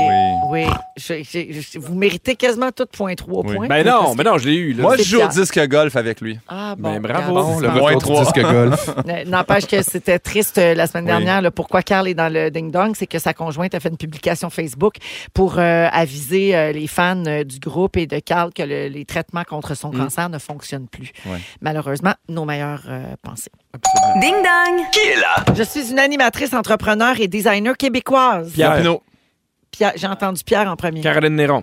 [SPEAKER 1] Oui.
[SPEAKER 4] Oui.
[SPEAKER 1] Je- je- je- vous méritez quasiment tout point trois
[SPEAKER 4] Oui.
[SPEAKER 1] points.
[SPEAKER 3] Ben non, mais non, je l'ai eu. Là.
[SPEAKER 4] Moi, je
[SPEAKER 1] C'est
[SPEAKER 4] joue
[SPEAKER 1] Pierre.
[SPEAKER 4] au disque golf avec lui.
[SPEAKER 1] Ah bon.
[SPEAKER 3] Ben, bravo.
[SPEAKER 1] regarde,
[SPEAKER 2] Bon,
[SPEAKER 1] c'est
[SPEAKER 2] le
[SPEAKER 1] pas-
[SPEAKER 4] Moins
[SPEAKER 2] retour
[SPEAKER 4] trois.
[SPEAKER 2] du disque golf.
[SPEAKER 1] Euh, N'empêche que c'était triste euh, la semaine
[SPEAKER 4] Oui.
[SPEAKER 1] dernière. là, pourquoi Carl est dans le ding-dong, c'est que sa conjointe a fait une publication Facebook pour euh, aviser euh, les fans euh, du groupe et de Carl que le- les traitements contre son cancer ne fonctionnent plus.
[SPEAKER 4] Oui.
[SPEAKER 1] Malheureusement, nos meilleures euh, pensées.
[SPEAKER 6] Ding dong!
[SPEAKER 1] Je suis une animatrice, entrepreneur et designer québécoise.
[SPEAKER 3] Pierre.
[SPEAKER 4] Pinault.
[SPEAKER 1] Pierre- J'ai entendu Pierre en premier.
[SPEAKER 3] Caroline Néron.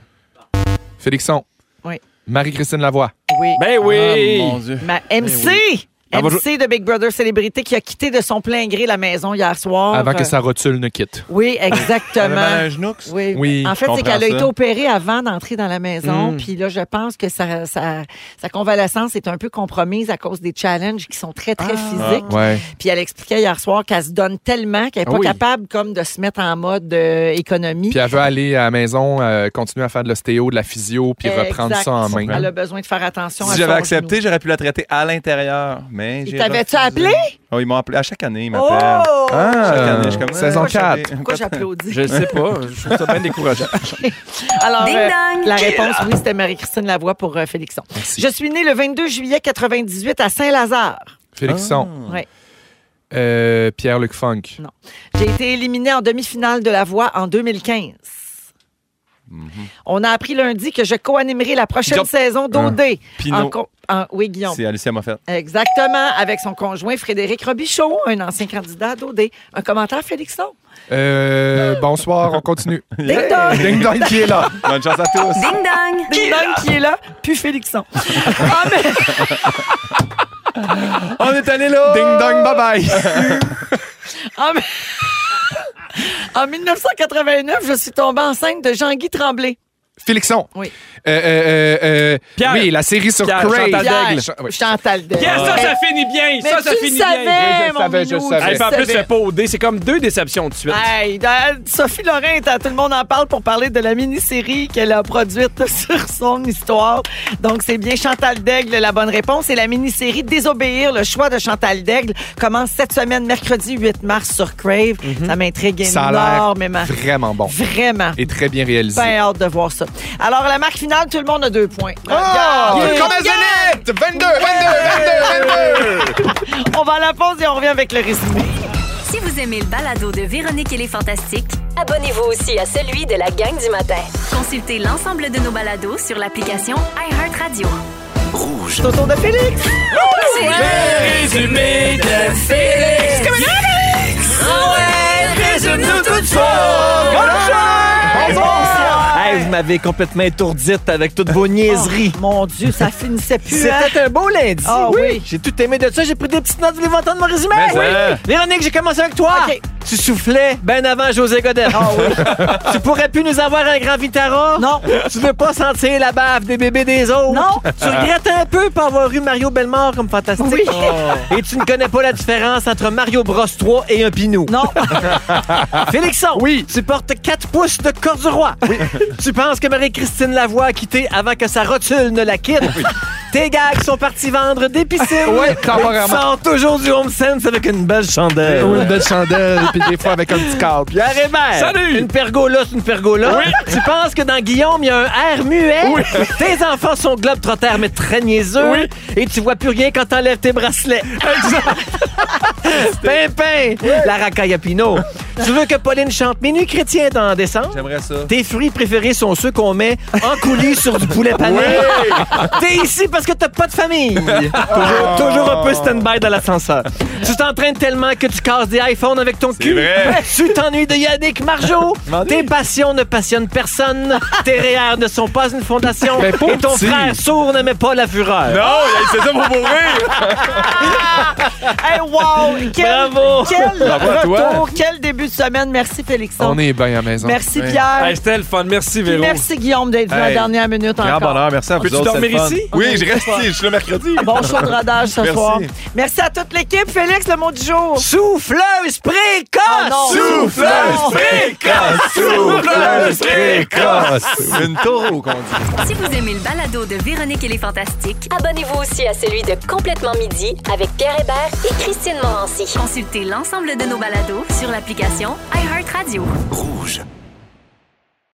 [SPEAKER 2] Félixon.
[SPEAKER 1] Oui.
[SPEAKER 2] Marie-Christine Lavoie.
[SPEAKER 1] Oui.
[SPEAKER 3] Ben oui!
[SPEAKER 4] Ah, mon Dieu.
[SPEAKER 1] Ma MC!
[SPEAKER 3] Elle va
[SPEAKER 1] MC de Big Brother Célébrité qui a quitté de son plein gré la maison hier soir. euh,
[SPEAKER 2] Avant que sa rotule ne quitte.
[SPEAKER 1] Oui,
[SPEAKER 4] T'avais mal à
[SPEAKER 1] exactement.
[SPEAKER 4] un genou, que ça?
[SPEAKER 1] Oui.
[SPEAKER 2] Oui,
[SPEAKER 1] en fait,
[SPEAKER 4] je
[SPEAKER 1] c'est qu'elle a
[SPEAKER 4] comprends
[SPEAKER 1] été
[SPEAKER 4] ça.
[SPEAKER 1] opérée avant d'entrer dans la maison.
[SPEAKER 3] Mm.
[SPEAKER 1] Puis là, je pense que sa, sa, sa convalescence est un peu compromise à cause des challenges qui sont très,
[SPEAKER 4] Ah.
[SPEAKER 1] très physiques.
[SPEAKER 2] Ouais.
[SPEAKER 1] Puis elle expliquait hier soir qu'elle se donne tellement qu'elle n'est pas
[SPEAKER 3] Oui.
[SPEAKER 1] capable comme de se mettre en mode euh, économie.
[SPEAKER 2] Puis elle veut aller à la maison, euh, continuer à faire de l'ostéo, de la physio, puis
[SPEAKER 1] Exact.
[SPEAKER 2] reprendre ça en
[SPEAKER 1] Elle
[SPEAKER 2] main.
[SPEAKER 1] a besoin de faire attention à
[SPEAKER 4] Si j'avais
[SPEAKER 1] son
[SPEAKER 4] accepté,
[SPEAKER 1] genou.
[SPEAKER 4] j'aurais pu la traiter à l'intérieur. Mais
[SPEAKER 1] Il
[SPEAKER 4] j'ai
[SPEAKER 1] t'avait-tu
[SPEAKER 4] refusé.
[SPEAKER 1] appelé?
[SPEAKER 4] Oh, ils m'ont appelé. À chaque année, ils
[SPEAKER 1] Oh!
[SPEAKER 4] m'appellent. Ah! Chaque année, je suis comme,
[SPEAKER 2] saison
[SPEAKER 4] ah,
[SPEAKER 2] 4.
[SPEAKER 4] j'avais-
[SPEAKER 1] Pourquoi j'applaudis?
[SPEAKER 3] Je sais pas, je trouve ça bien décourageant. Ah,
[SPEAKER 1] Alors,
[SPEAKER 6] Ding
[SPEAKER 1] euh,
[SPEAKER 6] dong!
[SPEAKER 1] la réponse, oui, c'était Marie-Christine Lavoie pour euh, Félixon. Je suis née le 22 juillet 98 à Saint-Lazare.
[SPEAKER 2] Félixon.
[SPEAKER 1] Ah. Ouais.
[SPEAKER 2] Euh, Pierre-Luc Funk.
[SPEAKER 1] J'ai été éliminée en demi-finale de la voix en 2015.
[SPEAKER 3] Mm-hmm.
[SPEAKER 1] On a appris lundi que je co-animerai la prochaine
[SPEAKER 4] Jump.
[SPEAKER 1] saison d'OD.
[SPEAKER 3] Hein.
[SPEAKER 4] Pinot.
[SPEAKER 1] En co- en- Oui, Guillaume.
[SPEAKER 4] C'est à Lucie Moffett.
[SPEAKER 1] Exactement, avec son conjoint Frédéric Robichaud, un ancien candidat d'OD. Un commentaire, Félixon?
[SPEAKER 2] Euh, bonsoir, on continue.
[SPEAKER 1] Ding dong!
[SPEAKER 2] Ding dong qui est là.
[SPEAKER 4] Bonne chance à tous.
[SPEAKER 6] Ding dong!
[SPEAKER 1] Ding dong qui est là, puis Félixon. Ah, mais-
[SPEAKER 4] On est allé là.
[SPEAKER 2] Ding dong, bye bye.
[SPEAKER 1] En, en 1989, je suis tombée enceinte de Jean-Guy Tremblay.
[SPEAKER 2] Félixon.
[SPEAKER 1] Oui.
[SPEAKER 2] Euh, euh, euh,
[SPEAKER 3] Pierre.
[SPEAKER 2] Oui, la série sur
[SPEAKER 3] Pierre,
[SPEAKER 2] Craig.
[SPEAKER 3] Chantal
[SPEAKER 1] Pierre,
[SPEAKER 3] Daigle.
[SPEAKER 2] Ch- oui.
[SPEAKER 1] Chantal Daigle.
[SPEAKER 3] Pierre, Ah, ça, ça finit bien.
[SPEAKER 1] Mais
[SPEAKER 3] ça, ça
[SPEAKER 1] tu le
[SPEAKER 3] finit bien.
[SPEAKER 1] savais,
[SPEAKER 2] Je
[SPEAKER 1] mon
[SPEAKER 2] savais, je
[SPEAKER 1] minou,
[SPEAKER 2] savais.
[SPEAKER 1] tu
[SPEAKER 3] Hey,
[SPEAKER 1] le
[SPEAKER 3] puis en plus,
[SPEAKER 1] savais.
[SPEAKER 3] c'est pas OD. C'est comme deux déceptions de suite.
[SPEAKER 1] Hey, euh, Sophie Laurent, est à tout le monde en parle pour parler de la mini-série qu'elle a produite sur son histoire. Donc, c'est bien Chantal Daigle, la bonne réponse. Et la mini-série Désobéir, le choix de Chantal Daigle, commence cette semaine, mercredi 8 mars sur Crave. Ça m'intrigue
[SPEAKER 2] Mhm. Ça a l'air
[SPEAKER 1] énormément.
[SPEAKER 2] vraiment bon
[SPEAKER 1] Vraiment.
[SPEAKER 2] et très bien réalisé.
[SPEAKER 3] Ben,
[SPEAKER 1] Bien hâte de voir ça. Alors, à la marque finale, tout le monde a deux points.
[SPEAKER 2] Oh,
[SPEAKER 1] Regarde.
[SPEAKER 2] comme à Zenette! 22, 22, 22, 22!
[SPEAKER 1] On va à la pause et on revient avec le résumé.
[SPEAKER 6] Si vous aimez le balado de Véronique et les Fantastiques,
[SPEAKER 7] Abonnez-vous aussi à celui de la gang du matin.
[SPEAKER 6] consultez l'ensemble de nos balados sur l'application iHeartRadio.
[SPEAKER 1] C'est au tour de Félix.
[SPEAKER 8] Hey, vous m'avez complètement étourdite avec toutes vos niaiseries.
[SPEAKER 1] Oh, Mon Dieu, ça finissait plus. hein?
[SPEAKER 8] C'était un beau lundi.
[SPEAKER 1] Ah oui.
[SPEAKER 8] J'ai tout aimé de ça. J'ai pris des petites notes. Vous voulez entendre mon résumé?
[SPEAKER 1] Ah
[SPEAKER 4] Mais ça.
[SPEAKER 8] Véronique, j'ai commencé avec toi.
[SPEAKER 1] OK. Ah
[SPEAKER 8] Tu soufflais ben avant José Godet. tu pourrais plus nous avoir un grand Vitara.
[SPEAKER 1] Non.
[SPEAKER 8] Tu veux pas sentir la bave des bébés des autres.
[SPEAKER 1] Non.
[SPEAKER 8] Tu regrettes un peu pas avoir eu Mario Bellemare comme fantastique. Oh.
[SPEAKER 1] Oui.
[SPEAKER 8] Et tu ne connais pas la différence entre Mario Bros 3 et un Pinou.
[SPEAKER 1] Non.
[SPEAKER 8] Félixon, oui. tu portes 4 pouces de corps du roi. tu penses que Marie-Christine Lavoie a quitté avant que sa rotule ne la quitte. Tes gags sont partis vendre des piscines.
[SPEAKER 2] Ouais,
[SPEAKER 8] tu
[SPEAKER 2] temporairement.
[SPEAKER 8] sors toujours du home sense avec une belle chandelle.
[SPEAKER 2] Une belle chandelle, puis des fois avec un petit cadre.
[SPEAKER 8] Pierre Hébert.
[SPEAKER 3] Salut.
[SPEAKER 8] Une pergola, c'est une pergola. Tu penses que dans Guillaume, il y a un air muet. Tes enfants sont globe trotteurs, mais très niaiseux. Et tu vois plus rien quand t'enlèves tes bracelets. Pimpin. La racaille à Pinot. Tu veux que Pauline chante Minuit chrétien dans décembre?
[SPEAKER 4] J'aimerais ça.
[SPEAKER 8] Tes fruits préférés sont ceux qu'on met en coulis sur du poulet pané. T'es ici parce que t'as pas de famille. toujours, toujours un peu stand-by dans l'ascenseur. Tu t'entraînes tellement que tu casses des iPhones avec ton cul.
[SPEAKER 4] vrai.
[SPEAKER 8] Tu t'ennuies de Yannick Margeau.
[SPEAKER 4] Demandez.
[SPEAKER 8] Tes passions ne passionnent personne. Tes REER ne sont pas une fondation.
[SPEAKER 2] Mais pauvre
[SPEAKER 8] Et ton
[SPEAKER 2] petit.
[SPEAKER 8] frère sourd n'aimait pas la fureur.
[SPEAKER 4] Non, c'est ça pour mourir.
[SPEAKER 1] Hey, wow. Quel,
[SPEAKER 8] Bravo.
[SPEAKER 1] quel
[SPEAKER 4] Bravo à toi.
[SPEAKER 1] retour, quel début de semaine. Merci, Félixon.
[SPEAKER 2] On est bien à la maison.
[SPEAKER 1] Merci, Pierre.
[SPEAKER 3] Hey, C'était le fun.
[SPEAKER 1] Puis
[SPEAKER 3] Merci, Véro.
[SPEAKER 1] merci, Guillaume, d'être venu à la
[SPEAKER 4] Hey.
[SPEAKER 1] dernière minute
[SPEAKER 4] Grand
[SPEAKER 1] encore.
[SPEAKER 4] bonheur, merci à vous
[SPEAKER 3] Peux-tu
[SPEAKER 4] autres.
[SPEAKER 3] dormir
[SPEAKER 4] c'est le
[SPEAKER 3] ici?
[SPEAKER 4] fun. Oui, je reste ici, je suis le mercredi.
[SPEAKER 1] Bon show de rodage ce
[SPEAKER 4] Merci.
[SPEAKER 1] soir. Merci à toute l'équipe. Félix, le mot du jour.
[SPEAKER 8] Souffleuse
[SPEAKER 1] Oh,
[SPEAKER 8] précoce!
[SPEAKER 1] non.
[SPEAKER 4] Souffleuse précoce! Souffleuse précoce! Une taureau qu'on dit.
[SPEAKER 6] Si vous aimez le balado de Véronique et les Fantastiques,
[SPEAKER 7] Abonnez-vous aussi à celui de Complètement Midi avec Pierre Hébert et Christine Morancy.
[SPEAKER 6] consultez l'ensemble de nos balados sur l'application iHeartRadio.
[SPEAKER 9] Rouge.